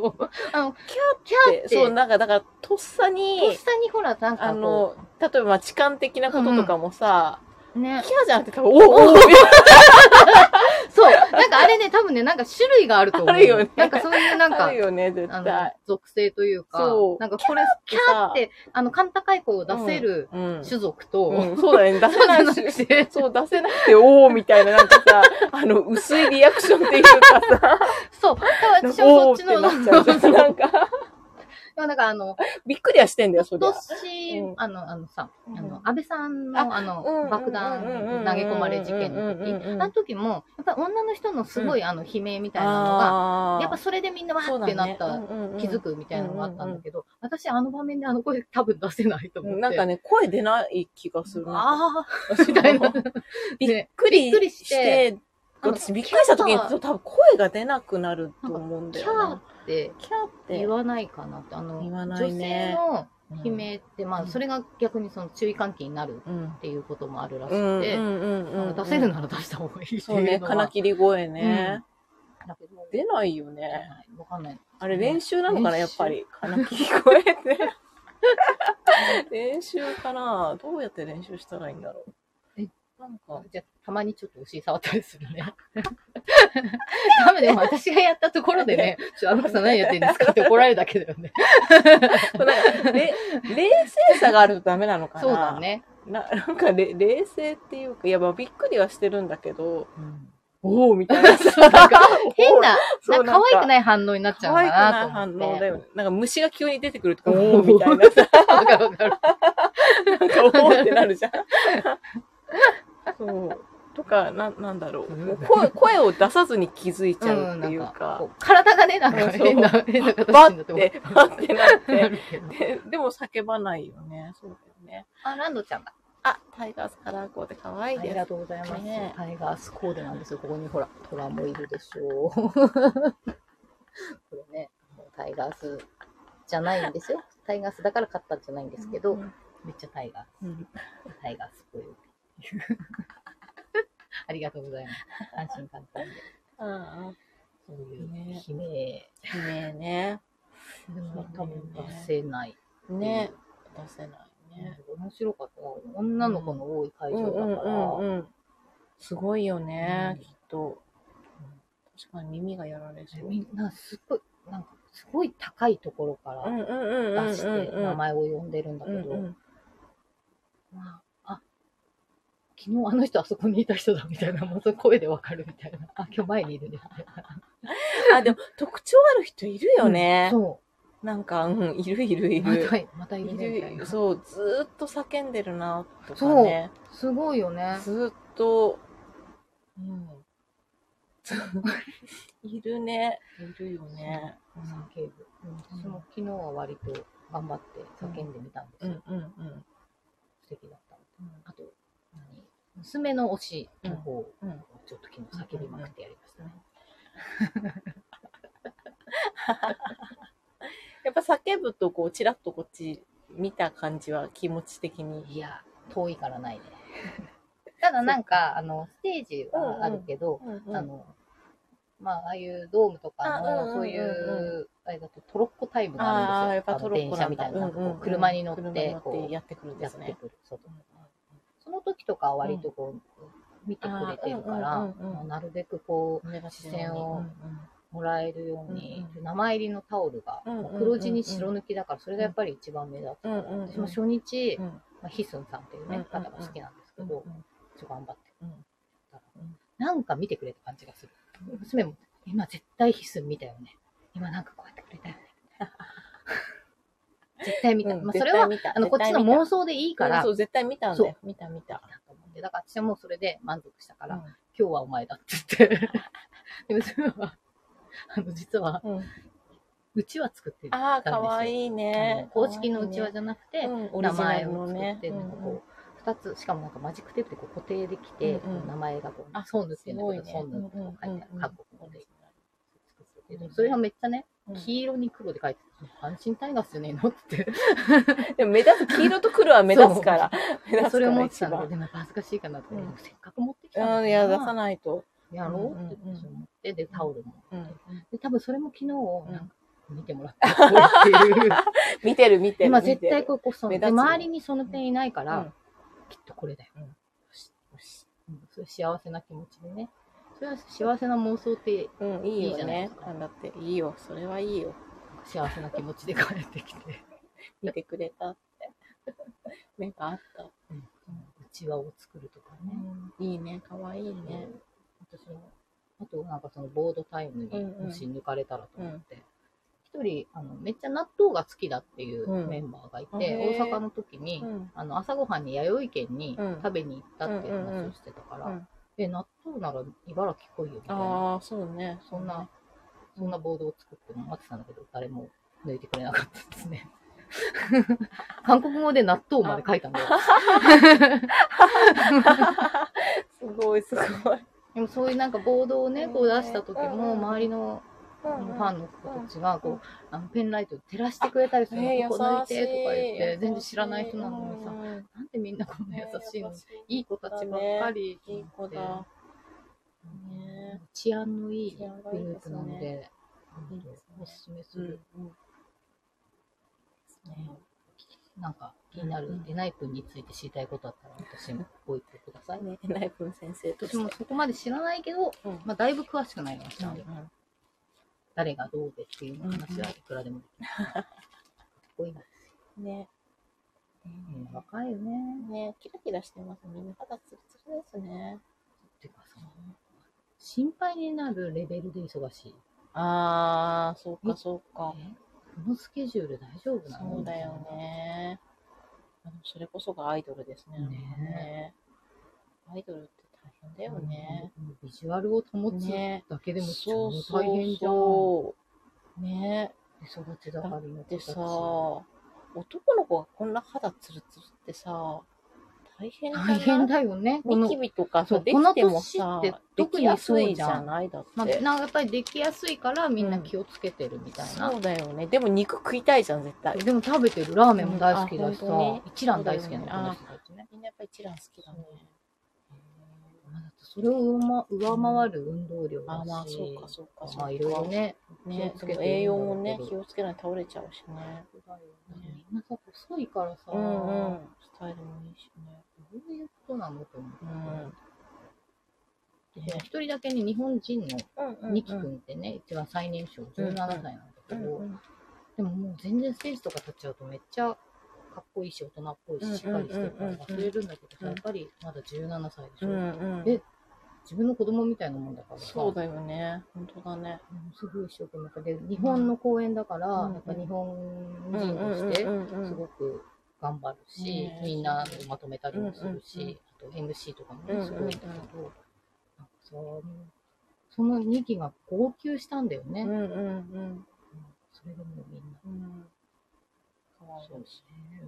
Speaker 1: あの、キャー、キャーって、
Speaker 2: そうなんかだからとっさに
Speaker 1: とっさにほら、なんか
Speaker 2: あ
Speaker 1: こ
Speaker 2: の例えばまあ痴漢的なこととかもさ、
Speaker 1: う、ね
Speaker 2: キ、ャーじゃなくて多分おーおー
Speaker 1: そう、なんかあれね、多分ね、なんか種類があると思う。
Speaker 2: あるよね
Speaker 1: なんかそういうなんか
Speaker 2: ある、よね絶
Speaker 1: あの
Speaker 2: 対、
Speaker 1: 属性というか
Speaker 2: そう、
Speaker 1: なんかこれ、キャーって、あの、簡単高い声を出せる
Speaker 2: うん
Speaker 1: 種族と、
Speaker 2: うんそうだね出
Speaker 1: そうじゃ
Speaker 2: せ
Speaker 1: な
Speaker 2: な
Speaker 1: く
Speaker 2: いし
Speaker 1: て、
Speaker 2: そう、出せなくて、おーみたいな、なんかさ、あの、薄いリアクションっていうかさ、
Speaker 1: そう、だから私はそ
Speaker 2: お
Speaker 1: っ
Speaker 2: ー
Speaker 1: ち
Speaker 2: って
Speaker 1: の、
Speaker 2: なっちゃうじゃ ん。なんか、
Speaker 1: でもなんかあの、
Speaker 2: びっくりはしてんだよ、そ
Speaker 1: 今
Speaker 2: りゃ。
Speaker 1: 年、
Speaker 2: うん
Speaker 1: あの、あのさ、
Speaker 2: うん
Speaker 1: あの、安倍さん
Speaker 2: あ
Speaker 1: の、あの、
Speaker 2: うん
Speaker 1: 爆弾
Speaker 2: うん
Speaker 1: 投げ込まれ事件の
Speaker 2: うんうんうんう
Speaker 1: 時、
Speaker 2: ん
Speaker 1: あの時も、やっぱり女の人のすごい、あの、悲鳴みたいなのが、
Speaker 2: あー
Speaker 1: やっぱそれでみんなわーってなった、、気づ
Speaker 2: く
Speaker 1: くみたいなのがあったんだけど、私あの場面であの声多分出せないと思って。
Speaker 2: なんか
Speaker 1: ね、
Speaker 2: ね、声出ない気がする。
Speaker 1: あ
Speaker 2: そう
Speaker 1: あ、みたいな。
Speaker 2: びっくり
Speaker 1: びっくり
Speaker 2: し
Speaker 1: して
Speaker 2: て、
Speaker 1: あの
Speaker 2: 私びっくりした時に、
Speaker 1: キャー
Speaker 2: そう多分声が出なくなると思うんだ
Speaker 1: キャーっ
Speaker 2: よ
Speaker 1: て
Speaker 2: キャーって
Speaker 1: 言わないかなって、あの、
Speaker 2: 言わないね
Speaker 1: 女
Speaker 2: うん
Speaker 1: 性の悲鳴って、ま
Speaker 2: う
Speaker 1: あ、
Speaker 2: ん
Speaker 1: それが逆にその注意喚起になる
Speaker 2: うん
Speaker 1: っていうこともあるらし
Speaker 2: うん
Speaker 1: くて、
Speaker 2: うんうんうん
Speaker 1: あの出せるなら出した方がいいって
Speaker 2: そう
Speaker 1: い
Speaker 2: ね、
Speaker 1: うの
Speaker 2: 金
Speaker 1: は。
Speaker 2: 切り声ね。
Speaker 1: だけど
Speaker 2: 出ないよね。
Speaker 1: わかんない。
Speaker 2: あれ練習なのかな、
Speaker 1: 練習
Speaker 2: やっぱり。金木聞こえて。練習かなどうやって練習したらいいんだろう。
Speaker 1: え
Speaker 2: なんか、
Speaker 1: じゃあたまにちょっとお尻触ったりするね。ダメでも私がやったところでね、ちょ、あのさん何やってんですかって怒られるだけだよね。
Speaker 2: なんか れ冷静さがあるとダメなのか な
Speaker 1: そうだ。ね。
Speaker 2: ななんかれ冷静っていうか、いや、まあびっくりはしてるんだけど、おおみたいな さ
Speaker 1: なんか変な、
Speaker 2: そ
Speaker 1: な
Speaker 2: う
Speaker 1: んか可愛く
Speaker 2: い
Speaker 1: ない反応になっちゃう
Speaker 2: 可
Speaker 1: のか
Speaker 2: 愛くな
Speaker 1: ないと
Speaker 2: 反
Speaker 1: 思
Speaker 2: 応
Speaker 1: って。
Speaker 2: だよね。なんか虫が急に出てくるとか、おおみ たいなさ、
Speaker 1: わかるわかる。
Speaker 2: なんかおおってなるじゃん。そう。とか、な、なんだろう。もう声声を出さずに気づいちゃうっていう
Speaker 1: なんか
Speaker 2: か
Speaker 1: こ。う体がね、なんか変な、変な
Speaker 2: バ
Speaker 1: 形にな
Speaker 2: ッ
Speaker 1: って思
Speaker 2: て、バッてなっ
Speaker 1: うな
Speaker 2: て。
Speaker 1: るけど
Speaker 2: で、でも叫ばないよね。そうだよね。
Speaker 1: あ、ランドちゃんだ。
Speaker 2: あ、タイガースカラーコーデ可愛い
Speaker 1: あり
Speaker 2: で
Speaker 1: が
Speaker 2: す。
Speaker 1: とうございます。
Speaker 2: ね
Speaker 1: タイガースコーデなんですよ。ここにほら、虎もいるでしょう。 これね、タイガースじゃないんですよ。タイガースだから買ったんじゃないんですけど、
Speaker 2: うん
Speaker 1: めっちゃタイガー
Speaker 2: うん
Speaker 1: ス、タイガースっ ぽい。ありがとうございます。安心簡単で。
Speaker 2: ああ、
Speaker 1: そういう
Speaker 2: ね
Speaker 1: 悲鳴、
Speaker 2: 悲鳴ね。
Speaker 1: でも多分
Speaker 2: そうね
Speaker 1: 出せない。
Speaker 2: ね、出せないね。
Speaker 1: 面白かったな。女の子の多い会場だから、
Speaker 2: ん。すごいよね、
Speaker 1: うん
Speaker 2: きっと。確かに耳がやられそう。
Speaker 1: みんなすごい、なんかすごい高いところから
Speaker 2: うん
Speaker 1: 出して名前を呼んでるんだけど、
Speaker 2: うんうん
Speaker 1: まあ、あ、昨日あの人あそこにいた人だみたいな、もうそれ声でわかるみたいな。あ、今日前にいるね。
Speaker 2: あ、でも特徴ある人いるよね。
Speaker 1: そ。
Speaker 2: なんか、うん、いるいるいう
Speaker 1: ま
Speaker 2: る。
Speaker 1: たい、またいるねみたい
Speaker 2: い
Speaker 1: な
Speaker 2: る、。そう、ずーっと叫んでるな、と
Speaker 1: そ
Speaker 2: か
Speaker 1: う
Speaker 2: ね。
Speaker 1: すごいよね。
Speaker 2: ずーっと、うん。いるね。いるよね。
Speaker 1: 叫ぶ。私も昨日は割と頑張って叫んでみたんです
Speaker 2: う
Speaker 1: よ。
Speaker 2: んうんうん。
Speaker 1: 素敵だったので。あと、何娘の推しの方を
Speaker 2: うんうん
Speaker 1: ちょっと昨日叫びまくってやりましたね。
Speaker 2: やっぱ叫ぶと、こう、ちらっとこっち見た感じは気持ち的に。
Speaker 1: いや、遠いからないね。 ただなんか、あの、ステージはあるけど、あの、まあ、ああいうドームとか
Speaker 2: あうんうんうんう
Speaker 1: の、
Speaker 2: ん
Speaker 1: そういう、あれだとトロッコタイムがあ
Speaker 2: あ
Speaker 1: るんです
Speaker 2: あ、や
Speaker 1: よ
Speaker 2: っ。ぱトロッコ
Speaker 1: 電車
Speaker 2: なん
Speaker 1: み
Speaker 2: だ
Speaker 1: たいな、
Speaker 2: うんうん
Speaker 1: こ
Speaker 2: うん
Speaker 1: う車に乗っ
Speaker 2: 車に
Speaker 1: て
Speaker 2: 乗、
Speaker 1: こう、や
Speaker 2: やってくるんで
Speaker 1: っ
Speaker 2: す
Speaker 1: て
Speaker 2: ね。
Speaker 1: くる。そうその時とかは割とこう、見てくれてるから、
Speaker 2: あーうんうんうんうん
Speaker 1: まあなるべくこ視線をう、もらえるように、生入りのタオルが、
Speaker 2: うんうんうん
Speaker 1: 黒地に白抜きだから、それがやっぱり一番目立つ。
Speaker 2: うんうんうん
Speaker 1: 私も初日、
Speaker 2: うん
Speaker 1: まあ、ヒスンさんっていうね、
Speaker 2: うんうんうん
Speaker 1: 方が好きなんですけど、ちょっと頑張って。
Speaker 2: うんうん
Speaker 1: なんか見てくれた感じがする。娘も、今絶対ヒスン見たよね。今なんかこうやってくれたよ ね。絶対見た。まあ、それは、あの、こっちの妄想でいいから、
Speaker 2: そうう、絶対見たんだよ。見た見た。
Speaker 1: と思ってだから私はもうそれで満足したから、
Speaker 2: うん
Speaker 1: 今日はお前だって言って。 で、娘は、あの、実は、
Speaker 2: うん
Speaker 1: うちわ作ってたんですよ。
Speaker 2: ああ、かわいい
Speaker 1: あの
Speaker 2: ね。
Speaker 1: 公式のうちわじゃなくて、
Speaker 2: うんオリ
Speaker 1: 名
Speaker 2: ジナ
Speaker 1: 前
Speaker 2: ルの
Speaker 1: を作
Speaker 2: ね
Speaker 1: っ。て、なんかこう、二つ、しかもなんかマジックテープでこう固定でき
Speaker 2: う
Speaker 1: て、
Speaker 2: んうん
Speaker 1: こう名前がこう、
Speaker 2: あ
Speaker 1: ソンヌっていうんだけど、
Speaker 2: す
Speaker 1: ソ
Speaker 2: ごい
Speaker 1: ン
Speaker 2: ね
Speaker 1: ヌとか書いてある、
Speaker 2: うんうんうん
Speaker 1: 韓国語で作って
Speaker 2: うん
Speaker 1: て。それがめっちゃね、
Speaker 2: うん
Speaker 1: 黄色に黒で書いてある。阪神タイガースじゃねえの って。
Speaker 2: でも目立つ、黄色と黒は目立つ から。目立つから
Speaker 1: それを持ってたんだけど、
Speaker 2: 一
Speaker 1: でもやっぱ恥ずかしいかなと思って、
Speaker 2: う
Speaker 1: で
Speaker 2: ん
Speaker 1: もせっかく持ってきたんだ
Speaker 2: 番
Speaker 1: から
Speaker 2: うん、いや、出さないと。
Speaker 1: やろうって
Speaker 2: うんうんうん
Speaker 1: 思って、で、タオルも。
Speaker 2: うん
Speaker 1: で、多分それも昨日、
Speaker 2: うん
Speaker 1: なんか見てもらったっ ぽいっていう。
Speaker 2: 見てる見てる。
Speaker 1: 今
Speaker 2: 見
Speaker 1: 絶
Speaker 2: てる
Speaker 1: 対こうこそ
Speaker 2: 目
Speaker 1: の、
Speaker 2: 立
Speaker 1: で
Speaker 2: つよ
Speaker 1: 周りにその点いないから、
Speaker 2: うん
Speaker 1: きっとこれだよ。
Speaker 2: うん
Speaker 1: よし、よし。うんそういう幸せな気持ちでね。それは幸せな妄想って
Speaker 2: うん、いい
Speaker 1: いいじゃな
Speaker 2: よ
Speaker 1: いで
Speaker 2: ね
Speaker 1: す。か
Speaker 2: なんだって、いいよ。それはいいよ。
Speaker 1: 幸せな気持ちで帰ってきて、
Speaker 2: 見てくれたって。 目があった。
Speaker 1: うん、うちわを作るとかね。
Speaker 2: いいね、かわいいね。
Speaker 1: 私も、あとなんかそのボードタイムに
Speaker 2: うんうん
Speaker 1: もし抜かれたらと思って。一人あの、めっちゃ納豆が好きだっていう
Speaker 2: うん
Speaker 1: メンバーがいて、
Speaker 2: あへー
Speaker 1: 大阪の時に、
Speaker 2: うん。
Speaker 1: あの朝ごはんに弥生県に
Speaker 2: うん
Speaker 1: 食べに行ったっていう話をしてたから、
Speaker 2: うんうん
Speaker 1: え、納豆なら茨城来いよみたいな。
Speaker 2: ああ、そう ね。
Speaker 1: そんな、そんなボードを作って待ってたんだけど、誰も抜いてくれなかったです ね。韓国語で納豆まで書いたんだよ。
Speaker 2: すごい、すごい。
Speaker 1: でもそういうなんかボードをね、こう出した時
Speaker 2: うんうん
Speaker 1: も、周りの
Speaker 2: フ
Speaker 1: ファンの子たちが、
Speaker 2: う
Speaker 1: こ
Speaker 2: ん
Speaker 1: う、あのペンライトで照らしてくれたりするの、
Speaker 2: ね、優しい。
Speaker 1: ここ抜いてとか言って、全然知らない人なのにさ、
Speaker 2: うん
Speaker 1: なんでみんなこんな優しいの
Speaker 2: ね優
Speaker 1: いい子たちばっかり。
Speaker 2: いい子だ。ね
Speaker 1: 治安のいい
Speaker 2: 治
Speaker 1: グ
Speaker 2: 安がいい
Speaker 1: ルー
Speaker 2: です
Speaker 1: プ
Speaker 2: ね
Speaker 1: なので、
Speaker 2: いいですね
Speaker 1: おすすめす
Speaker 2: うん
Speaker 1: る。
Speaker 2: うん
Speaker 1: ねなんか気になる、
Speaker 2: うん
Speaker 1: エナイプンについて知りたいことあったら私もご一報ください。
Speaker 2: ね、ナイプン先生とし
Speaker 1: 私
Speaker 2: て。
Speaker 1: もそこまで知らないけど、
Speaker 2: うん
Speaker 1: まあ、だいぶ詳しくなりまし
Speaker 2: う
Speaker 1: た、
Speaker 2: んうん
Speaker 1: 誰がどうでっていう話はいくらでもできます。 かっこいいな。
Speaker 2: ね。
Speaker 1: うん若いよね。
Speaker 2: ね、キラキラしてます。みんな肌ツルツルですね。
Speaker 1: てかさ、心配になるレベルで忙しい。
Speaker 2: あー、そう
Speaker 1: か
Speaker 2: か、そうか。
Speaker 1: えこのスケジュール大丈夫なの
Speaker 2: そうだよ。ね。あのそれこそがアイドルですね。
Speaker 1: ね
Speaker 2: アイドルって大変だよね。
Speaker 1: うん。ビジュアルを保つ
Speaker 2: ね
Speaker 1: だけでも
Speaker 2: そう
Speaker 1: 超大変じゃん。
Speaker 2: そう。ね
Speaker 1: で育ち盛りの子
Speaker 2: で
Speaker 1: たち
Speaker 2: さ、男の子がこんな肌ツルツルってさ、大変だな。
Speaker 1: 大変だよね。こ
Speaker 2: ニ
Speaker 1: の
Speaker 2: キビとか
Speaker 1: そ
Speaker 2: さ、
Speaker 1: う
Speaker 2: できても
Speaker 1: この
Speaker 2: さ
Speaker 1: 年って、
Speaker 2: で
Speaker 1: 特
Speaker 2: き
Speaker 1: に
Speaker 2: や
Speaker 1: そうじ
Speaker 2: す
Speaker 1: ゃん
Speaker 2: いじゃないだって。
Speaker 1: まあ、なんかやっぱりできやすいからみんな気をつけてるみたいな、
Speaker 2: そうだよね。でも肉食いたいじゃん、絶対。
Speaker 1: でも食べてるラーメンも大好きだしさ、
Speaker 2: うんあ本当に
Speaker 1: 一蘭大好きなの
Speaker 2: そう
Speaker 1: こ
Speaker 2: だよね
Speaker 1: の人たちね
Speaker 2: みんなやっぱ一蘭好きだね。
Speaker 1: まあだってそれを上回上回る運動量だし、
Speaker 2: あ、まあ、そうか、そうか、そう
Speaker 1: ま
Speaker 2: か。
Speaker 1: あいろいろ。ね
Speaker 2: ね
Speaker 1: 気をつけ、て
Speaker 2: 栄養もね、
Speaker 1: 運動だけ
Speaker 2: 気
Speaker 1: ど
Speaker 2: をつけないと倒れちゃうしね。
Speaker 1: みんなさ細いからさ、
Speaker 2: うんうん。スタイルもいいしね。
Speaker 1: どういうことなのと思って、
Speaker 2: うん
Speaker 1: で一人だけね日本人の
Speaker 2: うんうん
Speaker 1: ニキ君ってね、一番最年少17歳なんだけど、
Speaker 2: うん
Speaker 1: でももう全然ステージとか立っちゃうとめっちゃかっこいいし大人っぽいししっかりしてるから忘れるんだけどさやっぱりまだ17歳でし
Speaker 2: う
Speaker 1: ょ、
Speaker 2: んうん。
Speaker 1: で自分の子供みたいなもんだからさ
Speaker 2: そうだよね。本当だね。
Speaker 1: もうすごい一生懸命で日本の公演だから、
Speaker 2: うん
Speaker 1: やっぱ日本
Speaker 2: う
Speaker 1: 人として
Speaker 2: んうん
Speaker 1: すごく頑張るし、
Speaker 2: ね
Speaker 1: みんなをまとめたりもするし、
Speaker 2: うんうんうん
Speaker 1: あと MC とかも
Speaker 2: うんうんう
Speaker 1: ね
Speaker 2: ん
Speaker 1: すごいんだけど、なんかさその2期が号泣したんだよね、
Speaker 2: うんうん
Speaker 1: それでもうみんな。
Speaker 2: うんうん。かわいい
Speaker 1: そうですね。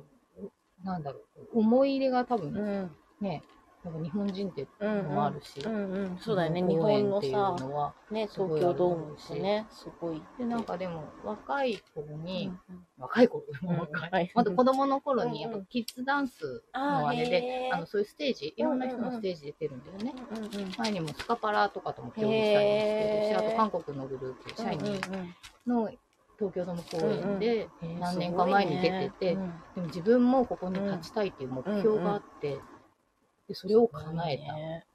Speaker 1: おなんだろう、思い入れが多分
Speaker 2: うん
Speaker 1: ね、なんか日本人って
Speaker 2: う
Speaker 1: の
Speaker 2: ん
Speaker 1: もあるし、
Speaker 2: うんうん、そうだよね、
Speaker 1: 日
Speaker 2: 日
Speaker 1: 本
Speaker 2: 本
Speaker 1: の
Speaker 2: の
Speaker 1: 公演っ
Speaker 2: さ
Speaker 1: てい、うのは。
Speaker 2: ね、
Speaker 1: すご
Speaker 2: 東
Speaker 1: いある
Speaker 2: 京ドームってね、すごい。
Speaker 1: で、なんかでも、若い頃
Speaker 2: うん、
Speaker 1: に、若い頃、もう若い。まだ子供の頃に、やっぱキッズダンスのあれで、
Speaker 2: で
Speaker 1: あの、そういうステージ、いろんな人
Speaker 2: うんうん
Speaker 1: の
Speaker 2: う
Speaker 1: ス
Speaker 2: ん
Speaker 1: テージ出てるんだよね。
Speaker 2: うんうんうん
Speaker 1: 前にもスカパラとかとも共演したりもしてるし、
Speaker 2: へー
Speaker 1: あと韓国のグループ、シャイニーの東京ドーム公演で、
Speaker 2: うんうん
Speaker 1: 何年か前に出てて、
Speaker 2: うん
Speaker 1: でも自分もここに立ちたいっていう目標があって、でそれを叶えた。
Speaker 2: ね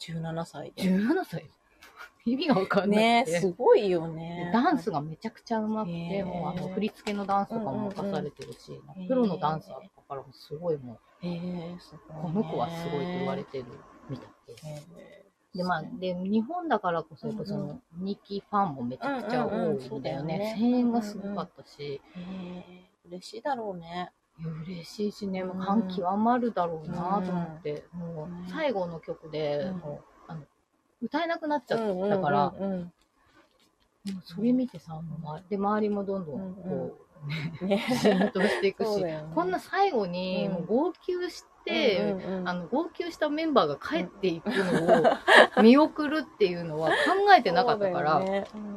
Speaker 2: 17歳で。
Speaker 1: 17歳 意味がわかんな
Speaker 2: ね
Speaker 1: い、
Speaker 2: すごいよね。
Speaker 1: ダンスがめちゃくちゃうまくて、
Speaker 2: ね
Speaker 1: もうあの振り付けのダンスとかも任されてるし、プロのダンサーとかからもすごいも
Speaker 2: へーすご
Speaker 1: う、こ
Speaker 2: いね
Speaker 1: の子はすごいと言われてるみたいです。
Speaker 2: へー
Speaker 1: で、まあ、で、日本だからこそ、やっぱそ
Speaker 2: うんう
Speaker 1: の、2期ファンもめちゃくちゃ多いんだよ
Speaker 2: うんうんうんそうだよね
Speaker 1: ね。声援がすごかったし、
Speaker 2: へー嬉しいだろうね。
Speaker 1: いや嬉しいしね、もう感極まるだろうなと思って、も
Speaker 2: ね
Speaker 1: う最後の曲で、
Speaker 2: うん
Speaker 1: もうあの歌えなくなっちゃ
Speaker 2: うんうんう
Speaker 1: っ
Speaker 2: ん
Speaker 1: たから、
Speaker 2: うん
Speaker 1: もうそれ見てさ、もうまで周りもどんどんこ
Speaker 2: ね
Speaker 1: う、浸透していく
Speaker 2: そう
Speaker 1: し、
Speaker 2: だよね
Speaker 1: こんな最後に
Speaker 2: うん
Speaker 1: もう号泣し
Speaker 2: う
Speaker 1: て、
Speaker 2: んうんうん
Speaker 1: あの号泣したメンバーが帰っていくのを 見送るっていうのは考えてなかったから、
Speaker 2: そうだよねうんうん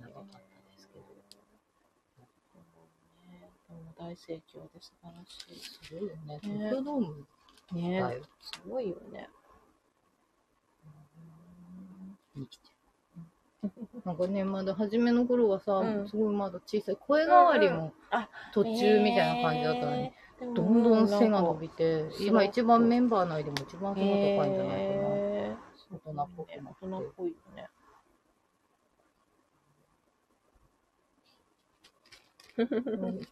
Speaker 1: なんかあったですけど
Speaker 2: ねでも大盛況で素晴らし
Speaker 1: すごいよね、東京ドーム
Speaker 2: い。
Speaker 1: だ
Speaker 2: ね
Speaker 1: よ、
Speaker 2: すごいよね。
Speaker 1: に来てる。なんかね、まだ初めの頃はさ、
Speaker 2: うん
Speaker 1: すごいまだ小さい、声変わりも
Speaker 2: あ
Speaker 1: 途中みたいな感じだったのに、
Speaker 2: へー
Speaker 1: どんどん背が伸びて
Speaker 2: か、
Speaker 1: 今一番メンバー内でも一番背が高いんじゃないかな。
Speaker 2: へー
Speaker 1: 大人っぽくなって
Speaker 2: 大人っぽいよ
Speaker 1: う
Speaker 2: ね。
Speaker 1: ん昨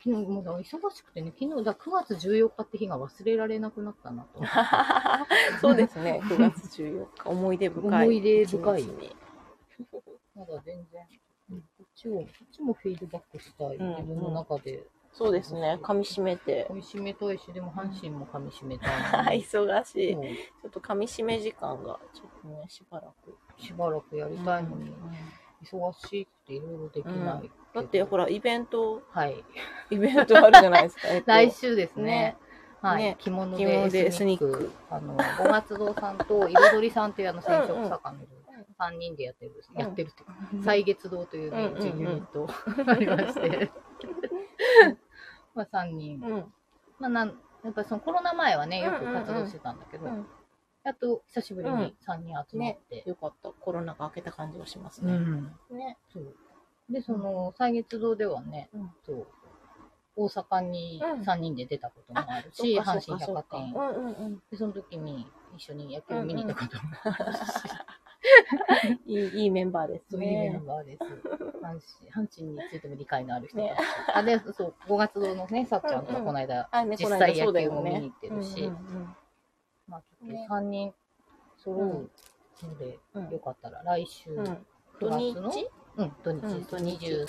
Speaker 1: 日もうだから忙しくてね、昨日だ9月14日って日が忘れられなくなったなと。
Speaker 2: そうですね、9月14日、思い出深い。
Speaker 1: 思い出深い
Speaker 2: 一日に
Speaker 1: まだ全然、こっちを、こっちもフィードバックしたい。
Speaker 2: うん
Speaker 1: 自分の中で。
Speaker 2: そうですね、噛み締めて
Speaker 1: 噛。み締めたいし、でも阪神も噛み締めたいの
Speaker 2: はい、
Speaker 1: に。
Speaker 2: 忙しい。ち
Speaker 1: も
Speaker 2: ょっと噛み締め時間が、ちょっとね、しばらく。
Speaker 1: うしばらくやりたいのに
Speaker 2: う、ん
Speaker 1: 忙しいっていろいろできないけど。
Speaker 2: だって、ほら、イベ ント、
Speaker 1: はい。
Speaker 2: イベントあるじゃないです か。えっと
Speaker 1: 来週です
Speaker 2: ね
Speaker 1: ね。はい、
Speaker 2: ね
Speaker 1: 着物
Speaker 2: 着物で
Speaker 1: でエスニック
Speaker 2: エスニック
Speaker 1: あの五月堂さんと彩りさんというあの染色作家の
Speaker 2: うん
Speaker 1: 3人でやってる、
Speaker 2: うん
Speaker 1: やってるとか歳月堂というね、
Speaker 2: うん
Speaker 1: うち
Speaker 2: うん
Speaker 1: ユニットがありま して、まあ3人、
Speaker 2: うん。
Speaker 1: まあなんやっぱりそのコロナ前はねよ
Speaker 2: うんう
Speaker 1: く
Speaker 2: んうん
Speaker 1: 活動してたんだけど、
Speaker 2: うん
Speaker 1: やっと久しぶり
Speaker 2: うん
Speaker 1: に3人集まって、
Speaker 2: よかった。コロナが明けた感じがします
Speaker 1: う
Speaker 2: ね。
Speaker 1: ん
Speaker 2: ね。
Speaker 1: そうでその歳月堂ではね、
Speaker 2: うん
Speaker 1: そう大阪に
Speaker 2: うん
Speaker 1: 3人で出たこともあるし、
Speaker 2: そっか
Speaker 1: 阪
Speaker 2: そ
Speaker 1: 神
Speaker 2: っか
Speaker 1: 百
Speaker 2: そ
Speaker 1: 貨
Speaker 2: っか
Speaker 1: 店
Speaker 2: うんうんうん。
Speaker 1: で、その時に一緒に野球を見に行ったことも
Speaker 2: いい、いいメンバーです
Speaker 1: そういうメ
Speaker 2: ね
Speaker 1: ン。バーです。阪神、阪神についても理解のある人たち。あ、で、そう、五月堂のね、さっちゃんと
Speaker 2: うんうん
Speaker 1: この間、
Speaker 2: あね
Speaker 1: 実
Speaker 2: この間
Speaker 1: 際
Speaker 2: そ
Speaker 1: 野
Speaker 2: うだ
Speaker 1: 球
Speaker 2: よ
Speaker 1: も見
Speaker 2: ね
Speaker 1: に行ってるし、
Speaker 2: うんうん
Speaker 1: まあ、結
Speaker 2: ね
Speaker 1: 局3人揃うので、
Speaker 2: うんうん
Speaker 1: よかったら、来週、
Speaker 2: う
Speaker 1: 9
Speaker 2: ん
Speaker 1: 月の
Speaker 2: 土、日
Speaker 1: うん、土日、
Speaker 2: うん土日
Speaker 1: 23、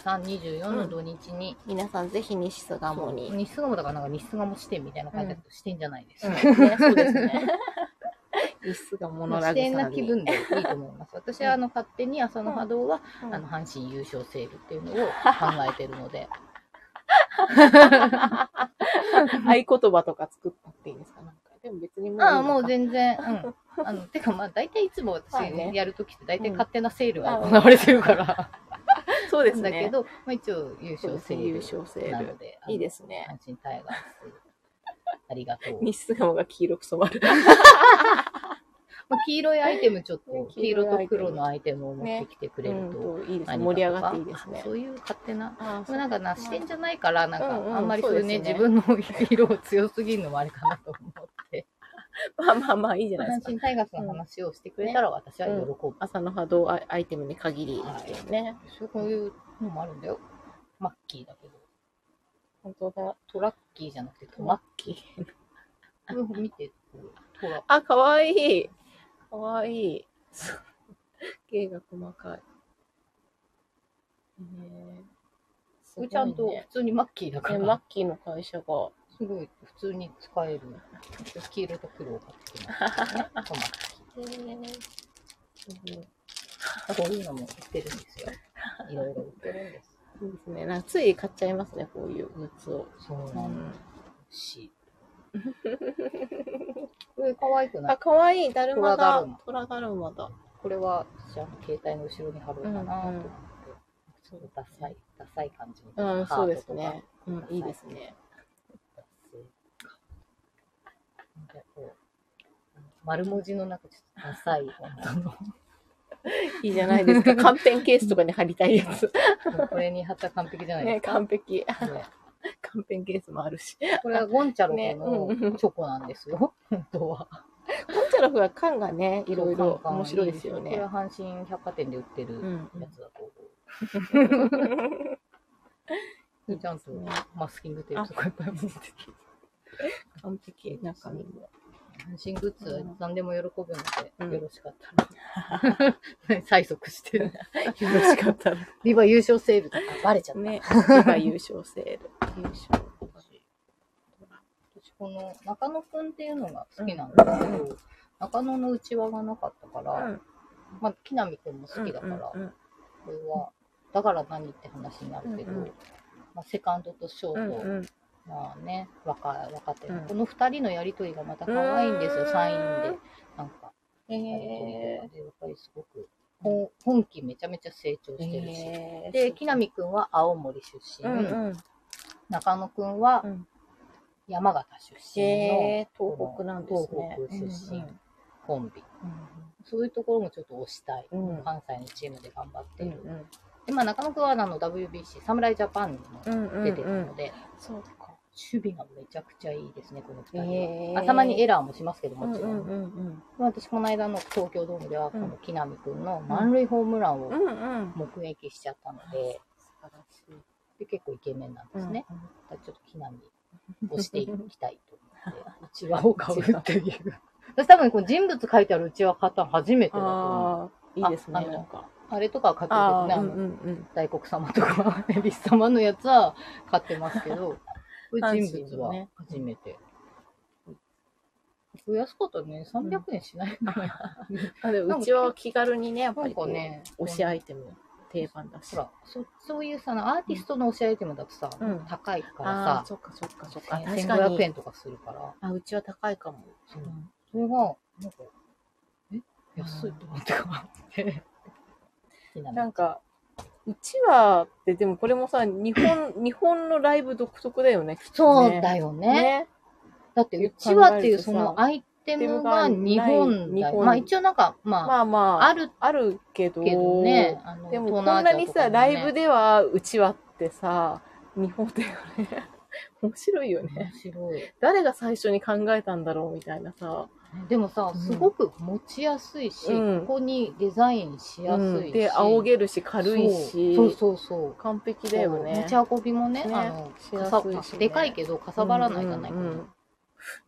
Speaker 1: 24の土日に、
Speaker 2: 皆さんぜひ西巣
Speaker 1: そ
Speaker 2: 鴨
Speaker 1: う
Speaker 2: に。
Speaker 1: 日巣鴨だからなんか日巣鴨支店みたいな感じだけど、支店じゃない です。
Speaker 2: ね、そうで すね。西巣鴨
Speaker 1: ま
Speaker 2: の
Speaker 1: あ
Speaker 2: ラ
Speaker 1: 支
Speaker 2: グ
Speaker 1: 店
Speaker 2: サ
Speaker 1: な
Speaker 2: ーに
Speaker 1: 気分でいいと思い ます。私はあの勝手に朝の波動は
Speaker 2: うん
Speaker 1: あの阪神優勝セールって いうのを考えてるので、
Speaker 2: 合言葉とか作ったっていいんですかなんか。でも別にもういいのか。
Speaker 1: ああ、もう全然、 うん。あの、てかまあ、大体いつも私
Speaker 2: はいね
Speaker 1: やるときって大体勝手なセールが行われてる から、
Speaker 2: そうです
Speaker 1: だ
Speaker 2: ね。
Speaker 1: けど、まあ一応優
Speaker 2: そ
Speaker 1: 勝
Speaker 2: うです
Speaker 1: セ
Speaker 2: ね、優
Speaker 1: ー
Speaker 2: 勝セ
Speaker 1: ルな
Speaker 2: ー
Speaker 1: の
Speaker 2: ル。
Speaker 1: で、。
Speaker 2: いいですすね。
Speaker 1: 阪神タイガース、ありがとう。
Speaker 2: 西巣鴨が黄色く染まる。
Speaker 1: まあ、黄色いアイテムちょっと、
Speaker 2: 黄
Speaker 1: 黄
Speaker 2: 色い
Speaker 1: 色
Speaker 2: アイテム
Speaker 1: と黒のアイテムを持ってきてくれると、
Speaker 2: うんといいで
Speaker 1: 何かとか
Speaker 2: すね。盛り上がっていいですね。
Speaker 1: そういう勝手な。
Speaker 2: あ
Speaker 1: まあ、なんかな、してんじゃないから、なんか、
Speaker 2: うんうん
Speaker 1: あんまりそういうね、
Speaker 2: そうで
Speaker 1: 自
Speaker 2: すね
Speaker 1: 分の色を強すぎるのもあれかなと思 って。
Speaker 2: まあまあまあ、いいじゃないで
Speaker 1: 阪
Speaker 2: すか。
Speaker 1: 神タイガースの話をしてくれたら私は喜ぶ。
Speaker 2: 朝の波動アイテムに限りですよね。
Speaker 1: そういうのもあるんだよ。マッキーだけど。
Speaker 2: 本当だ。
Speaker 1: トラッキーじゃなくてトマッキー。うん見て、トラ。
Speaker 2: あ、かわいい。かわいい。そう芸が細かい。ねえすごいね
Speaker 1: ちゃんと普通にマッキーだか
Speaker 2: ね、
Speaker 1: ら、
Speaker 2: マッキーの会社が。
Speaker 1: すごい普通に使える。黄色と黒を買ってきました、ね。ト マッキー。こういうのも売ってるんです よ。いろいろ売ってるんです。
Speaker 2: いいですね。なんかつい買っちゃいますね、こういうグッズを。
Speaker 1: そう
Speaker 2: う
Speaker 1: なん
Speaker 2: ん
Speaker 1: ですし。 これ可愛くな
Speaker 2: あ、
Speaker 1: い
Speaker 2: かわいい、だるまだ。トラだるまだ。
Speaker 1: これは、じゃあ携帯の後ろに貼ろうかなと思って。そうダサい、ダサい感じの
Speaker 2: うん、
Speaker 1: ハ
Speaker 2: そう
Speaker 1: ー
Speaker 2: で
Speaker 1: ト
Speaker 2: す
Speaker 1: とか
Speaker 2: ね。うん、いいですね。
Speaker 1: なんかこう丸文字の中ちょっとダ サい本
Speaker 2: いいじゃないですか。カンペンケースとかに貼りたいやつ。
Speaker 1: 当のこれに貼ったら完璧じゃないです
Speaker 2: ね、
Speaker 1: か、
Speaker 2: 完
Speaker 1: ね
Speaker 2: 璧。カンペンケースもあるし。
Speaker 1: これはゴンチャロ
Speaker 2: ね
Speaker 1: フ
Speaker 2: う
Speaker 1: のチョコなんですよ、本当は
Speaker 2: コンチャロフは缶がね、いろいろ
Speaker 1: カンカン
Speaker 2: 面白いですよ
Speaker 1: これ
Speaker 2: ね。
Speaker 1: は阪神百貨店で売ってる
Speaker 2: うん。
Speaker 1: やつだと思う、ちゃんと
Speaker 2: ね
Speaker 1: マスキングテープとかいっぱい持ってて
Speaker 2: 完璧。中身も。
Speaker 1: 阪神グッズは何でも喜ぶ
Speaker 2: う
Speaker 1: の
Speaker 2: ん
Speaker 1: で、よろしかったら、 催促してる
Speaker 2: よろしかったら。
Speaker 1: リバ優勝セールとかバレちゃった、
Speaker 2: ね、今優勝セール。優勝。
Speaker 1: 私この中野くんっていうのが好きなんですけど、中野のうちわがなかったから、まあ、木南くんも好きだから、
Speaker 2: うんうん
Speaker 1: これは、だから何って話になるけど、
Speaker 2: うんうん
Speaker 1: まあ、セカンドとショ
Speaker 2: う
Speaker 1: ー
Speaker 2: ん
Speaker 1: ト、
Speaker 2: うん
Speaker 1: まあね、若い若手の、
Speaker 2: うん
Speaker 1: この2人のやりとりがまた可愛いんですよ、
Speaker 2: うーん
Speaker 1: サインで。なんか、
Speaker 2: へ
Speaker 1: やりとりとか
Speaker 2: え
Speaker 1: で、やっぱりすごく、ほん本気めちゃめちゃ成長してるし。
Speaker 2: へえ
Speaker 1: で、木南くんは青森出身、
Speaker 2: うんうん
Speaker 1: 中野くんは
Speaker 2: うん
Speaker 1: 山形出身の
Speaker 2: へえ東北なんですね
Speaker 1: 東北出身
Speaker 2: うん
Speaker 1: コンビ。そういうところもちょっと推したい。
Speaker 2: うんうん
Speaker 1: 関西のチームで頑張って
Speaker 2: う
Speaker 1: い
Speaker 2: ん
Speaker 1: る。で、まあ、中野くんはあの WBC、侍ジャパンにも
Speaker 2: うんうんうん
Speaker 1: 出てるので、
Speaker 2: そうか
Speaker 1: 守備がめちゃくちゃいいですね、この2人は。
Speaker 2: へ
Speaker 1: まあたまにエ
Speaker 2: え
Speaker 1: ラーもしますけど、
Speaker 2: うん
Speaker 1: も
Speaker 2: う
Speaker 1: ちろん。
Speaker 2: んうんうん
Speaker 1: まあ私、この間の東京ドームでは、こ
Speaker 2: うん
Speaker 1: の木南くんの満塁ホームラン
Speaker 2: う
Speaker 1: を
Speaker 2: んうん
Speaker 1: 目撃しちゃったので、
Speaker 2: 素晴らしい
Speaker 1: で結構イケメンなんですね。
Speaker 2: うんうん
Speaker 1: だからちょっと木南をしていきたいと思 って、うちわを買うっていう。私多分この人物書いてあるうちわ買ったの初めてだと思う。
Speaker 2: ああいいですね
Speaker 1: ああの
Speaker 2: なんか
Speaker 1: あれとかは買って
Speaker 2: あ
Speaker 1: るけ
Speaker 2: あ
Speaker 1: ど
Speaker 2: う
Speaker 1: ね
Speaker 2: ん
Speaker 1: あの、
Speaker 2: うんうん
Speaker 1: 大黒様とか、恵比寿様のやつは買ってますけ ど、これ人物は初めて。これ安かったね、300円しないかな。
Speaker 2: あでもうちは気軽にねやっぱ
Speaker 1: なん
Speaker 2: りこ
Speaker 1: か
Speaker 2: う
Speaker 1: ね、
Speaker 2: 推しアイテム定番だし
Speaker 1: ほらそ、そういうさ、アーティストのおしアイテムだとさ、
Speaker 2: うん
Speaker 1: 高いから
Speaker 2: あ
Speaker 1: さ、
Speaker 2: あそっかそっかそっか確か
Speaker 1: 1500
Speaker 2: に
Speaker 1: 円とかするから、
Speaker 2: あうちは高いかも
Speaker 1: そうそれが、なんか、え安いと思って買って。好きな
Speaker 2: な
Speaker 1: の
Speaker 2: んか、うちわって、でもこれもさ、日 本、日本のライブ独特だよね。
Speaker 1: そうだよね。
Speaker 2: ね。
Speaker 1: だって、うちわっていうそのアイテムが日本
Speaker 2: 日
Speaker 1: だよ。
Speaker 2: 本
Speaker 1: まあ一応なんか、まあ、
Speaker 2: まあまあ、
Speaker 1: あ
Speaker 2: あ
Speaker 1: る
Speaker 2: るけど、
Speaker 1: けどね。あの
Speaker 2: でも
Speaker 1: 東
Speaker 2: こん
Speaker 1: 南
Speaker 2: な
Speaker 1: アジア
Speaker 2: に
Speaker 1: とか
Speaker 2: さ、
Speaker 1: もね
Speaker 2: ライブではうちわってさ、日本だよね。 面白いよね。
Speaker 1: 面白い。
Speaker 2: 誰が最初に考えたんだろうみたいなさ。
Speaker 1: でもさ、
Speaker 2: うん
Speaker 1: すごく持ちやすいし、
Speaker 2: うん
Speaker 1: ここにデザインしやすいし。
Speaker 2: うんで、仰げるし、軽いし、
Speaker 1: そうそうそうそう。
Speaker 2: 完璧だよね。
Speaker 1: そう持ち運びもね、
Speaker 2: ね
Speaker 1: あの、
Speaker 2: しやすいしね
Speaker 1: かさかさでかいけど、かさばらないじゃないか
Speaker 2: うん
Speaker 1: な
Speaker 2: うんうん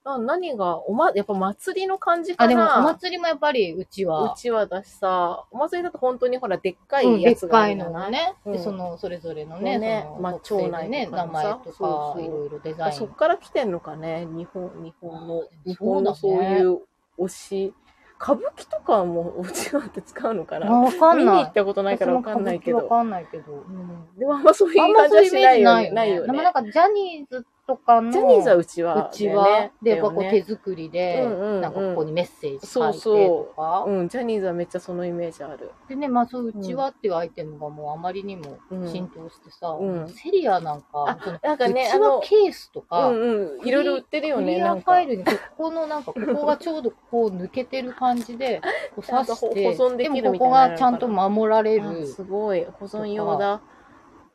Speaker 2: な何が、おま、やっぱ祭りの感じか
Speaker 1: あ、でも
Speaker 2: な。
Speaker 1: お祭りもやっぱりうちは
Speaker 2: う、ちはだしさ、お祭りだと本当にほら、でっか
Speaker 1: うん
Speaker 2: い
Speaker 1: で
Speaker 2: や
Speaker 1: っ
Speaker 2: つが
Speaker 1: か
Speaker 2: ある
Speaker 1: い
Speaker 2: じゃ
Speaker 1: の
Speaker 2: な
Speaker 1: が
Speaker 2: い、
Speaker 1: ね、
Speaker 2: うん
Speaker 1: でそのそれぞれのね、
Speaker 2: ね
Speaker 1: その
Speaker 2: まあ
Speaker 1: 特性でね、
Speaker 2: 町内と
Speaker 1: 名
Speaker 2: かのさ
Speaker 1: 前と
Speaker 2: そ
Speaker 1: か
Speaker 2: うそう
Speaker 1: いろいろデザイン。
Speaker 2: そっから来てんのかね、日本、日本の、
Speaker 1: あー
Speaker 2: 日本の
Speaker 1: そう
Speaker 2: そう
Speaker 1: だね
Speaker 2: いう推し。歌舞伎とかもう ちわって使うのか
Speaker 1: あ
Speaker 2: な
Speaker 1: わか
Speaker 2: 見
Speaker 1: ん
Speaker 2: に
Speaker 1: な
Speaker 2: 行っ
Speaker 1: い。
Speaker 2: たことないからわかんないけ
Speaker 1: わ
Speaker 2: ど。
Speaker 1: かんないけど。
Speaker 2: うんでもあんまそういう
Speaker 1: あんま
Speaker 2: 感じ
Speaker 1: そう
Speaker 2: は
Speaker 1: いうイメー
Speaker 2: しな
Speaker 1: ジ
Speaker 2: いよ
Speaker 1: な
Speaker 2: ね。
Speaker 1: いよね。でもなんかジャニーズとかの
Speaker 2: ジャニーズはうちは、
Speaker 1: うちは、で、やっぱこう手
Speaker 2: ね、
Speaker 1: 作りで、
Speaker 2: うんうんうん
Speaker 1: なんかここにメッセージ書いて
Speaker 2: そう
Speaker 1: と
Speaker 2: そ
Speaker 1: か。
Speaker 2: うん、ジャニーズはめっちゃそのイメージある。
Speaker 1: でね、まあそう、うちはっていうアイテムがもうあまりにも浸透してさ、
Speaker 2: うん
Speaker 1: セリアなんか
Speaker 2: あ、
Speaker 1: その
Speaker 2: なんかね、
Speaker 1: う
Speaker 2: あ
Speaker 1: ちは
Speaker 2: の、
Speaker 1: ケースとか、
Speaker 2: うんうん、いろいろ売ってるよ
Speaker 1: ク
Speaker 2: ね、
Speaker 1: リ
Speaker 2: な
Speaker 1: ア
Speaker 2: ん
Speaker 1: フ
Speaker 2: か
Speaker 1: ァイ。ルにここのなんか、ここがちょうどこう抜けてる感じ で、こう刺して、
Speaker 2: なんか保存でき
Speaker 1: もこ
Speaker 2: るみたいな
Speaker 1: こがちゃんと守られ
Speaker 2: あ
Speaker 1: る。
Speaker 2: すごい、保存用だ。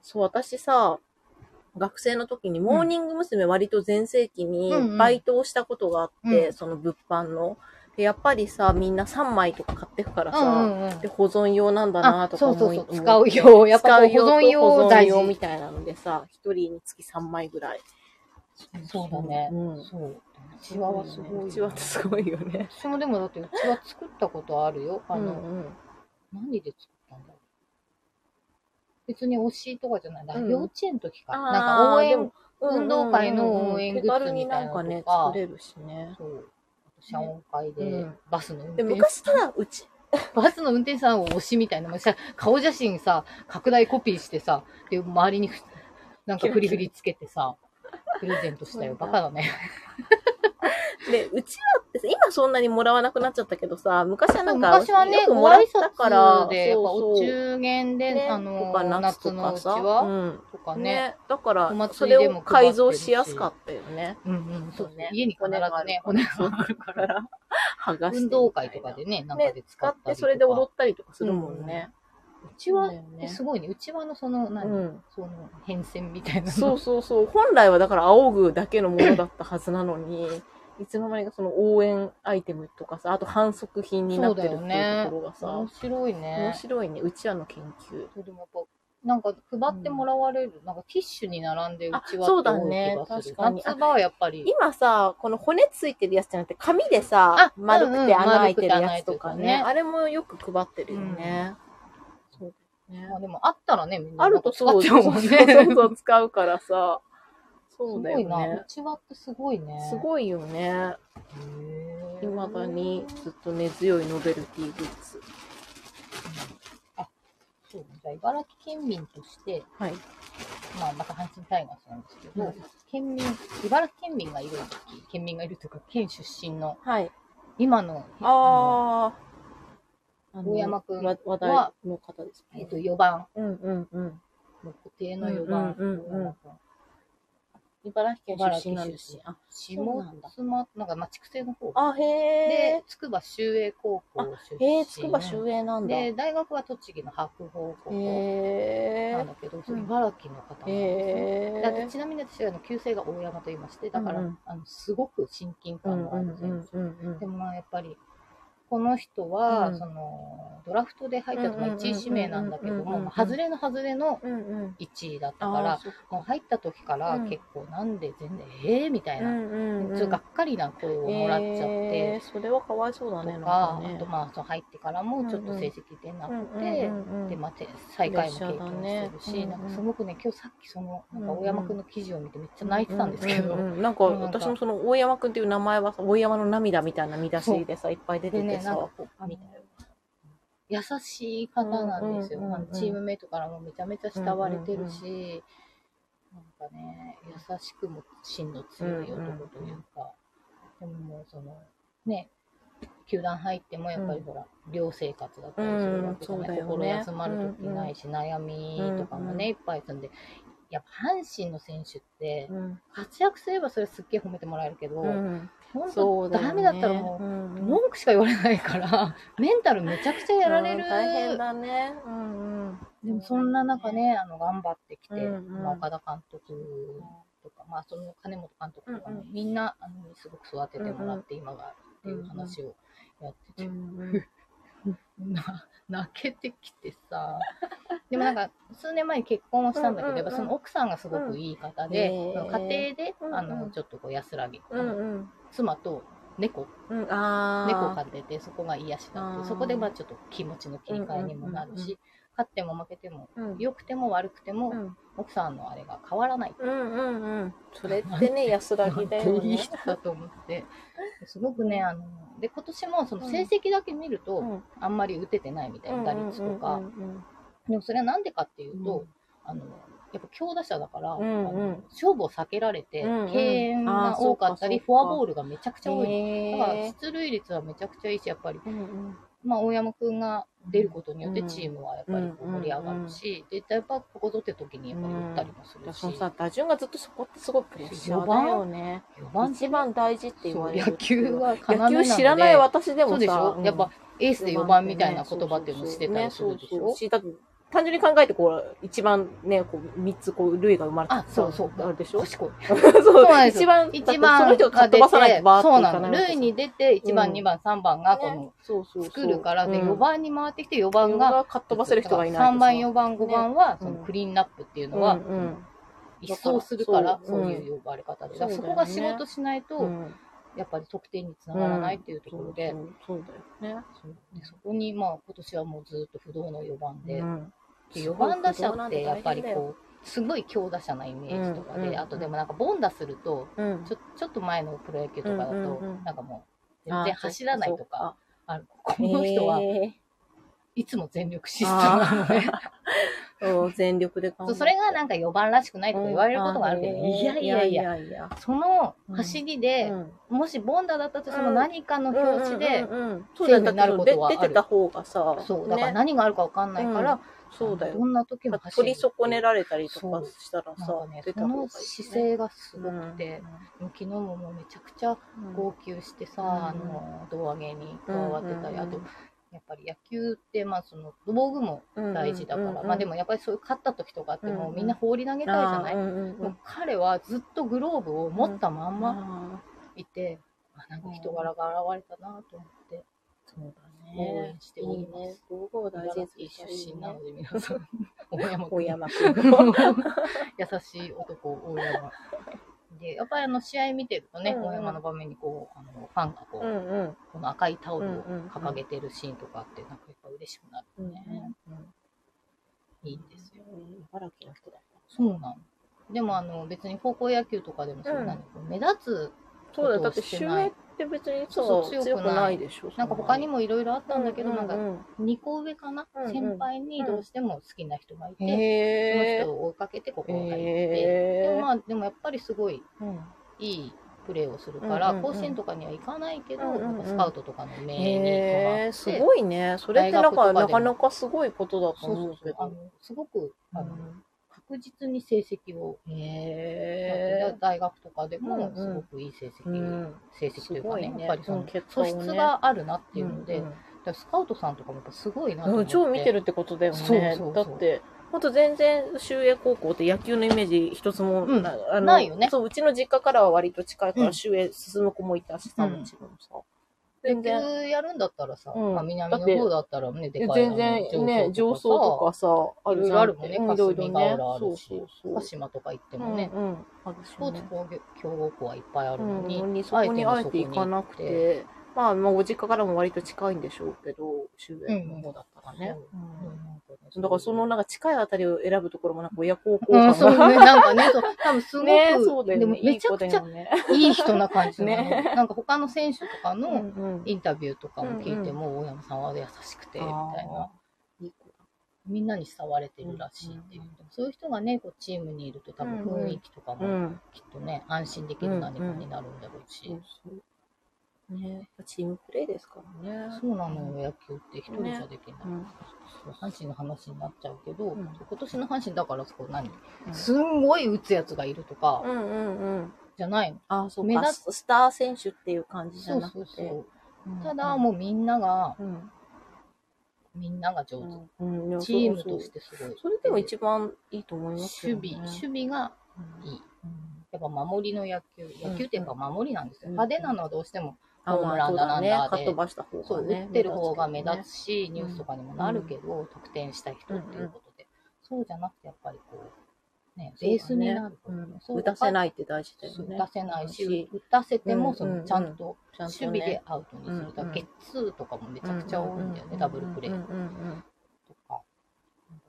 Speaker 2: そう、私さ、学生の時に、モーニング娘。割と全盛期に
Speaker 1: うんうん
Speaker 2: バイトをしたことがあって、
Speaker 1: うん
Speaker 2: その物販の。でやっぱりさ、みんな3枚とか買ってくから
Speaker 1: う
Speaker 2: さ、
Speaker 1: んうんうん
Speaker 2: で。保存用なんだな
Speaker 1: あ、
Speaker 2: とか
Speaker 1: そ
Speaker 2: 思
Speaker 1: う
Speaker 2: い
Speaker 1: そうそう、
Speaker 2: 思
Speaker 1: 使う用。やっぱこう
Speaker 2: 使う
Speaker 1: 保存
Speaker 2: 用と
Speaker 1: 用
Speaker 2: 保存
Speaker 1: 大
Speaker 2: 用み
Speaker 1: 事。
Speaker 2: たいなのでさ、一人につき3枚ぐらい。
Speaker 1: そうだね。
Speaker 2: うん
Speaker 1: そう。うちわはすごいよね。
Speaker 2: うちわってすごいよね。
Speaker 1: 私もでもだってうちは作ったことあるよ。あ
Speaker 2: う
Speaker 1: の、
Speaker 2: んうん
Speaker 1: 何で作ったんだろう。別に推しとかじゃないな。
Speaker 2: うん
Speaker 1: 幼稚園の時か。
Speaker 2: あー
Speaker 1: なんか応
Speaker 2: で
Speaker 1: 援
Speaker 2: も、うんうんうん
Speaker 1: 運動会の応援グッズみたいなのとか
Speaker 2: 手軽になんかね、作れるしね。
Speaker 1: そう。謝恩会で、
Speaker 2: うん
Speaker 1: バスの運
Speaker 2: で、
Speaker 1: 転
Speaker 2: 昔さ、うち、
Speaker 1: バスの運転手さんを推しみたいなもんさ、顔写真さ、拡大コピーしてさ、で、周りにふ、なんかフリフリつけてさ、プレゼントしたよ。
Speaker 2: そう
Speaker 1: バ
Speaker 2: だ
Speaker 1: カだね。
Speaker 2: で、うちはってさ、今そんなにもらわなくなっちゃったけどさ、昔はなんか、
Speaker 1: 昔はね、
Speaker 2: よく
Speaker 1: ご
Speaker 2: もらっ
Speaker 1: 挨
Speaker 2: たから
Speaker 1: 拶、で、やっぱ
Speaker 2: そう
Speaker 1: お
Speaker 2: そう
Speaker 1: 中元で、
Speaker 2: ね
Speaker 1: あの
Speaker 2: とか、夏
Speaker 1: 夏
Speaker 2: と
Speaker 1: の
Speaker 2: か
Speaker 1: うち
Speaker 2: さ、
Speaker 1: は、
Speaker 2: うん
Speaker 1: とかね
Speaker 2: ね、だか
Speaker 1: お
Speaker 2: ら、そ
Speaker 1: 祭り
Speaker 2: れ
Speaker 1: で
Speaker 2: を
Speaker 1: も配ってるし
Speaker 2: 改造しやすかったよね。
Speaker 1: うんうん、そう
Speaker 2: そうね
Speaker 1: ね。家に必ずね、骨
Speaker 2: 骨が
Speaker 1: が
Speaker 2: あ
Speaker 1: あるか。
Speaker 2: だからら、剥がし
Speaker 1: 運
Speaker 2: てみたいな。
Speaker 1: 動会とかでね、なんかで使
Speaker 2: 使
Speaker 1: っ
Speaker 2: ったて、
Speaker 1: りとか。
Speaker 2: それで踊ったりとかするもんね。
Speaker 1: うちは、
Speaker 2: そうだよね
Speaker 1: すごいね。うちはのその、
Speaker 2: う
Speaker 1: 何、
Speaker 2: ん。
Speaker 1: その変遷みたいなの。
Speaker 2: そうそうそう。本来はだから仰ぐだけのものだったはずなのに、いつの間にかその応援アイテムとかさ、あと反則品になってるっていうところがさ、
Speaker 1: 面白い
Speaker 2: 面
Speaker 1: ね。
Speaker 2: 白いね。うちわの研究。
Speaker 1: でもやっぱ、なんか配ってもらわれる、なんかティッシュに並んでうちは
Speaker 2: あそうだね
Speaker 1: って多い気がする
Speaker 2: 確かに
Speaker 1: 夏場はやっぱり、
Speaker 2: 今さ、この骨ついてるやつじゃなくて、紙でさ
Speaker 1: あ、
Speaker 2: 丸
Speaker 1: うん
Speaker 2: く
Speaker 1: うん
Speaker 2: て穴開いてるやつとか
Speaker 1: 丸くて穴開いてるやつとか
Speaker 2: ね
Speaker 1: ね。
Speaker 2: あれもよく配ってるよね。そうだよね
Speaker 1: まあでもあったらね、みんな
Speaker 2: あるとそう、
Speaker 1: 使っちゃうもんね。
Speaker 2: そうそうそう使うからさ。 そう
Speaker 1: す
Speaker 2: だ
Speaker 1: ごい
Speaker 2: よ
Speaker 1: な。う
Speaker 2: ね。
Speaker 1: ちわってすごいね。
Speaker 2: すごいよね。
Speaker 1: へ
Speaker 2: い
Speaker 1: ー
Speaker 2: まだにずっと根強いノベルティグッズ。
Speaker 1: そうじゃあ茨城県民として、
Speaker 2: はい。
Speaker 1: まあ、また阪神タイガースなんですけど、
Speaker 2: うん
Speaker 1: 県民、茨城県民がいる時、県民がいるというか、県出身の、
Speaker 2: はい。
Speaker 1: 今の、の
Speaker 2: ああ。
Speaker 1: 大山くん
Speaker 2: わ話題
Speaker 1: は
Speaker 2: の方です
Speaker 1: えっ
Speaker 2: ね。
Speaker 1: と、4番、
Speaker 2: うんうんうん。
Speaker 1: もう固定の4番、
Speaker 2: うんうんうんうん茨城県出身なんですね。あ、
Speaker 1: 下妻、なんか、まあ、畜生の方。
Speaker 2: あへ
Speaker 1: で
Speaker 2: え。、
Speaker 1: 筑波修営高校出身。
Speaker 2: へえ、つくば周営なんだ。へ
Speaker 1: で、大学は栃木の白鵬高校な
Speaker 2: え
Speaker 1: ん。だけど、そううん茨城の方なんです
Speaker 2: へ
Speaker 1: ね。だって
Speaker 2: え。
Speaker 1: ちなみに私はあの旧姓が大山と言いまして、だから、
Speaker 2: うんうん
Speaker 1: あのすごく親近
Speaker 2: う
Speaker 1: 感
Speaker 2: ん
Speaker 1: の
Speaker 2: う
Speaker 1: あ
Speaker 2: ん
Speaker 1: る選手。
Speaker 2: うんうん
Speaker 1: でもまあやっぱりこの人は、
Speaker 2: うん
Speaker 1: そのドラフトで入ったの
Speaker 2: うん
Speaker 1: が
Speaker 2: うんうんうん
Speaker 1: 1位指名なんだけど
Speaker 2: うんうんうん
Speaker 1: も、外れの外れの
Speaker 2: うん。うんうん。
Speaker 1: 1位だったか
Speaker 2: あ
Speaker 1: ら
Speaker 2: ー、、そっ
Speaker 1: もう入った時から
Speaker 2: うん
Speaker 1: 結構なんで全然、ええー、みたい
Speaker 2: うん
Speaker 1: な、
Speaker 2: うんうん。
Speaker 1: ちょっとがっかりな声をもらっちゃって。
Speaker 2: えーそれはかわいそうだね、
Speaker 1: とか
Speaker 2: なんか
Speaker 1: あと
Speaker 2: ね。
Speaker 1: まあそう入ってからもちょっと成績出なくて、で
Speaker 2: で
Speaker 1: まあて再会も経
Speaker 2: プレッシャーだ
Speaker 1: 験
Speaker 2: ね
Speaker 1: してるし、
Speaker 2: うんうん
Speaker 1: なんかすごくね今日さっきそのなんか大山くんの記事を見てめっちゃ泣いてたんですけど、
Speaker 2: うんうんうんなんか私もその大山くんっていう名前はさ大山の涙みたいな見出しでさいっぱい出て
Speaker 1: で
Speaker 2: て
Speaker 1: ねなん
Speaker 2: さ
Speaker 1: かこう見て優しい方なんですよ、
Speaker 2: うんうんうんうん
Speaker 1: あのチームメイトからもめちゃめちゃ慕われてるし、なんかね優しくも芯の強い男というか、でももうそのね球団入ってもやっぱりほら、寮生活だったりするわけじゃない、
Speaker 2: うんそうだよ
Speaker 1: 心
Speaker 2: ね
Speaker 1: 休まるときないし、悩みとかもね、
Speaker 2: うん
Speaker 1: いっぱいするんでやっぱ阪神の選手って
Speaker 2: うん
Speaker 1: 活躍すればそれすっげえ褒めてもらえるけど、
Speaker 2: うん
Speaker 1: 本
Speaker 2: そ
Speaker 1: 当
Speaker 2: うだよね
Speaker 1: ダメだったらもう
Speaker 2: うんうん
Speaker 1: 文句しか言われないから、 メンタルめちゃくちゃやられる。
Speaker 2: うん大変だねうんうん
Speaker 1: でもそんな中ね、あの、頑張ってきて、
Speaker 2: うんうん
Speaker 1: まあ岡田監督とか、まあ、その金本監督とかね、
Speaker 2: うん
Speaker 1: みんな、あの、すごく育ててもらって、今があるっていう話をやってて、
Speaker 2: うんうん
Speaker 1: な泣けてきてさ、 でもなんか、数年前に結婚をしたんだけど、
Speaker 2: うんうんう
Speaker 1: やっ
Speaker 2: ん
Speaker 1: ぱその奥さんがすごくいい方で、
Speaker 2: うんへー
Speaker 1: 家庭で、あ
Speaker 2: うんう
Speaker 1: の、
Speaker 2: ん
Speaker 1: ちょっとこう安らぎ、あ
Speaker 2: う
Speaker 1: の
Speaker 2: んうん
Speaker 1: 妻と猫
Speaker 2: うんあー
Speaker 1: 猫を飼ってて、そこが癒しだっ
Speaker 2: あー
Speaker 1: て、そこでまあちょっと気持ちの切り替えにもなる
Speaker 2: うんうんうんう
Speaker 1: し、勝っても負けても、
Speaker 2: うん
Speaker 1: 良くても悪くても、
Speaker 2: うん
Speaker 1: 奥さんのあれが変わらない。
Speaker 2: うんうんうんそれってね安らぎだ
Speaker 1: な
Speaker 2: よ
Speaker 1: んていい
Speaker 2: ね
Speaker 1: 人だと思って、すごくね、あの、で、今年もその成績だけ見ると、
Speaker 2: うん
Speaker 1: あんまり打ててないみたいな打率とか、
Speaker 2: うんうんうんうん
Speaker 1: でもそれはなんでかっていうと、
Speaker 2: うん
Speaker 1: あの、やっぱ強打者だから、
Speaker 2: うん
Speaker 1: あ
Speaker 2: う
Speaker 1: の
Speaker 2: ん
Speaker 1: 勝負を避けられて、
Speaker 2: うんうん
Speaker 1: 敬遠が多かったり、
Speaker 2: あー
Speaker 1: フ
Speaker 2: そう
Speaker 1: ォ
Speaker 2: か
Speaker 1: アボールがめちゃくちゃ多い。だから
Speaker 2: へ
Speaker 1: 出塁率はめちゃくちゃいいし、やっぱり、
Speaker 2: ーうんうん
Speaker 1: まあ、大山くんが出ることによってチームはやっぱりこう
Speaker 2: うん
Speaker 1: 盛り上がるし、で、やっぱここぞって時にやっぱり打ったりもす
Speaker 2: だか
Speaker 1: る
Speaker 2: ら
Speaker 1: し、
Speaker 2: そのさ、打順がずっとそこってすごいプレッシャーだよね。
Speaker 1: 4番
Speaker 2: 一番大事って言われる
Speaker 1: そう野球は要なの
Speaker 2: 野
Speaker 1: で
Speaker 2: 球知らない私でも
Speaker 1: そ
Speaker 2: さ、
Speaker 1: うでしょ、
Speaker 2: うん
Speaker 1: やっぱエースで4番みたいな言葉っていうのをしてたりするでし
Speaker 2: ねそうそう
Speaker 1: ょ
Speaker 2: しだって単純に考えて、こう、一番ね、こう、三つ、こう、類が生まれて
Speaker 1: あ、そうそう。
Speaker 2: あるでしょ
Speaker 1: 賢い。
Speaker 2: そう
Speaker 1: そうなんですよ
Speaker 2: 一番、
Speaker 1: 一
Speaker 2: だってその
Speaker 1: 番
Speaker 2: 人がか
Speaker 1: が
Speaker 2: っ飛
Speaker 1: 出て、
Speaker 2: ばさないとバーって
Speaker 1: そう
Speaker 2: い
Speaker 1: な
Speaker 2: か
Speaker 1: の。
Speaker 2: ないわけ
Speaker 1: ル
Speaker 2: さ
Speaker 1: ーに出て、1番、
Speaker 2: うん
Speaker 1: 2番、3番がこの、
Speaker 2: そうそうそう
Speaker 1: 作るから、で、
Speaker 2: うん
Speaker 1: 4番に回ってきて、4番
Speaker 2: 自分
Speaker 1: が、
Speaker 2: がかっ飛ばせる人がいない
Speaker 1: 3番、4番、5番は、
Speaker 2: う
Speaker 1: そ
Speaker 2: ん
Speaker 1: のクリーンナップっていう
Speaker 2: う
Speaker 1: の
Speaker 2: ん
Speaker 1: は、
Speaker 2: うん
Speaker 1: 一掃するから、
Speaker 2: そ
Speaker 1: そうういう呼ばれ方で。だからそ
Speaker 2: そ
Speaker 1: うこ
Speaker 2: だよね
Speaker 1: が仕事しないと、
Speaker 2: うん
Speaker 1: やっぱり得点につながらないっていうところで、
Speaker 2: そうだよね
Speaker 1: でそこに、まあ、今年はもうずっと不動の4番で
Speaker 2: う、ん
Speaker 1: で4番打者ってやっぱりこうすごい強打者なイメージとかで、
Speaker 2: うんうん
Speaker 1: あとでもなんかボンダすると
Speaker 2: うん
Speaker 1: ちょちょっと前のプロ野球とかだと、
Speaker 2: うんうんうん
Speaker 1: なんかもう
Speaker 2: あ
Speaker 1: 全
Speaker 2: ー
Speaker 1: 然走らないとかあるこ
Speaker 2: そうか
Speaker 1: の人は
Speaker 2: へー
Speaker 1: いつも全力疾走なのね
Speaker 2: そう全力で
Speaker 1: そうそれがなんか4番らしくないとか言われることがあるけど、いやいやいや
Speaker 2: や
Speaker 1: その走りで、もしボンダだったとしても
Speaker 2: うん
Speaker 1: 何かの表紙で、
Speaker 2: そう
Speaker 1: セ
Speaker 2: だよ
Speaker 1: ーフになることはある
Speaker 2: 出てた方がさ
Speaker 1: そうだから
Speaker 2: ね
Speaker 1: 何があるかわかんないから、
Speaker 2: うんそうだ
Speaker 1: ど
Speaker 2: よ
Speaker 1: んな時も走
Speaker 2: 取
Speaker 1: る
Speaker 2: り損ねられたりとかしたら
Speaker 1: な
Speaker 2: さ
Speaker 1: んかね
Speaker 2: 出た
Speaker 1: そ
Speaker 2: 方がいいよ
Speaker 1: の
Speaker 2: ね
Speaker 1: 姿勢がすごくて、もう昨日ももうめちゃくちゃ
Speaker 2: うん
Speaker 1: 号泣してさ、
Speaker 2: うん
Speaker 1: あの胴上げに加わってたり、
Speaker 2: うん
Speaker 1: あとやっぱり野球ってまあその道具も大事だから、まあでもやっぱりそういう勝った時とかってもうみんな放り投げたいじゃない、
Speaker 2: あーうんうん
Speaker 1: もう彼はずっとグローブを持ったまんま
Speaker 2: ま
Speaker 1: いて、あなんか人柄が現れたなと思って
Speaker 2: そうだ
Speaker 1: 応
Speaker 2: ね
Speaker 1: 援しております。
Speaker 2: いいね道具を大事にす
Speaker 1: 茨城
Speaker 2: る人はいい
Speaker 1: 出身な
Speaker 2: ね
Speaker 1: ので皆さん、大山
Speaker 2: 大
Speaker 1: 君
Speaker 2: 山君
Speaker 1: 優しい男、大山。で、やっぱりあの試合見てるとね、
Speaker 2: うんうん
Speaker 1: 大山の場面にこう、あのファンがこう、
Speaker 2: うんうん
Speaker 1: この赤いタオル
Speaker 2: うん
Speaker 1: を
Speaker 2: うん
Speaker 1: 掲げてるシーンとかって、なんかやっぱ嬉しくなるよね。いいんですよ。
Speaker 2: 茨城の人だ
Speaker 1: そうなの。でもあの別に高校野球とかでもそんなにこう目立
Speaker 2: そうだよだって襲名って別にさ
Speaker 1: そう
Speaker 2: 強
Speaker 1: 強くない
Speaker 2: くないでしょ
Speaker 1: つ、なんか他に
Speaker 2: も
Speaker 1: もいろいろあったんだけど、なん
Speaker 2: う
Speaker 1: か
Speaker 2: ん
Speaker 1: 2校上かな
Speaker 2: うんうん
Speaker 1: 先輩にどうしても好きな人がい
Speaker 2: うん
Speaker 1: て、その
Speaker 2: へ
Speaker 1: 人を追いかけてここに入って、でも
Speaker 2: え
Speaker 1: まあでもやっぱりすごいいいプレーをするから、
Speaker 2: うんうんうん
Speaker 1: 甲子園とかには行かないけど、
Speaker 2: うんうんう
Speaker 1: なんんかスカウトとかの名に変わ
Speaker 2: へ
Speaker 1: っ
Speaker 2: え
Speaker 1: て、
Speaker 2: すごいねそれってなんか
Speaker 1: 大学とかでも
Speaker 2: なかなかすごいことだと
Speaker 1: そうそ
Speaker 2: 思う
Speaker 1: う
Speaker 2: け
Speaker 1: そうあの
Speaker 2: ど
Speaker 1: すごくあの、
Speaker 2: うん
Speaker 1: 確実に成績を、
Speaker 2: へえ
Speaker 1: 大学とかでも
Speaker 2: うんうん
Speaker 1: すごくいい成績、
Speaker 2: うん
Speaker 1: 成績というかねやっぱりその
Speaker 2: 結果を
Speaker 1: 素
Speaker 2: ね
Speaker 1: 質があるなっていうので、
Speaker 2: んん
Speaker 1: だからスカウトさんとかもやっぱすごいなと
Speaker 2: う
Speaker 1: 思っ
Speaker 2: ん、
Speaker 1: て、
Speaker 2: 超見てるってことだよね。
Speaker 1: そうそう
Speaker 2: だ
Speaker 1: そう
Speaker 2: って、ほんと全然、秀英高校って野球のイメージ一つも
Speaker 1: うん
Speaker 2: あの
Speaker 1: ないよね
Speaker 2: そう、うちの実家からは割と近いか
Speaker 1: う
Speaker 2: ら、
Speaker 1: ん
Speaker 2: 秀英進む子もいたしさ、
Speaker 1: う
Speaker 2: も
Speaker 1: ん
Speaker 2: ちろんさ。全
Speaker 1: 野球
Speaker 2: 然、
Speaker 1: やるんだったらさ、
Speaker 2: うん
Speaker 1: まあ、南の方だったらねでかい
Speaker 2: 全然ね、上
Speaker 1: 層
Speaker 2: 層とかさ、ある
Speaker 1: いろ
Speaker 2: じゃん。
Speaker 1: いろあるもんね
Speaker 2: うんいろい
Speaker 1: 霞
Speaker 2: ろ
Speaker 1: ヶ
Speaker 2: ね
Speaker 1: 浦あ。
Speaker 2: そ
Speaker 1: る
Speaker 2: う
Speaker 1: し
Speaker 2: そうそう
Speaker 1: 鹿。島とか行って
Speaker 2: う
Speaker 1: も
Speaker 2: ん、う
Speaker 1: ね、
Speaker 2: ん。あるしね
Speaker 1: スポーツ工業強豪校はいっぱいあるのに、
Speaker 2: うん、にそこにあえて行かなくて、まあ、まあ、ご実家からも割と近いんでしょうけど、秀英の方だったらね。うん
Speaker 1: う
Speaker 2: だからそのなんか近いあたりを選ぶところもなんか親孝行
Speaker 1: う
Speaker 2: 感
Speaker 1: ん、そう
Speaker 2: が、
Speaker 1: ね、なんかね、そう多分すごく、
Speaker 2: ねそうだよね。
Speaker 1: でもめちゃくちゃ
Speaker 2: ね。
Speaker 1: いい人な感じなの。
Speaker 2: ね
Speaker 1: なんか他の選手とか
Speaker 2: う
Speaker 1: の
Speaker 2: ん
Speaker 1: インタビューとかも聞いても、大山さんは優しくて、みたいな。
Speaker 2: いい子
Speaker 1: みんなに慕われてるらしいっていう。
Speaker 2: うんうん
Speaker 1: そういう人がね、こうチームにいると多分雰囲気とか
Speaker 2: う
Speaker 1: も
Speaker 2: ん。
Speaker 1: きっとね、安心できる何かになるんだろうし。
Speaker 2: ねチームプレーですからね。
Speaker 1: そうなのよ、野球って一人じゃできない。
Speaker 2: うん
Speaker 1: そう阪神の話になっちゃうけど、
Speaker 2: うん
Speaker 1: 今年の阪神だからそこ何、
Speaker 2: うん
Speaker 1: すんごい打つやつがいるとか、
Speaker 2: うんうんうん。
Speaker 1: じゃないの。
Speaker 2: あ、そう
Speaker 1: 目
Speaker 2: か。
Speaker 1: 立
Speaker 2: ススター選手っていう感じじ
Speaker 1: そ
Speaker 2: ゃ
Speaker 1: う
Speaker 2: な
Speaker 1: そう
Speaker 2: く
Speaker 1: そ
Speaker 2: て。
Speaker 1: う。
Speaker 2: うん
Speaker 1: ただ、もうみんなが、
Speaker 2: うん、
Speaker 1: みんなが上手。
Speaker 2: うんうん
Speaker 1: チームとしてすごい。
Speaker 2: それでも一番いいと思いますけど
Speaker 1: 守
Speaker 2: ね
Speaker 1: 備、守備がいい。やっぱ守りの野球、
Speaker 2: ん
Speaker 1: 野球ってやっぱ守りなんですよ。
Speaker 2: うん
Speaker 1: 派手なのはどうしても、
Speaker 2: あ
Speaker 1: ホームランだなんだで
Speaker 2: まあそうねかっ飛ばした方
Speaker 1: そ
Speaker 2: が
Speaker 1: う、
Speaker 2: ね。
Speaker 1: 打ってる方が目立
Speaker 2: つ
Speaker 1: つし、ニュースとかにもなるけど、得点したい人っていうことで。そうじゃなくて、やっぱりこう、ね、
Speaker 2: け
Speaker 1: ベ
Speaker 2: どね。
Speaker 1: ースになる
Speaker 2: う
Speaker 1: こと
Speaker 2: ん
Speaker 1: そう
Speaker 2: 打たせないって大事だよね。
Speaker 1: 打たせないし
Speaker 2: し、
Speaker 1: 打たせて
Speaker 2: う
Speaker 1: も、
Speaker 2: ん
Speaker 1: そ
Speaker 2: うんう
Speaker 1: の
Speaker 2: ん
Speaker 1: ちゃんと
Speaker 2: ちゃんとね
Speaker 1: 守備でアウトにす
Speaker 2: うんう
Speaker 1: る。
Speaker 2: ん
Speaker 1: だからゲッツーとかもめちゃくちゃ多いんだよね、ダブルプレ
Speaker 2: うん
Speaker 1: ー
Speaker 2: うんうん
Speaker 1: とか。なんか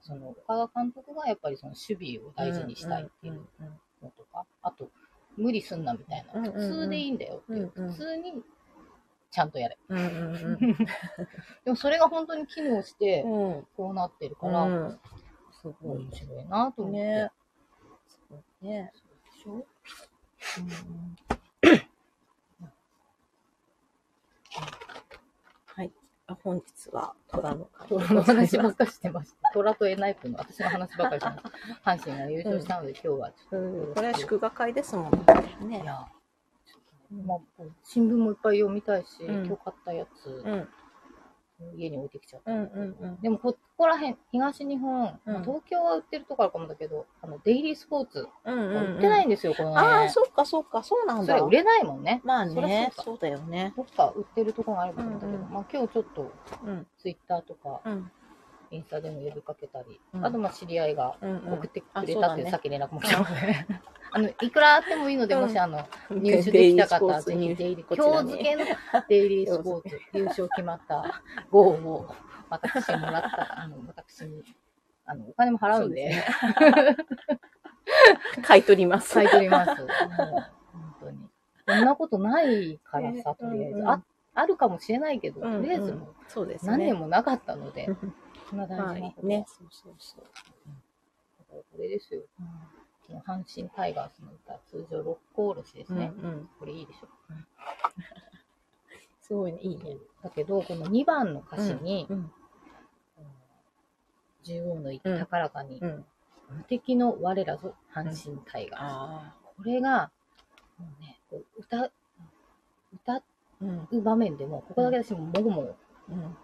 Speaker 1: その岡田監督がやっぱりその守備を大事にしたいっていうのとか、あと、無理すんなみたい
Speaker 2: うん
Speaker 1: な、
Speaker 2: うんうん
Speaker 1: 普通でいいんだよっていう、
Speaker 2: うんうん
Speaker 1: 普通にちゃんとやれ。
Speaker 2: うんうん
Speaker 1: でもそれが本当に機能して
Speaker 2: う、んうん
Speaker 1: こうなってるか
Speaker 2: う
Speaker 1: ら、
Speaker 2: んすごい
Speaker 1: 面白いなと思って
Speaker 2: ね。ね。
Speaker 1: でしょ
Speaker 2: はい。あ本日は虎の会
Speaker 1: 虎の話ばっかりしてま した。虎とエナイプの私の話ばっかりしてました。阪神が優勝したので、今日はちょっ
Speaker 2: うん、これは祝賀会ですもん
Speaker 1: と。い
Speaker 2: ね。
Speaker 1: や、まあ、新聞もいっぱい読みたいし、
Speaker 2: うん
Speaker 1: 今日買ったやつ
Speaker 2: う、ん、
Speaker 1: 家に置いてきちゃっ
Speaker 2: う
Speaker 1: た。
Speaker 2: ん、うん、
Speaker 1: でも、ここら辺、東日本、
Speaker 2: うん
Speaker 1: まあ東京は売ってるとこあるかもだけど、あのデイリースポーツ、
Speaker 2: うん、うん、
Speaker 1: 売ってないんですよ、この
Speaker 2: ああ、
Speaker 1: ね。
Speaker 2: そうか、そうか、そうなん
Speaker 1: そ
Speaker 2: だ
Speaker 1: れ。売れないもんね。
Speaker 2: まあ
Speaker 1: そりゃ
Speaker 2: ね、
Speaker 1: そうか
Speaker 2: そうだよね。
Speaker 1: どっか売ってるとこがあるかと思ったけど、
Speaker 2: うんうん
Speaker 1: まあ今日ちょっと
Speaker 2: うん、
Speaker 1: ツイッターとか
Speaker 2: うん、
Speaker 1: インスタでも呼びかけたり、
Speaker 2: うん
Speaker 1: あとまあ知り合いが
Speaker 2: うん、
Speaker 1: 送って
Speaker 2: あ
Speaker 1: くれ
Speaker 2: そう
Speaker 1: た
Speaker 2: だ
Speaker 1: っていう、
Speaker 2: ね
Speaker 1: さっき連絡も来たので。あの、いくらあってもいいので、
Speaker 2: うん
Speaker 1: もしあの、
Speaker 2: うん。
Speaker 1: 入手できた方は、ぜ
Speaker 2: デ
Speaker 1: ひデイ
Speaker 2: イリースポーツ
Speaker 1: リー、
Speaker 2: こち
Speaker 1: 今日
Speaker 2: らに
Speaker 1: 付けのデイリースポーツ、優勝決まった号を、私もらった、あの、私に、あの、お金も払うんで、
Speaker 2: 買い取ります。
Speaker 1: 買い取り ます。もう本当に。こんなことないからさ、とりあえ
Speaker 2: うんう
Speaker 1: ず。
Speaker 2: ん
Speaker 1: ああるかもしれないけど、とりあえず
Speaker 2: うんう
Speaker 1: も
Speaker 2: ん
Speaker 1: う
Speaker 2: そうですね。
Speaker 1: 何年もなかったので、
Speaker 2: うん
Speaker 1: そんな大
Speaker 2: は
Speaker 1: 事ないことは
Speaker 2: ね。そうそうそう。
Speaker 1: これですよ。この阪神タイガースの歌、通常六甲おろしです
Speaker 2: うん、う
Speaker 1: ね。
Speaker 2: ん。
Speaker 1: これいいでしょ。
Speaker 2: すごいねいいね。
Speaker 1: だけど、この2番の歌詞に、
Speaker 2: うん、
Speaker 1: 縦横の高らかに、
Speaker 2: うん。
Speaker 1: 無敵の我らぞ阪神タイガース。
Speaker 2: ああ。
Speaker 1: これが、もうね、こう歌、歌
Speaker 2: うん、
Speaker 1: う場面でも、ここだけ私ももごもご
Speaker 2: うん。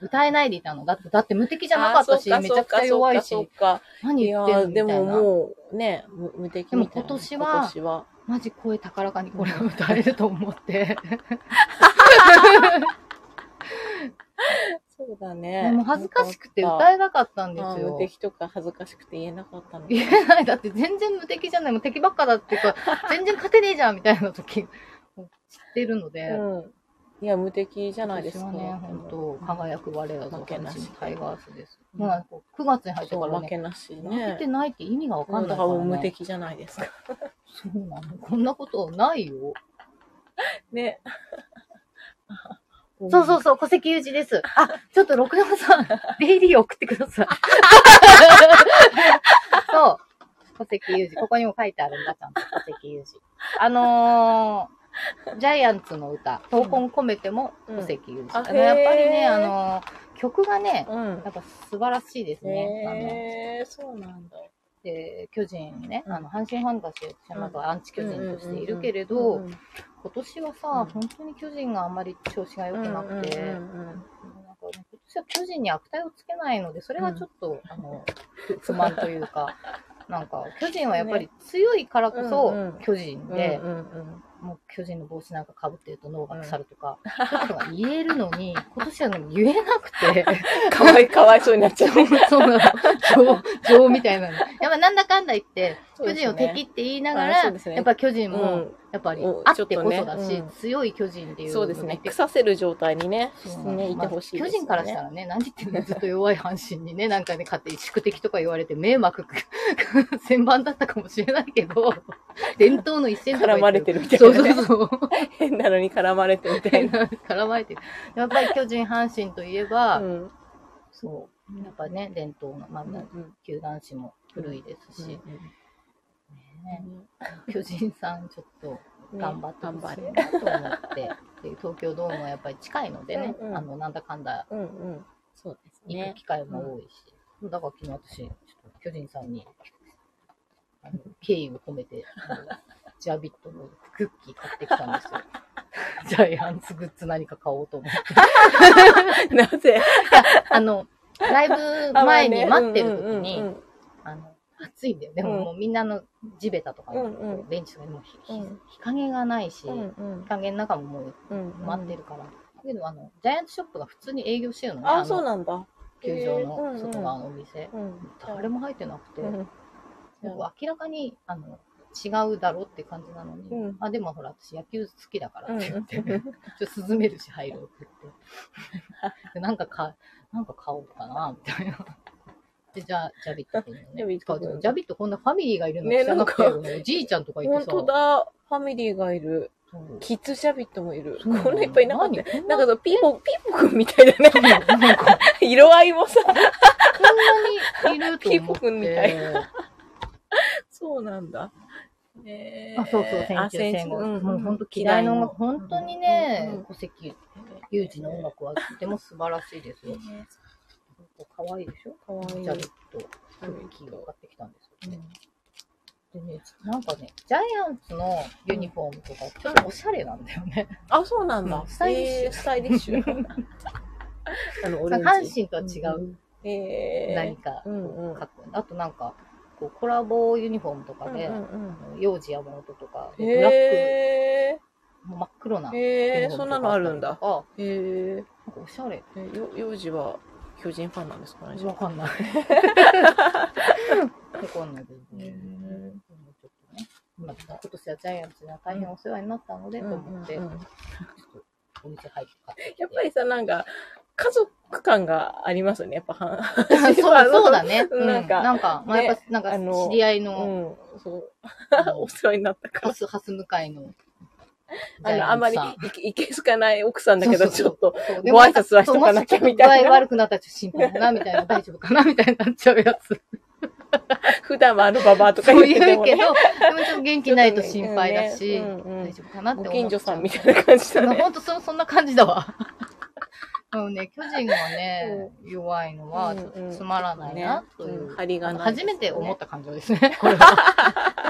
Speaker 1: 歌えないでいたの。だって、だって無敵じゃなかったし、
Speaker 2: あー
Speaker 1: めちゃくちゃ弱い。
Speaker 2: そう
Speaker 1: し、
Speaker 2: か
Speaker 1: 何
Speaker 2: いや
Speaker 1: 言ってんのみた
Speaker 2: ーでも
Speaker 1: いな。
Speaker 2: もうね、無無敵みた
Speaker 1: で
Speaker 2: いな。
Speaker 1: も今年は
Speaker 2: 今年は。
Speaker 1: マジ声高らかにこれを歌えると思 って。
Speaker 2: そうだ
Speaker 1: で
Speaker 2: ね。
Speaker 1: も恥ずかしくて歌
Speaker 2: え
Speaker 1: えなかったんです
Speaker 2: あー
Speaker 1: よ
Speaker 2: 無。敵とか恥ずかしくて言えなかった の。
Speaker 1: 言えない。だって全然無敵じゃない。もう敵ばっかだっていう か、全然勝てねえじゃんみたいな時、もう知ってるので。
Speaker 2: うん。いや、無敵じゃないですか。
Speaker 1: 私はね、本当輝く我らぞ
Speaker 2: 負けなし
Speaker 1: 阪神タイガースです。
Speaker 2: うん
Speaker 1: もうなんか9月に入って
Speaker 2: そ
Speaker 1: か
Speaker 2: う、
Speaker 1: ら
Speaker 2: 負
Speaker 1: ね、
Speaker 2: けなし
Speaker 1: 負け
Speaker 2: ね
Speaker 1: て。ないって意味がわか
Speaker 2: うん
Speaker 1: な
Speaker 2: んだ
Speaker 1: い
Speaker 2: か
Speaker 1: からら
Speaker 2: もう無
Speaker 1: ね。
Speaker 2: 敵じゃないですか。
Speaker 1: そうなの。こんなことないよ。
Speaker 2: ね。
Speaker 1: そうそう
Speaker 2: う。
Speaker 1: そう、戸籍有事です。あ、ちょっと六山さ ん、デイリー送ってください。そう。戸籍有事。ここにも書いてあるんだ、ちゃんと。戸籍有事。あのー、ジャイアンツの歌、闘魂込めても戸籍有事。
Speaker 2: うんあ
Speaker 1: あのやっぱりね、
Speaker 2: へー
Speaker 1: あのー曲がね、
Speaker 2: うん
Speaker 1: や。っぱ素晴らしいですね。あの
Speaker 2: へえ、そうなんだ。
Speaker 1: で巨人ね、
Speaker 2: うん
Speaker 1: あの阪神ファンだし、私はまずアンチ巨人としているけれど、
Speaker 2: うんうん
Speaker 1: 今年はさ、
Speaker 2: うん
Speaker 1: 本当に巨人があんまり調子が良
Speaker 2: うん、
Speaker 1: くなくて、
Speaker 2: うんうんうん
Speaker 1: なんかね、今年は巨人に悪態をつけないので、それがちょっと、あの不不満という か、なんか巨人はやっぱり強いからこそ、
Speaker 2: うんうん
Speaker 1: 巨人
Speaker 2: うん。
Speaker 1: で
Speaker 2: う、んうん
Speaker 1: もう巨人の帽子なんかかぶってると脳が腐るとか、そういうことが言えるの に、今年はね言えなくて。
Speaker 2: うん、 かわい、かわいそうになっちゃう。
Speaker 1: そうなの。情、情みたいなの。やっぱなんだかんだ言って、
Speaker 2: そう
Speaker 1: 巨
Speaker 2: です
Speaker 1: 人
Speaker 2: ね
Speaker 1: を敵って言いなが
Speaker 2: あそ
Speaker 1: ら、
Speaker 2: うですね
Speaker 1: やっぱ巨人
Speaker 2: う
Speaker 1: も
Speaker 2: ん、
Speaker 1: やっぱり
Speaker 2: お
Speaker 1: あってこそだ
Speaker 2: ちょっ
Speaker 1: し、
Speaker 2: とねうん
Speaker 1: 強い巨人っていう
Speaker 2: そ
Speaker 1: の
Speaker 2: う
Speaker 1: が
Speaker 2: で
Speaker 1: ね。
Speaker 2: すね。腐せる状態にね、
Speaker 1: そう
Speaker 2: ね、いてほしいです、
Speaker 1: まあ
Speaker 2: ね。
Speaker 1: 巨人からしたらね、何時ってんのずっと弱い阪神にね、 なんかね、勝手に宿敵とか言われて迷惑、 旋盤だったかもしれないけど、 伝統の一戦とか言っ
Speaker 2: 絡まれてるみたいな、
Speaker 1: そ
Speaker 2: ね。
Speaker 1: うそうそう。
Speaker 2: 変なのに絡まれてみたい な。
Speaker 1: 絡まれてる。やっぱり巨人、阪神といえば、
Speaker 2: うん。
Speaker 1: そう。やっぱね、伝統の、まあ、球団史も古いですし、ね、巨人さんちょっと頑張ってほしいなと思 って、で東京ドームはやっぱり近いのでね、
Speaker 2: うんうん
Speaker 1: あのなんだかんだ
Speaker 2: うんうん。そうです
Speaker 1: 行く
Speaker 2: ね。
Speaker 1: 機会も多いし、だから昨日私ちょっと巨人さんにあの敬意を込めてあのジャビットのクッキー買ってきたん ですよ。ジャイアンツグッズ何か買おうと思って。
Speaker 2: なぜ
Speaker 1: あのライブ前に待ってる時に、
Speaker 2: うんうん
Speaker 1: あの、暑いんだよ。で
Speaker 2: う
Speaker 1: も
Speaker 2: ん
Speaker 1: もうみんなの地べたとかに、
Speaker 2: うんうん
Speaker 1: こうベンチとかにもうひひ
Speaker 2: うん
Speaker 1: 日陰がないし、
Speaker 2: うん
Speaker 1: 日陰の中ももう
Speaker 2: うんうん。
Speaker 1: 待ってるから。だけど、あの、ジャイアンツショップが普通に営業してるのね。
Speaker 2: あ
Speaker 1: の
Speaker 2: あ、そうなんだ。
Speaker 1: 球場
Speaker 2: へ
Speaker 1: の
Speaker 2: ー
Speaker 1: 外側。のお店。
Speaker 2: うんうん。
Speaker 1: 誰も入ってなくて、
Speaker 2: うん
Speaker 1: なんか明らかに、あの、違うだろって感じなのに、
Speaker 2: うん
Speaker 1: あ、でもほら、私野球好きだからって言って、
Speaker 2: うんうん
Speaker 1: ちょっと涼めるし入ろうって言って。でなんかか、なんか買おうかな、みたいな。で、じゃあ、ジャビット君のね。
Speaker 2: ジャビット君
Speaker 1: ジャビットこんなファミリーがいるの
Speaker 2: ね
Speaker 1: 知らなくて、ね、じいちゃんとかいて
Speaker 2: 本
Speaker 1: さ。
Speaker 2: 当だ。ファミリーがいる。
Speaker 1: そう
Speaker 2: キッズシャビットもいる。
Speaker 1: そう
Speaker 2: こんないっぱいいなかった
Speaker 1: 何こんな
Speaker 2: なんかそう、ピーポ、ピーポくんみたいだ
Speaker 1: そ
Speaker 2: ね。
Speaker 1: うなんか、こん
Speaker 2: 色合いもさ、
Speaker 1: なにいると思って。
Speaker 2: ピーポくんみたい
Speaker 1: な。
Speaker 2: そうなんだ。え
Speaker 1: あ、そうそう、
Speaker 2: あ
Speaker 1: 戦中戦後。
Speaker 2: ん
Speaker 1: もう本当、機代の音楽、本当にね、
Speaker 2: うん
Speaker 1: 古関裕二の音楽はとても素晴らしいですよ。可愛いでしょ
Speaker 2: かわいい
Speaker 1: ジャ。ズと古木を買ってきたんですよね。でね、なんかね、ジャイアンツのユニフォームとか、ちょっとおしゃれなんだよね。
Speaker 2: あ、そうなんだ
Speaker 1: う。んスタイリッシュ
Speaker 2: えースタイリッ シュ。あの、オレンジ。
Speaker 1: 阪神とは違う
Speaker 2: うん。えー
Speaker 1: 何か
Speaker 2: うんうん。
Speaker 1: 書く。あとなんか、こうコラボユニフォームとかで、
Speaker 2: うんうん
Speaker 1: あの幼児山本とか、
Speaker 2: うん
Speaker 1: ブラッ
Speaker 2: へ
Speaker 1: ク、もう真っ黒な
Speaker 2: ー。
Speaker 1: ユニ
Speaker 2: へ
Speaker 1: フォー
Speaker 2: ー、そ
Speaker 1: ム
Speaker 2: ん
Speaker 1: と
Speaker 2: な
Speaker 1: か
Speaker 2: の
Speaker 1: あっ
Speaker 2: あ
Speaker 1: た
Speaker 2: る
Speaker 1: り
Speaker 2: ん
Speaker 1: と
Speaker 2: だ。
Speaker 1: か
Speaker 2: へー。
Speaker 1: なんかおしゃれ。
Speaker 2: えよ幼児は巨人ファンなんですかねじゃ
Speaker 1: わ
Speaker 2: あ
Speaker 1: かんない。わかんないけどね。
Speaker 2: うん
Speaker 1: もうちょっとね、まあ今年はジャイアンツには大変お世話になったので、と思って、
Speaker 2: う
Speaker 1: ち
Speaker 2: ん
Speaker 1: ょっ
Speaker 2: うんうん
Speaker 1: とお店入って買ってきて。
Speaker 2: やっぱりさ、なんか、家族感がありますよね、やっぱ、は
Speaker 1: そう そうだね。
Speaker 2: うん
Speaker 1: な
Speaker 2: なんん
Speaker 1: か、
Speaker 2: か
Speaker 1: なんか、まあ、
Speaker 2: ね
Speaker 1: やっぱ、なんか
Speaker 2: あの、
Speaker 1: 知り合いうの、
Speaker 2: ん、そう。
Speaker 1: あの
Speaker 2: お世話になったか
Speaker 1: ハ
Speaker 2: ら。
Speaker 1: ス、ハス向かいの、
Speaker 2: あの、あんまり
Speaker 1: ジャイアンツ
Speaker 2: いけいけすかない奥さんだけど、
Speaker 1: そう
Speaker 2: ち
Speaker 1: そ
Speaker 2: ょ
Speaker 1: う
Speaker 2: っと、
Speaker 1: さん、
Speaker 2: ご挨拶はしとかなきゃみた
Speaker 1: そうもしちょっと
Speaker 2: いな
Speaker 1: 具合悪くなったらちょっと心配だな、みたいな、大丈夫かな、みたいになっちゃうやつ。
Speaker 2: 普段はあのババアとか
Speaker 1: そ
Speaker 2: 言
Speaker 1: う
Speaker 2: ってて
Speaker 1: 言
Speaker 2: も
Speaker 1: うけど、でも
Speaker 2: ね。
Speaker 1: ちょっと元気ないと心配だし、
Speaker 2: うんうん
Speaker 1: 大丈夫かなって思
Speaker 2: ご
Speaker 1: っ
Speaker 2: 近
Speaker 1: ちゃう
Speaker 2: 所さんみたいな感じだね。
Speaker 1: ほんとそ、そんな感じだわ。 でもね、巨人がね、弱いのは、つまらないな、という。
Speaker 2: 張りがない。
Speaker 1: 初めて思った感情ですね、これは。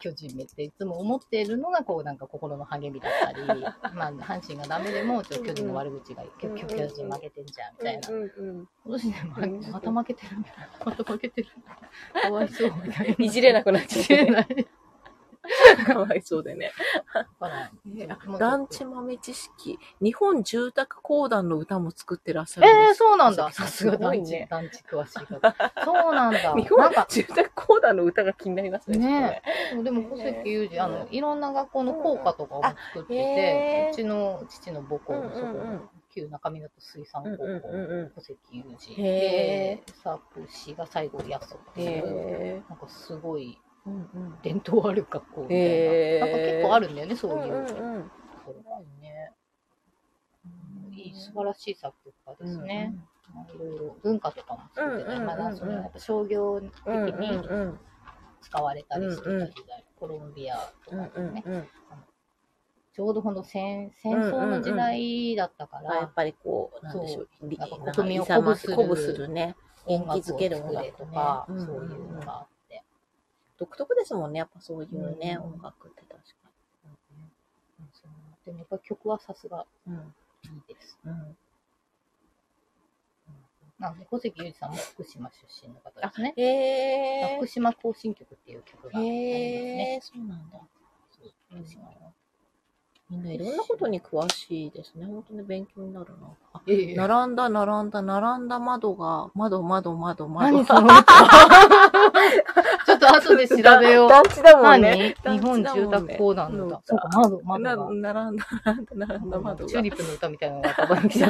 Speaker 1: 巨人めっていつも思っているのが、こう、なんか心の励みだったり、まあ、阪神がダメでも、ちょっと巨人の悪口が、巨巨巨人負けてんじゃん、みたいな。
Speaker 2: うんうん
Speaker 1: 今年ね、ま
Speaker 2: うん
Speaker 1: また負けてるみたいな。また負けてる。かわいそう、みたい
Speaker 2: うん
Speaker 1: な。
Speaker 2: いじれなくなっち
Speaker 1: い
Speaker 2: ゃっ
Speaker 1: じれ
Speaker 2: て、
Speaker 1: ない。
Speaker 2: かわいそうでね。
Speaker 1: だから
Speaker 2: ランチ豆知識。日本住宅公団の歌も作ってらっしゃるんです
Speaker 1: ええそうなんだ。
Speaker 2: す
Speaker 1: さすが
Speaker 2: ごい
Speaker 1: 団地、
Speaker 2: ね
Speaker 1: 団地詳しい方。そうなんだ。
Speaker 2: 日本
Speaker 1: なんか、
Speaker 2: 住宅公団の歌が気になりますね。
Speaker 1: ねでも小関裕二、あの、いろんな学校の校歌とかを作って
Speaker 2: うんうんあへ
Speaker 1: て
Speaker 2: ー、
Speaker 1: うちの父の母校のそこ
Speaker 2: うんうんう
Speaker 1: の
Speaker 2: ん、
Speaker 1: 旧中港水産
Speaker 2: うん
Speaker 1: 高
Speaker 2: うん
Speaker 1: 校の
Speaker 2: う
Speaker 1: 小関裕二。
Speaker 2: へー
Speaker 1: で、サープ氏が最後、やそって
Speaker 2: ん。
Speaker 1: いう、
Speaker 2: へ
Speaker 1: なんかすごい
Speaker 2: ぇうん
Speaker 1: 伝統ある学校みたい
Speaker 2: へ
Speaker 1: な。
Speaker 2: ー
Speaker 1: なんか結構あるんだよね、そううんいううと
Speaker 2: んうん。
Speaker 1: ころがね。いい、素晴らしい作曲家ですね。まあいろいろ文化とかもそうじゃない、
Speaker 2: うんうんうんうん
Speaker 1: まだそのやっぱ商業的
Speaker 2: うんうん
Speaker 1: に
Speaker 2: うん。
Speaker 1: 使われたりしてた時代、コロンビアとか
Speaker 2: うん
Speaker 1: ね、
Speaker 2: うんうん。
Speaker 1: ちょうどこの戦戦争の時代だったから、
Speaker 2: やっぱりこう、なんでしょう。り
Speaker 1: なんか
Speaker 2: なんか
Speaker 1: 国民を
Speaker 2: 勇まし
Speaker 1: 鼓舞する
Speaker 2: 鼓舞するね。
Speaker 1: 音楽を
Speaker 2: 元気づける
Speaker 1: 作
Speaker 2: 音楽
Speaker 1: れとか、
Speaker 2: ね
Speaker 1: そういうのがあって、
Speaker 2: 独特ですもんね。やっぱそういうね、
Speaker 1: うん
Speaker 2: 音楽って確か
Speaker 1: そうでもやっぱ曲はさすが
Speaker 2: に。う
Speaker 1: い
Speaker 2: ん。
Speaker 1: いです。
Speaker 2: うん。
Speaker 1: なんで小関裕二さんも福島出身の方ですね。
Speaker 2: へ
Speaker 1: 福島行進曲っていう曲があ
Speaker 2: ぇ
Speaker 1: りますね。
Speaker 2: へぇそうなんだ。
Speaker 1: そう福島の
Speaker 2: みんないろんなことに詳しいですね。本当に勉強になるな。あ
Speaker 1: いやいやいや
Speaker 2: 並んだ、並んだ、並んだ窓が、窓、窓、窓、窓。
Speaker 1: 何その歌ちょっと後で調べ よう。
Speaker 2: 団地だもん
Speaker 1: 何
Speaker 2: ね。
Speaker 1: 日本住宅公団の歌。そうか、窓、
Speaker 2: 団地
Speaker 1: 窓
Speaker 2: だ
Speaker 1: が
Speaker 2: もんね。な並んだ、並んだ、並んだ
Speaker 1: なんか
Speaker 2: 窓が。
Speaker 1: チューリップの歌みたいなのが頭に来ち ゃ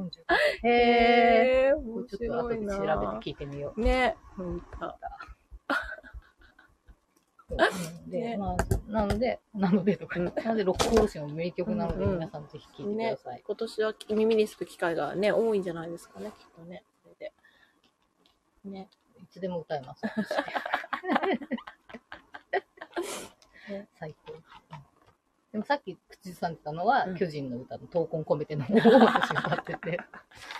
Speaker 1: って。へ
Speaker 2: へぇー、
Speaker 1: ぇ
Speaker 2: 面
Speaker 1: ちょっと後で
Speaker 2: 白いな。
Speaker 1: 調べて聞いてみよ
Speaker 2: ね。本当。
Speaker 1: う。で、
Speaker 2: ね
Speaker 1: まあ、なので、なのでとか、
Speaker 2: うん
Speaker 1: なので、六甲おろしの名曲なので、
Speaker 2: うんうん
Speaker 1: 皆さんぜひ聞いてください。
Speaker 2: 今年は耳にする機会がね、多いんじゃないですかね、きっとね。それで。ね。
Speaker 1: いつでも歌えます。最高。でもさっき口ずさんでたのは、
Speaker 2: うん
Speaker 1: 巨人の歌の闘魂込めての方を私が歌ってて。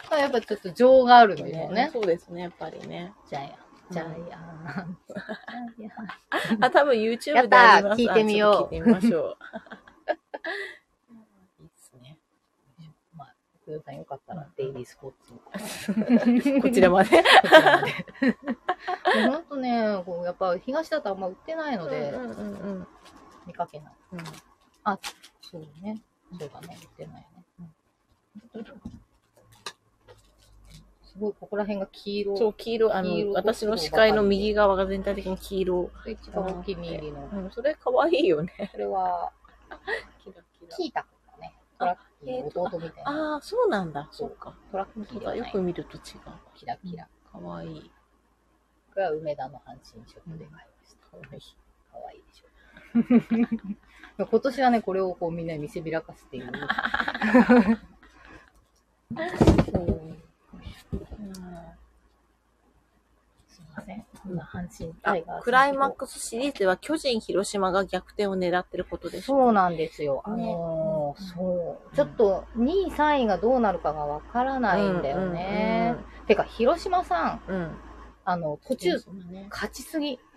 Speaker 1: まあやっぱちょっと情があるのよね。
Speaker 2: そうですね、やっぱり ね。
Speaker 1: ジャイアン。ジャイアン。ジャイアン
Speaker 2: あ、多分 YouTube で
Speaker 1: やっ
Speaker 2: あり
Speaker 1: たー
Speaker 2: ます
Speaker 1: 聞いてみよう
Speaker 2: あちょっと聞いてみましょう。いいですね。
Speaker 1: まあ、福代さんよかったら、デイリースポーツも。
Speaker 2: こちらまで。
Speaker 1: こちらまで。ほんとね、こうやっぱ東だとあんま売ってないので、
Speaker 2: うんうんうん
Speaker 1: 見かけない。
Speaker 2: うん。
Speaker 1: そうね。そうだね、売ってないね。すごい、ここら辺が黄色。
Speaker 2: そう、黄色、あ
Speaker 1: 黄色
Speaker 2: の、私の視界の右側が全体的に黄色。
Speaker 1: 一番お気に入りの。
Speaker 2: うん、それ可愛いよね。
Speaker 1: これは、
Speaker 2: キラキラ
Speaker 1: キータ君だね。トラッキーの弟みたいな。
Speaker 2: ああ、そうなんだ。そうか。
Speaker 1: トラッキーでは
Speaker 2: よ
Speaker 1: ない
Speaker 2: く。見ると違う。
Speaker 1: キラキラ。
Speaker 2: 可愛い。
Speaker 1: これは梅田の阪神ショップで買いました。
Speaker 2: 可愛い。
Speaker 1: かわいいでし ょ。今年はね、これをこうみんなに見せびらかすっていう。
Speaker 2: うん
Speaker 1: ません。そんな阪神
Speaker 2: あ
Speaker 1: タイガースの
Speaker 2: クライマックスシリーズでは巨人、広島が逆転を狙ってることです。
Speaker 1: そうなんですよ。あ
Speaker 2: ね
Speaker 1: のー
Speaker 2: うん
Speaker 1: そう。ちょっと2位、3位がどうなるかがわからないんだよね。てか、広島さん、
Speaker 2: うん。うんうん。
Speaker 1: あの、途中
Speaker 2: 中、ね。
Speaker 1: 勝ちすぎ。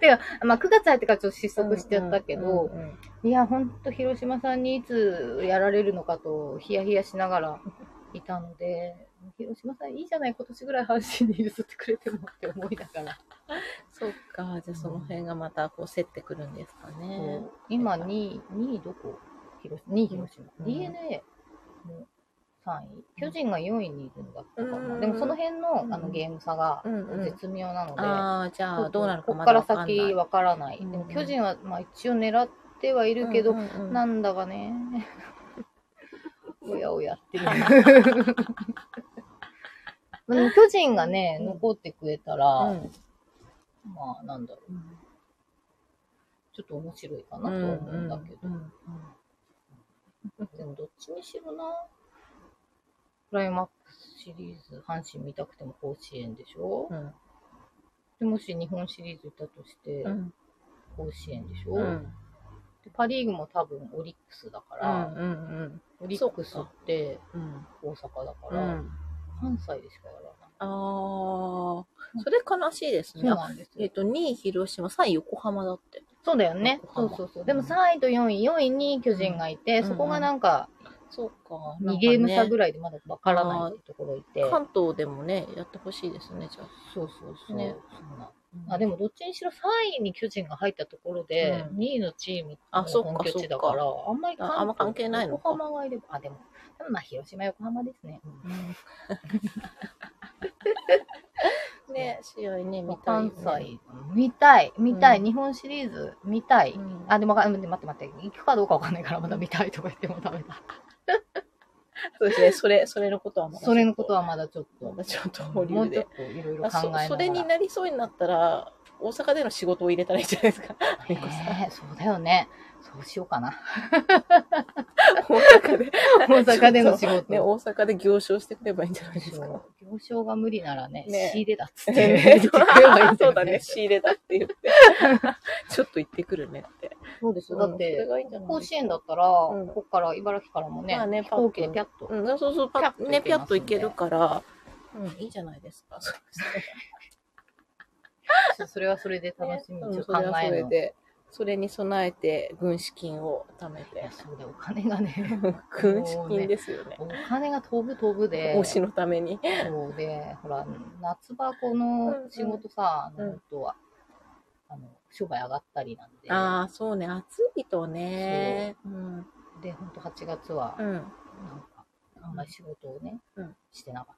Speaker 1: てか、まあ、9月入ってからちょっと失速しちゃったけど、
Speaker 2: うんうん
Speaker 1: いや、ほんと広島さんにいつやられるのかと、ヒヤヒヤしながらいたので、広島さんいいじゃない、今年ぐらい阪神に譲ってくれてもって思いながら。
Speaker 2: そっか、じゃあその辺がまたこう競ってくるんですかね。
Speaker 1: 今2位、2位どこ広2位広島。
Speaker 2: うん
Speaker 1: DNA も3位。巨人が4位にいるんだったかな。
Speaker 2: うん
Speaker 1: でもその辺のあの
Speaker 2: うん
Speaker 1: ゲーム差が
Speaker 2: うんうん。
Speaker 1: 絶妙なので、
Speaker 2: ああ、じゃあどうなるか
Speaker 1: こ
Speaker 2: ま
Speaker 1: っ
Speaker 2: だ
Speaker 1: か
Speaker 2: わ
Speaker 1: ら
Speaker 2: かんない。
Speaker 1: 先わからない。
Speaker 2: う
Speaker 1: で
Speaker 2: ん
Speaker 1: も巨人はまあ一応狙ってはいるけど、
Speaker 2: うんうんうん
Speaker 1: なんだか ね。おやおやっていう。でも巨人がね、
Speaker 2: うん
Speaker 1: 残ってくれたら、
Speaker 2: うん
Speaker 1: まあなんだろう。ちょっと面白いかなとは思うんだけど。
Speaker 2: うんうん
Speaker 1: でもどっちにしろな。クライマックスシリーズ、阪神見たくても甲子園でしょ、
Speaker 2: うん
Speaker 1: でもし日本シリーズいたとして
Speaker 2: う、ん
Speaker 1: 甲子園でしょ、
Speaker 2: うんうん
Speaker 1: でパ・リーグも多分オリックスだから、
Speaker 2: うん
Speaker 1: オリックスって
Speaker 2: うん
Speaker 1: 大阪だか
Speaker 2: う
Speaker 1: ら、
Speaker 2: ん
Speaker 1: 関西でしかやらない。
Speaker 2: ああそれ悲しいです
Speaker 1: そう
Speaker 2: ね。
Speaker 1: なんです
Speaker 2: えっと2位広島、3位横浜だって。
Speaker 1: そうだよね。そ
Speaker 2: 横浜
Speaker 1: うそうそう。でも3位と4位、4位に巨人がいて、
Speaker 2: うん
Speaker 1: そこがなんか
Speaker 2: そうか。
Speaker 1: 2ゲーム差ぐら
Speaker 2: らい。
Speaker 1: いでまだわからないところいて。
Speaker 2: 関東でもね、やってほしいですね、じゃ
Speaker 1: そうそうそう。
Speaker 2: ね
Speaker 1: そうなん
Speaker 2: あ。
Speaker 1: あでもどっちにしろ3位に巨人が入ったところで、
Speaker 2: う
Speaker 1: 2位のチーム
Speaker 2: あそ
Speaker 1: の
Speaker 2: っか
Speaker 1: 本拠地だから、あんまり
Speaker 2: ああんま関係ないのか
Speaker 1: 横浜がいれば、あ、でも、でもまあ広島、横浜ですね。
Speaker 2: ね、試合ね、見たい
Speaker 1: 関
Speaker 2: よね。
Speaker 1: 西、見たい、見たい、
Speaker 2: うん
Speaker 1: 日本シリーズ、見たい。
Speaker 2: うん
Speaker 1: あ、でもわかん、待って待って、行くかどうかわかんないから、まだ見たいとか言ってもダメだ。
Speaker 2: そうですね、それ、それのことはまだ。
Speaker 1: それのことはまだちょっと
Speaker 2: ま。だちょっと
Speaker 1: も
Speaker 2: 保
Speaker 1: う
Speaker 2: 留
Speaker 1: ちょっ
Speaker 2: で。
Speaker 1: といろいろ
Speaker 2: あ
Speaker 1: 考えな
Speaker 2: そ
Speaker 1: がら。
Speaker 2: それになりそうになったら、大阪での仕事を入れたらいいんじゃな いですか。
Speaker 1: ねえそうだよね。そうしようか な。
Speaker 2: 大阪で。
Speaker 1: 大阪での仕事。
Speaker 2: ね、大阪で行商してくればいいんじゃないですか。
Speaker 1: 行商が無理ならね、
Speaker 2: ねえ
Speaker 1: 仕入れだっつって、言
Speaker 2: え
Speaker 1: ってくればいいんだ
Speaker 2: そ
Speaker 1: よ
Speaker 2: うだね、。仕入れだって 言って。ちょっと行ってくるねって。
Speaker 1: そうですよ。だっ
Speaker 2: うんそれ
Speaker 1: て、
Speaker 2: がいいんじゃない
Speaker 1: 甲子園だったら、
Speaker 2: うん
Speaker 1: こっから、茨城からもね、
Speaker 2: まあね
Speaker 1: 飛行機でピャッと。
Speaker 2: うん、そうそう、パ
Speaker 1: パッ
Speaker 2: ッ
Speaker 1: と
Speaker 2: ね、ピャッと
Speaker 1: 行
Speaker 2: 行け
Speaker 1: け
Speaker 2: る
Speaker 1: ますんで
Speaker 2: から、うん、いいじゃないですか。そうです
Speaker 1: ちょそれはそれで
Speaker 2: ね
Speaker 1: 楽しみ
Speaker 2: う
Speaker 1: ちょ
Speaker 2: ん
Speaker 1: っ
Speaker 2: そ
Speaker 1: と
Speaker 2: れ
Speaker 1: 考
Speaker 2: は
Speaker 1: え
Speaker 2: それ
Speaker 1: の。
Speaker 2: で、それに備えて、軍資金を貯め
Speaker 1: い
Speaker 2: て
Speaker 1: や。そうだよ、お金がね、
Speaker 2: 軍資金ですよね。
Speaker 1: お金が飛ぶ飛ぶで、
Speaker 2: 推しのために。
Speaker 1: そうで、ほら、夏場この仕事さ、
Speaker 2: うん
Speaker 1: あ
Speaker 2: うん
Speaker 1: の本当は、あの、商売上がったりなんで、
Speaker 2: ああ、そうね、暑いとね。うん。
Speaker 1: で、本当8月は
Speaker 2: う、ん。
Speaker 1: なんか、あんまり仕事をね、
Speaker 2: うん
Speaker 1: してなかっ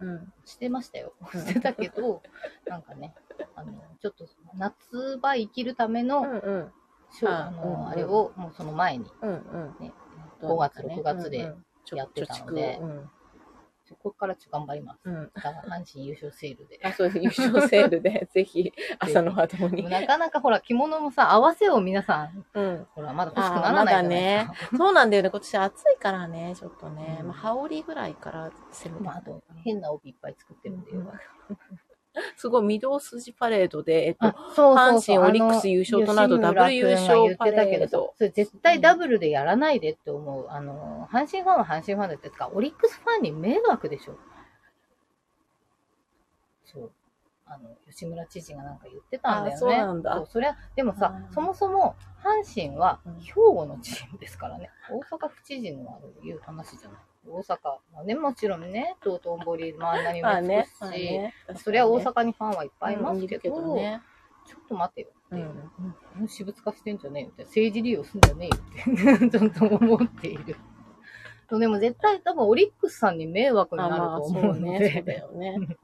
Speaker 2: うん。
Speaker 1: た。してましたよ。
Speaker 2: うん
Speaker 1: してたけど、なんかね、あの、ちょっと夏場生きるため
Speaker 2: う
Speaker 1: の、
Speaker 2: んうん。
Speaker 1: しょ
Speaker 2: あ
Speaker 1: あ
Speaker 2: うんうん
Speaker 1: の、あれを、もうその前に
Speaker 2: うんうん。
Speaker 1: ね、5
Speaker 2: どうに
Speaker 1: 月、
Speaker 2: かね
Speaker 1: 6月
Speaker 2: う
Speaker 1: で
Speaker 2: んう、んちょ
Speaker 1: やってたので
Speaker 2: 貯蓄をうん
Speaker 1: そこからちょっと頑張ります。
Speaker 2: うん。
Speaker 1: だから阪神優勝セールで。
Speaker 2: あ、そうです。優勝セールで、ぜひ、朝のハート
Speaker 1: でも
Speaker 2: に。
Speaker 1: なかなかほら、着物もさ、合わせを皆さん、
Speaker 2: うん。
Speaker 1: ほら、まだ欲しくならないじゃないですか。
Speaker 2: そうなんだよね。今年暑いからね、ちょっとね。
Speaker 1: うん
Speaker 2: まあ、羽織ぐらいから攻め
Speaker 1: まあ、
Speaker 2: た
Speaker 1: あ。と、変な帯いっぱい作ってるんで。
Speaker 2: すごい、御堂筋パレードで、えっと、
Speaker 1: あそう
Speaker 2: 阪神オリックス優勝となるとダブル優勝パレード
Speaker 1: 言ってたけどそれ絶対ダブルでやらないでって思う。あの、阪神ファンは阪神ファンだってか、オリックスファンに迷惑でしょ。そう。あの、吉村知事がなんか言ってたんだよね。
Speaker 2: あそうなんだ
Speaker 1: そうそりゃ、でもさ
Speaker 2: あ、ー
Speaker 1: そもそも、阪神は
Speaker 2: うん
Speaker 1: 兵庫のチームですからね。大阪府知事のあのいう話じゃない。大阪、まあね、もちろんね、道頓堀、まあ、あんなにも
Speaker 2: まあ
Speaker 1: 美
Speaker 2: ね
Speaker 1: しい。
Speaker 2: まあね
Speaker 1: そりゃ大
Speaker 2: 確
Speaker 1: 阪にファンはいっぱ
Speaker 2: か
Speaker 1: いい
Speaker 2: にね
Speaker 1: ます
Speaker 2: る
Speaker 1: けど、
Speaker 2: ね。
Speaker 1: ちょっと待てよって
Speaker 2: う。
Speaker 1: いうん私物化してんじゃねえよって、政治利用すんじゃねえよって、ちょっと思っている。そうでも絶対多分オリックスさんに迷惑になると思うので、
Speaker 2: そうだよね。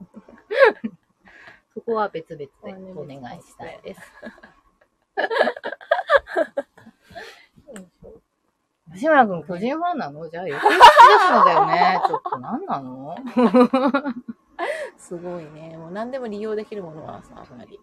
Speaker 1: そこは別々で
Speaker 2: そうね
Speaker 1: お願いしたいです。吉村くん、巨人ファンなのじゃあ、よく好きだったんだよね。ちょっと何なの
Speaker 2: すごいね。もう何でも利用できるものはさ、あんまり。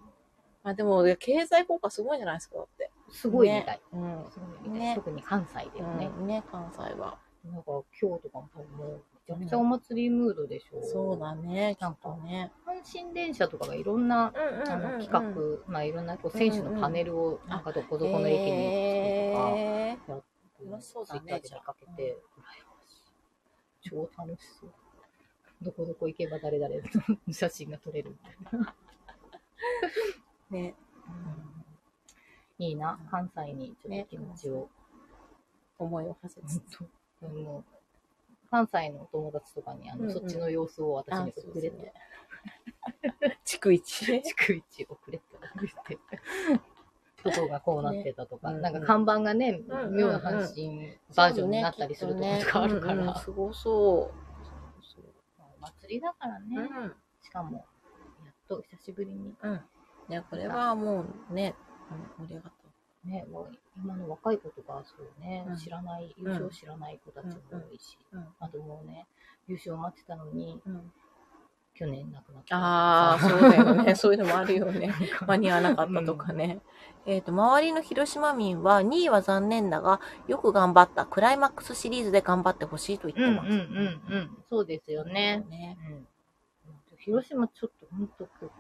Speaker 2: まあでも、経済効果すごいんじゃないですか、だって。
Speaker 1: すごいみたい。
Speaker 2: うん。
Speaker 1: すごいみたい
Speaker 2: ね
Speaker 1: 特に関西ではね。
Speaker 2: うんね、関西は。
Speaker 1: なんか今日とかも多分もうめちちゃくちゃお祭りムードでしょ
Speaker 2: そうだね、
Speaker 1: な
Speaker 2: なんん
Speaker 1: か
Speaker 2: かね。
Speaker 1: 阪神電車とかがいろんな
Speaker 2: うんうん
Speaker 1: あの企画、まあ、いろんなこう選手のパネルをなんかどこ
Speaker 2: ど
Speaker 1: どこの駅に作るとか、
Speaker 2: えー楽しそう
Speaker 1: ツ
Speaker 2: だ
Speaker 1: イ
Speaker 2: ね
Speaker 1: ッターで見かけて、羨ましい超楽しそう。どこどこ行けば誰々の写真が撮れるみたいな。
Speaker 2: ーね。
Speaker 1: いいな、関西にちょっと気持ちを。
Speaker 2: 思いを馳せ つつ。
Speaker 1: うんもう関西のお友達とかにあの、
Speaker 2: うんうん
Speaker 1: そっちの様子を私
Speaker 2: あ
Speaker 1: に
Speaker 2: そう
Speaker 1: 送れっ
Speaker 2: です
Speaker 1: て
Speaker 2: ね、 逐一。
Speaker 1: 逐一送れって言って、どこがこうなってたとか、
Speaker 2: ねうん
Speaker 1: なんか看板がね、
Speaker 2: うんうん
Speaker 1: 妙な阪神 バージョンになったりするとことかあるから、
Speaker 2: うんうんすごそう。
Speaker 1: 祭りだからね、
Speaker 2: うん。
Speaker 1: しかも、やっと久しぶりに、
Speaker 2: うん。いや、これはもうね、うん盛り上がっ
Speaker 1: ね、もう今の若い子とか、そうね、
Speaker 2: うん
Speaker 1: 知らない、優勝知らない子たちも多いし、
Speaker 2: た。うん。
Speaker 1: あともうね、優勝待ってたのに、
Speaker 2: うん、
Speaker 1: 去年亡くなった。
Speaker 2: ああ、そう だよね。そういうのもあるよね。間に合わなかったとかね。えっ、と、周りの広島民は、2位は残念だが、よく頑張った。クライマックスシリーズで頑張ってほしいと言っ
Speaker 1: うんうんう
Speaker 2: てま
Speaker 1: ん
Speaker 2: す。
Speaker 1: うん、そうですよね。
Speaker 2: ね。
Speaker 1: うん広島ちょっと本当こう、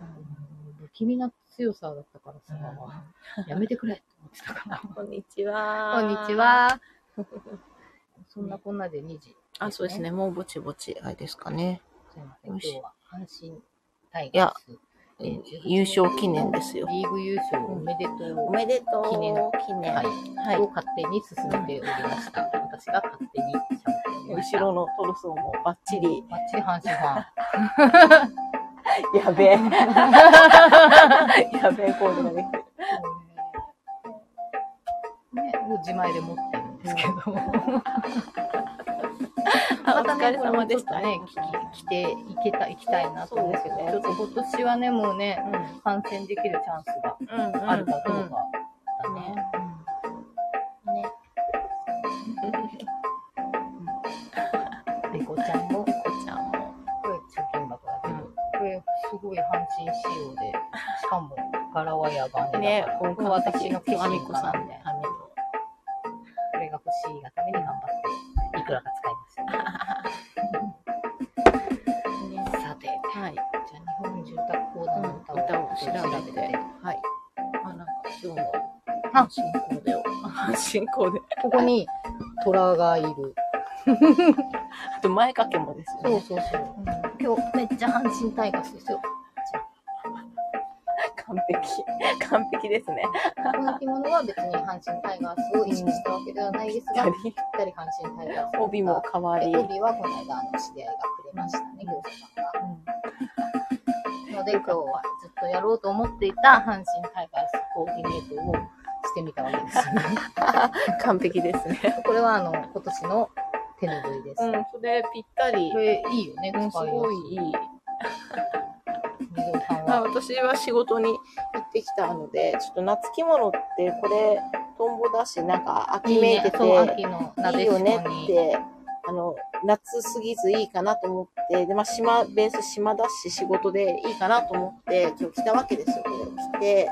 Speaker 1: 不気味な強さだったからさ、やめてくれって思ってた から。
Speaker 2: こんにちは。
Speaker 1: こんにち。は。 そんなこんなで2時、
Speaker 2: あ、そうですね。。もうぼちぼち、あれですかね。
Speaker 1: すいません、今日は阪神タイ
Speaker 2: いや
Speaker 1: ガース。
Speaker 2: えー優勝記念ですよ。
Speaker 1: リーグ優勝おめでとう。
Speaker 2: おめでとう。
Speaker 1: 記念
Speaker 2: 記念。
Speaker 1: はい。
Speaker 2: はい
Speaker 1: を勝手に進めておりました。私が勝手に喋っておりました。
Speaker 2: 後ろのトルソーもバッチリ。
Speaker 1: バッチリ阪神ファン。
Speaker 2: やべえ。 やべえコードができてる。
Speaker 1: ね、を自前で持ってるんですけど。
Speaker 2: お疲れ様でした
Speaker 1: これもちょっとね、聞き、来て、いけた、行きたいなと思うんですけど、
Speaker 2: そうです
Speaker 1: ちょ
Speaker 2: ね
Speaker 1: っと今年はね、もうね、観戦できるチャンスが
Speaker 2: うん
Speaker 1: あるかどうかだね。
Speaker 2: ね。ね。
Speaker 1: ペコちゃんも、
Speaker 2: ペコちゃんも。
Speaker 1: これ貯金箱だけど、これすごい阪神仕様で、しかも柄は野蛮に
Speaker 2: ね
Speaker 1: だから、
Speaker 2: こ
Speaker 1: こ
Speaker 2: う
Speaker 1: れ私の化
Speaker 2: アミ
Speaker 1: 身
Speaker 2: コ
Speaker 1: か
Speaker 2: さ
Speaker 1: なんみたい
Speaker 2: ね
Speaker 1: な。。
Speaker 2: アミ
Speaker 1: これが欲しいがために頑張って、いくらか使いま
Speaker 2: コ。ね。
Speaker 1: した。さて、じ
Speaker 2: はい。
Speaker 1: ゃあ日本住宅公団の歌を,、
Speaker 2: 歌を調べて。はい。あ、なんか今日の
Speaker 1: あ
Speaker 2: 進行でを。進行で。
Speaker 1: ここに虎がいる。
Speaker 2: あと前掛けもですよ
Speaker 1: そう
Speaker 2: ね。
Speaker 1: そうそう。今日めっちゃ阪神タイガースですよ。
Speaker 2: 完璧。完璧ですね。
Speaker 1: この着物は別に阪神タイガースを意識したわけではないですが、ぴったり阪神タイガース。
Speaker 2: 帯も変わ
Speaker 1: で
Speaker 2: り。
Speaker 1: 帯はこの間あの知り合いがくれましたね、業者さんが。ので今日はずっとやろうと思っていた阪神タイガースコーディネートをしてみたわけですよね。
Speaker 2: 完璧ですね。
Speaker 1: これはあの今年の手ぬぐいです。
Speaker 2: うん、それぴったり
Speaker 1: こ。れいいよね、使い
Speaker 2: うん
Speaker 1: や
Speaker 2: す
Speaker 1: すい。
Speaker 2: ごいいい。
Speaker 1: 水尾さん
Speaker 2: まあ、
Speaker 1: は。
Speaker 2: 私は仕事に行ってきたので、ちょっと夏着物ってこれ、トンボだし、なんか秋めいてて、
Speaker 1: そう、秋の
Speaker 2: いい
Speaker 1: 鍋
Speaker 2: よ
Speaker 1: 敷
Speaker 2: ね
Speaker 1: に。
Speaker 2: って、あの、夏すぎずいいかなと思って、で、まあ、島、ベース島だし、仕事でいいかなと思って、今日来たわけですよ、これを着て。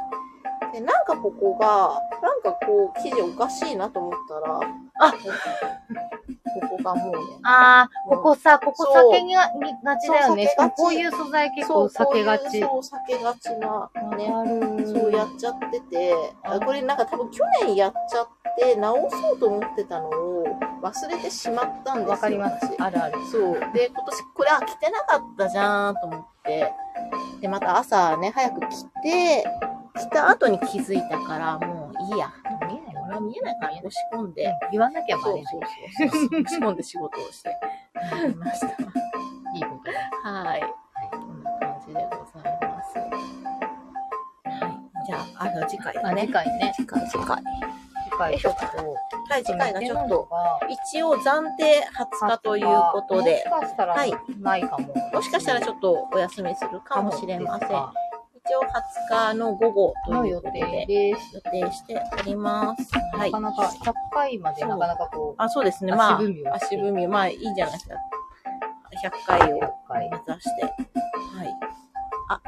Speaker 2: で、なんかここが、なんかこう、生地おかしいなと思ったら、あここがもうね、
Speaker 1: ああ、
Speaker 2: うん
Speaker 1: ここさ、ここ
Speaker 2: そう
Speaker 1: 酒がにがちだよね。
Speaker 2: そう
Speaker 1: しかも
Speaker 2: 酒がち
Speaker 1: こういう素材結構
Speaker 2: そうこう
Speaker 1: 酒
Speaker 2: いう
Speaker 1: がち。
Speaker 2: そう、避けがちな、ね。
Speaker 1: る
Speaker 2: そうやっちゃってて、
Speaker 1: う
Speaker 2: あ
Speaker 1: ん
Speaker 2: これなんか多分去年やっちゃって直そうと思ってたのを忘れてしまったんですよ。
Speaker 1: わかります
Speaker 2: 私。
Speaker 1: あるある。
Speaker 2: そう。で、今年これは着てなかったじゃんと思って、で、また朝ね、早く着て、着た後に気づいたから、もういいや。
Speaker 1: 見えない
Speaker 2: 俺は見えないから押し込んで、
Speaker 1: 言わなきゃバ
Speaker 2: そ
Speaker 1: レ
Speaker 2: う
Speaker 1: ない
Speaker 2: そうそうそう。押し込んで仕事をしていました。
Speaker 1: いいことだ。
Speaker 2: はい。こんな感じでございます。はい。じゃあ、あの次回
Speaker 1: あ、
Speaker 2: だね。
Speaker 1: 次回ね。
Speaker 2: 次回、次回。
Speaker 1: 次回ちょっと。
Speaker 2: はい、次回がちょっと、
Speaker 1: が
Speaker 2: 一応暫定20日ということで、
Speaker 1: もしかしたら
Speaker 2: はい
Speaker 1: ないかも。
Speaker 2: もしかしたらちょっとお休みするかもしれません。
Speaker 1: か
Speaker 2: 一応20日の午後と
Speaker 1: の
Speaker 2: いう
Speaker 1: 予
Speaker 2: こと
Speaker 1: 定
Speaker 2: で、
Speaker 1: です。
Speaker 2: 予定しております。は
Speaker 1: ないか。なか100回までなかなかこう、
Speaker 2: あ、そうですね。まあ
Speaker 1: 足踏みを、して
Speaker 2: 足踏み、まあいいじゃないですか。100回を
Speaker 1: 100回
Speaker 2: 目。指して。はい。あ、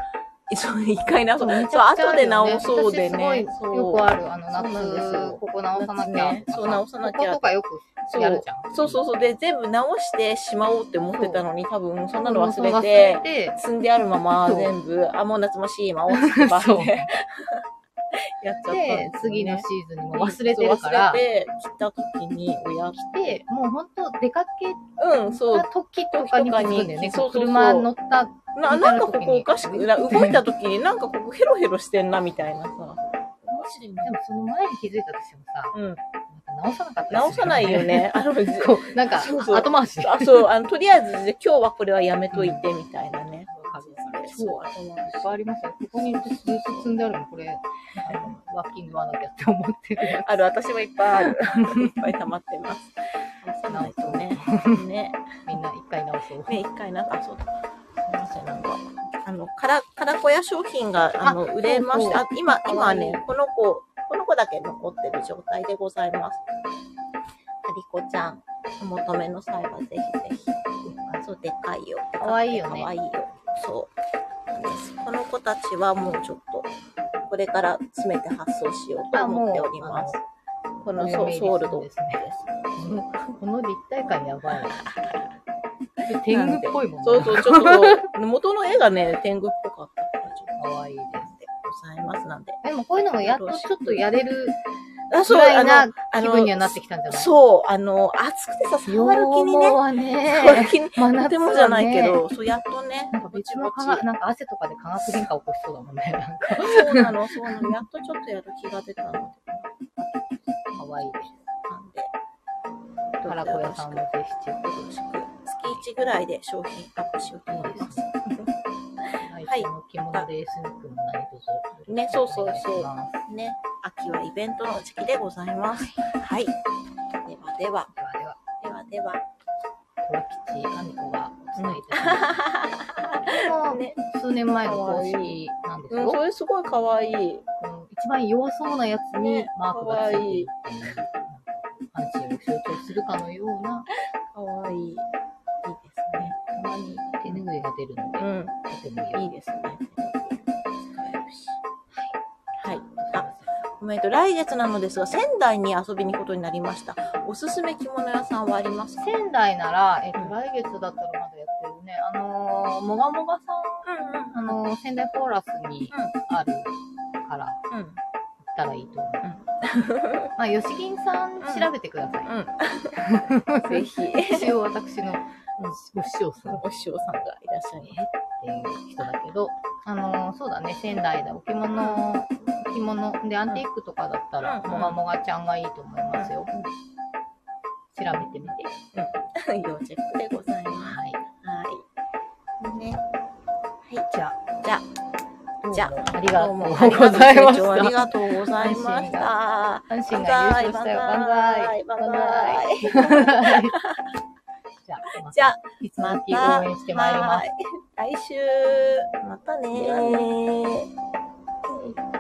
Speaker 2: そう、一回な、そう、
Speaker 1: めち
Speaker 2: そう
Speaker 1: ゃくちゃ
Speaker 2: 後
Speaker 1: ある
Speaker 2: で
Speaker 1: よね
Speaker 2: 直そうでね。
Speaker 1: 私す
Speaker 2: そ
Speaker 1: ご
Speaker 2: う
Speaker 1: いよくある。あの、
Speaker 2: そうなんです
Speaker 1: 夏
Speaker 2: よ、
Speaker 1: ここ直さなきゃ
Speaker 2: 夏ね。そう直さなきゃ
Speaker 1: こことかよく
Speaker 2: そう
Speaker 1: やるじゃん。
Speaker 2: そうそうそう。で、全部直してしまおうって思ってたのに、多分そんなの忘れ
Speaker 1: 忘
Speaker 2: て
Speaker 1: れ、 て、
Speaker 2: 積んであるまま
Speaker 1: そう
Speaker 2: 全部、あ、もう夏もしいまおうってばって
Speaker 1: そう
Speaker 2: やっちゃったんですよね
Speaker 1: で、次のシーズンにも忘れてるから
Speaker 2: 忘、れて、来た時に、親来
Speaker 1: で、もう本当出かけ
Speaker 2: うん、そう
Speaker 1: た。時とかに気づくんだよね。
Speaker 2: そうそうそう
Speaker 1: 車乗った、
Speaker 2: ななんかここおかしく、
Speaker 1: 見
Speaker 2: な
Speaker 1: た時に
Speaker 2: 動いた時になんかここヘロヘロしてんなみたいなさ。おかしいな
Speaker 1: でもその前に気づいたとしてもさ、
Speaker 2: うん、
Speaker 1: また直さなかったりする
Speaker 2: 直さないよ。ね。あの、じ
Speaker 1: こう、なんか、
Speaker 2: そうそう
Speaker 1: 後回しで。
Speaker 2: あそうあのとりあえずじゃあ今日はこれはやめといてみたいなね。
Speaker 1: そう、あとなんかいっぱいありますよ。ここにずっと積んであるの、これ、あのワッキングワなきゃって思ってるや
Speaker 2: ある、私もいっぱいある。いっぱい溜まってます。直さないとね。ね。
Speaker 1: つみんな一回直そう。
Speaker 2: ね、一回なんか、そうだ。すいません、なんか。あの、から、からこや商品が、あの、
Speaker 1: あ
Speaker 2: 売れまし
Speaker 1: そ
Speaker 2: た。あ、今、
Speaker 1: かわ
Speaker 2: 今
Speaker 1: いい
Speaker 2: ね、この子、この子だけ残ってる状態でございます。ありこちゃん、お求めの際はぜひぜひ。そう、でかいよ。
Speaker 1: かわいいよね
Speaker 2: かわいいよ。そう。なんです。この子たちはもうちょっと、これから詰めて発送しようと
Speaker 1: あもう
Speaker 2: 思っております。この
Speaker 1: お
Speaker 2: ソ
Speaker 1: 嫁入り
Speaker 2: ソウルド
Speaker 1: で
Speaker 2: ですす
Speaker 1: ね。この立体感や ばい。天狗っぽいもん
Speaker 2: そうそう、ちょっと、 元の絵がね、天狗っぽかったから、ちょっと。
Speaker 1: かわいいです。
Speaker 2: でございますなんで。
Speaker 1: でもこういうのもやっとちょっとやれる
Speaker 2: あ、
Speaker 1: ぐらいな
Speaker 2: あ
Speaker 1: 気
Speaker 2: の
Speaker 1: 分にはなってきたんじゃない
Speaker 2: そう、あの、暑くてさ、触る気に
Speaker 1: 羊毛、は
Speaker 2: ね触る
Speaker 1: ね、
Speaker 2: 気に、
Speaker 1: 真
Speaker 2: と
Speaker 1: 夏
Speaker 2: てもじゃないけど、そう、やっとね、
Speaker 1: なんか別の化学、なんか汗とかで化学変化起こしそうだもんね。なんか、
Speaker 2: そうなの、そうなの、やっとちょっとやる気が出たので、なん
Speaker 1: かわいいで
Speaker 2: で、
Speaker 1: す。カラコ屋さんもぜひチェック
Speaker 2: よろしく、月1ぐらいで商品アップしようと思います。
Speaker 1: はい。この着物でエスニックも何とぞ。
Speaker 2: ねそうそうそう
Speaker 1: お願いします
Speaker 2: ね、秋はイベントの時期でございます。はい。では
Speaker 1: で
Speaker 2: では、
Speaker 1: はでは、
Speaker 2: ではでは、
Speaker 1: 虎吉亜美子がお伝えいたします。
Speaker 2: ね、
Speaker 1: 数年前の公式なんですよ。
Speaker 2: うん、それすごい可愛い。
Speaker 1: この一番弱そうなやつに
Speaker 2: ね
Speaker 1: マークがついているっていう、阪神を象徴するかのような、
Speaker 2: 可愛い。いいですね。
Speaker 1: たまに手ぬぐいが出るので、
Speaker 2: うん。
Speaker 1: とても良い
Speaker 2: い
Speaker 1: い。
Speaker 2: いですね。はい。
Speaker 1: あ
Speaker 2: あ、えっと、来月なのですが、仙台に遊びに行くことになりました。おすすめ着物屋さんはありますか
Speaker 1: 仙台なら、えっと、
Speaker 2: うん
Speaker 1: 来月だったらまだやってるね。あのー、もがもがさん、あのー、仙台フォーラスにあるから行
Speaker 2: うん。うん。
Speaker 1: ったらいいと思う。 まあ、吉銀さん調べてください。
Speaker 2: うん。ぜひ、
Speaker 1: 一応私の、お師匠さんっ
Speaker 2: お師匠さんがいらっしゃいま
Speaker 1: ていう人だけど、あのー、そうだね、仙台だ、お着物、着物でアンティークとかだったら、
Speaker 2: うん
Speaker 1: もがもがちゃんがいいと思いますよ。調べてみて。
Speaker 2: す。要チェックでございます。
Speaker 1: はい。
Speaker 2: はい。ね。
Speaker 1: じゃあ、
Speaker 2: じゃあ
Speaker 1: どうも
Speaker 2: じゃ
Speaker 1: ありがとう
Speaker 2: ども
Speaker 1: ございまし
Speaker 2: あり
Speaker 1: た。
Speaker 2: がとうございました。
Speaker 1: 阪神が優勝したよ。万歳。
Speaker 2: バンザ イ。
Speaker 1: 万歳。じゃあ、
Speaker 2: じゃあ、
Speaker 1: いつ
Speaker 2: ま
Speaker 1: もき応
Speaker 2: た、
Speaker 1: 援してまいります。
Speaker 2: はい来週、またねー。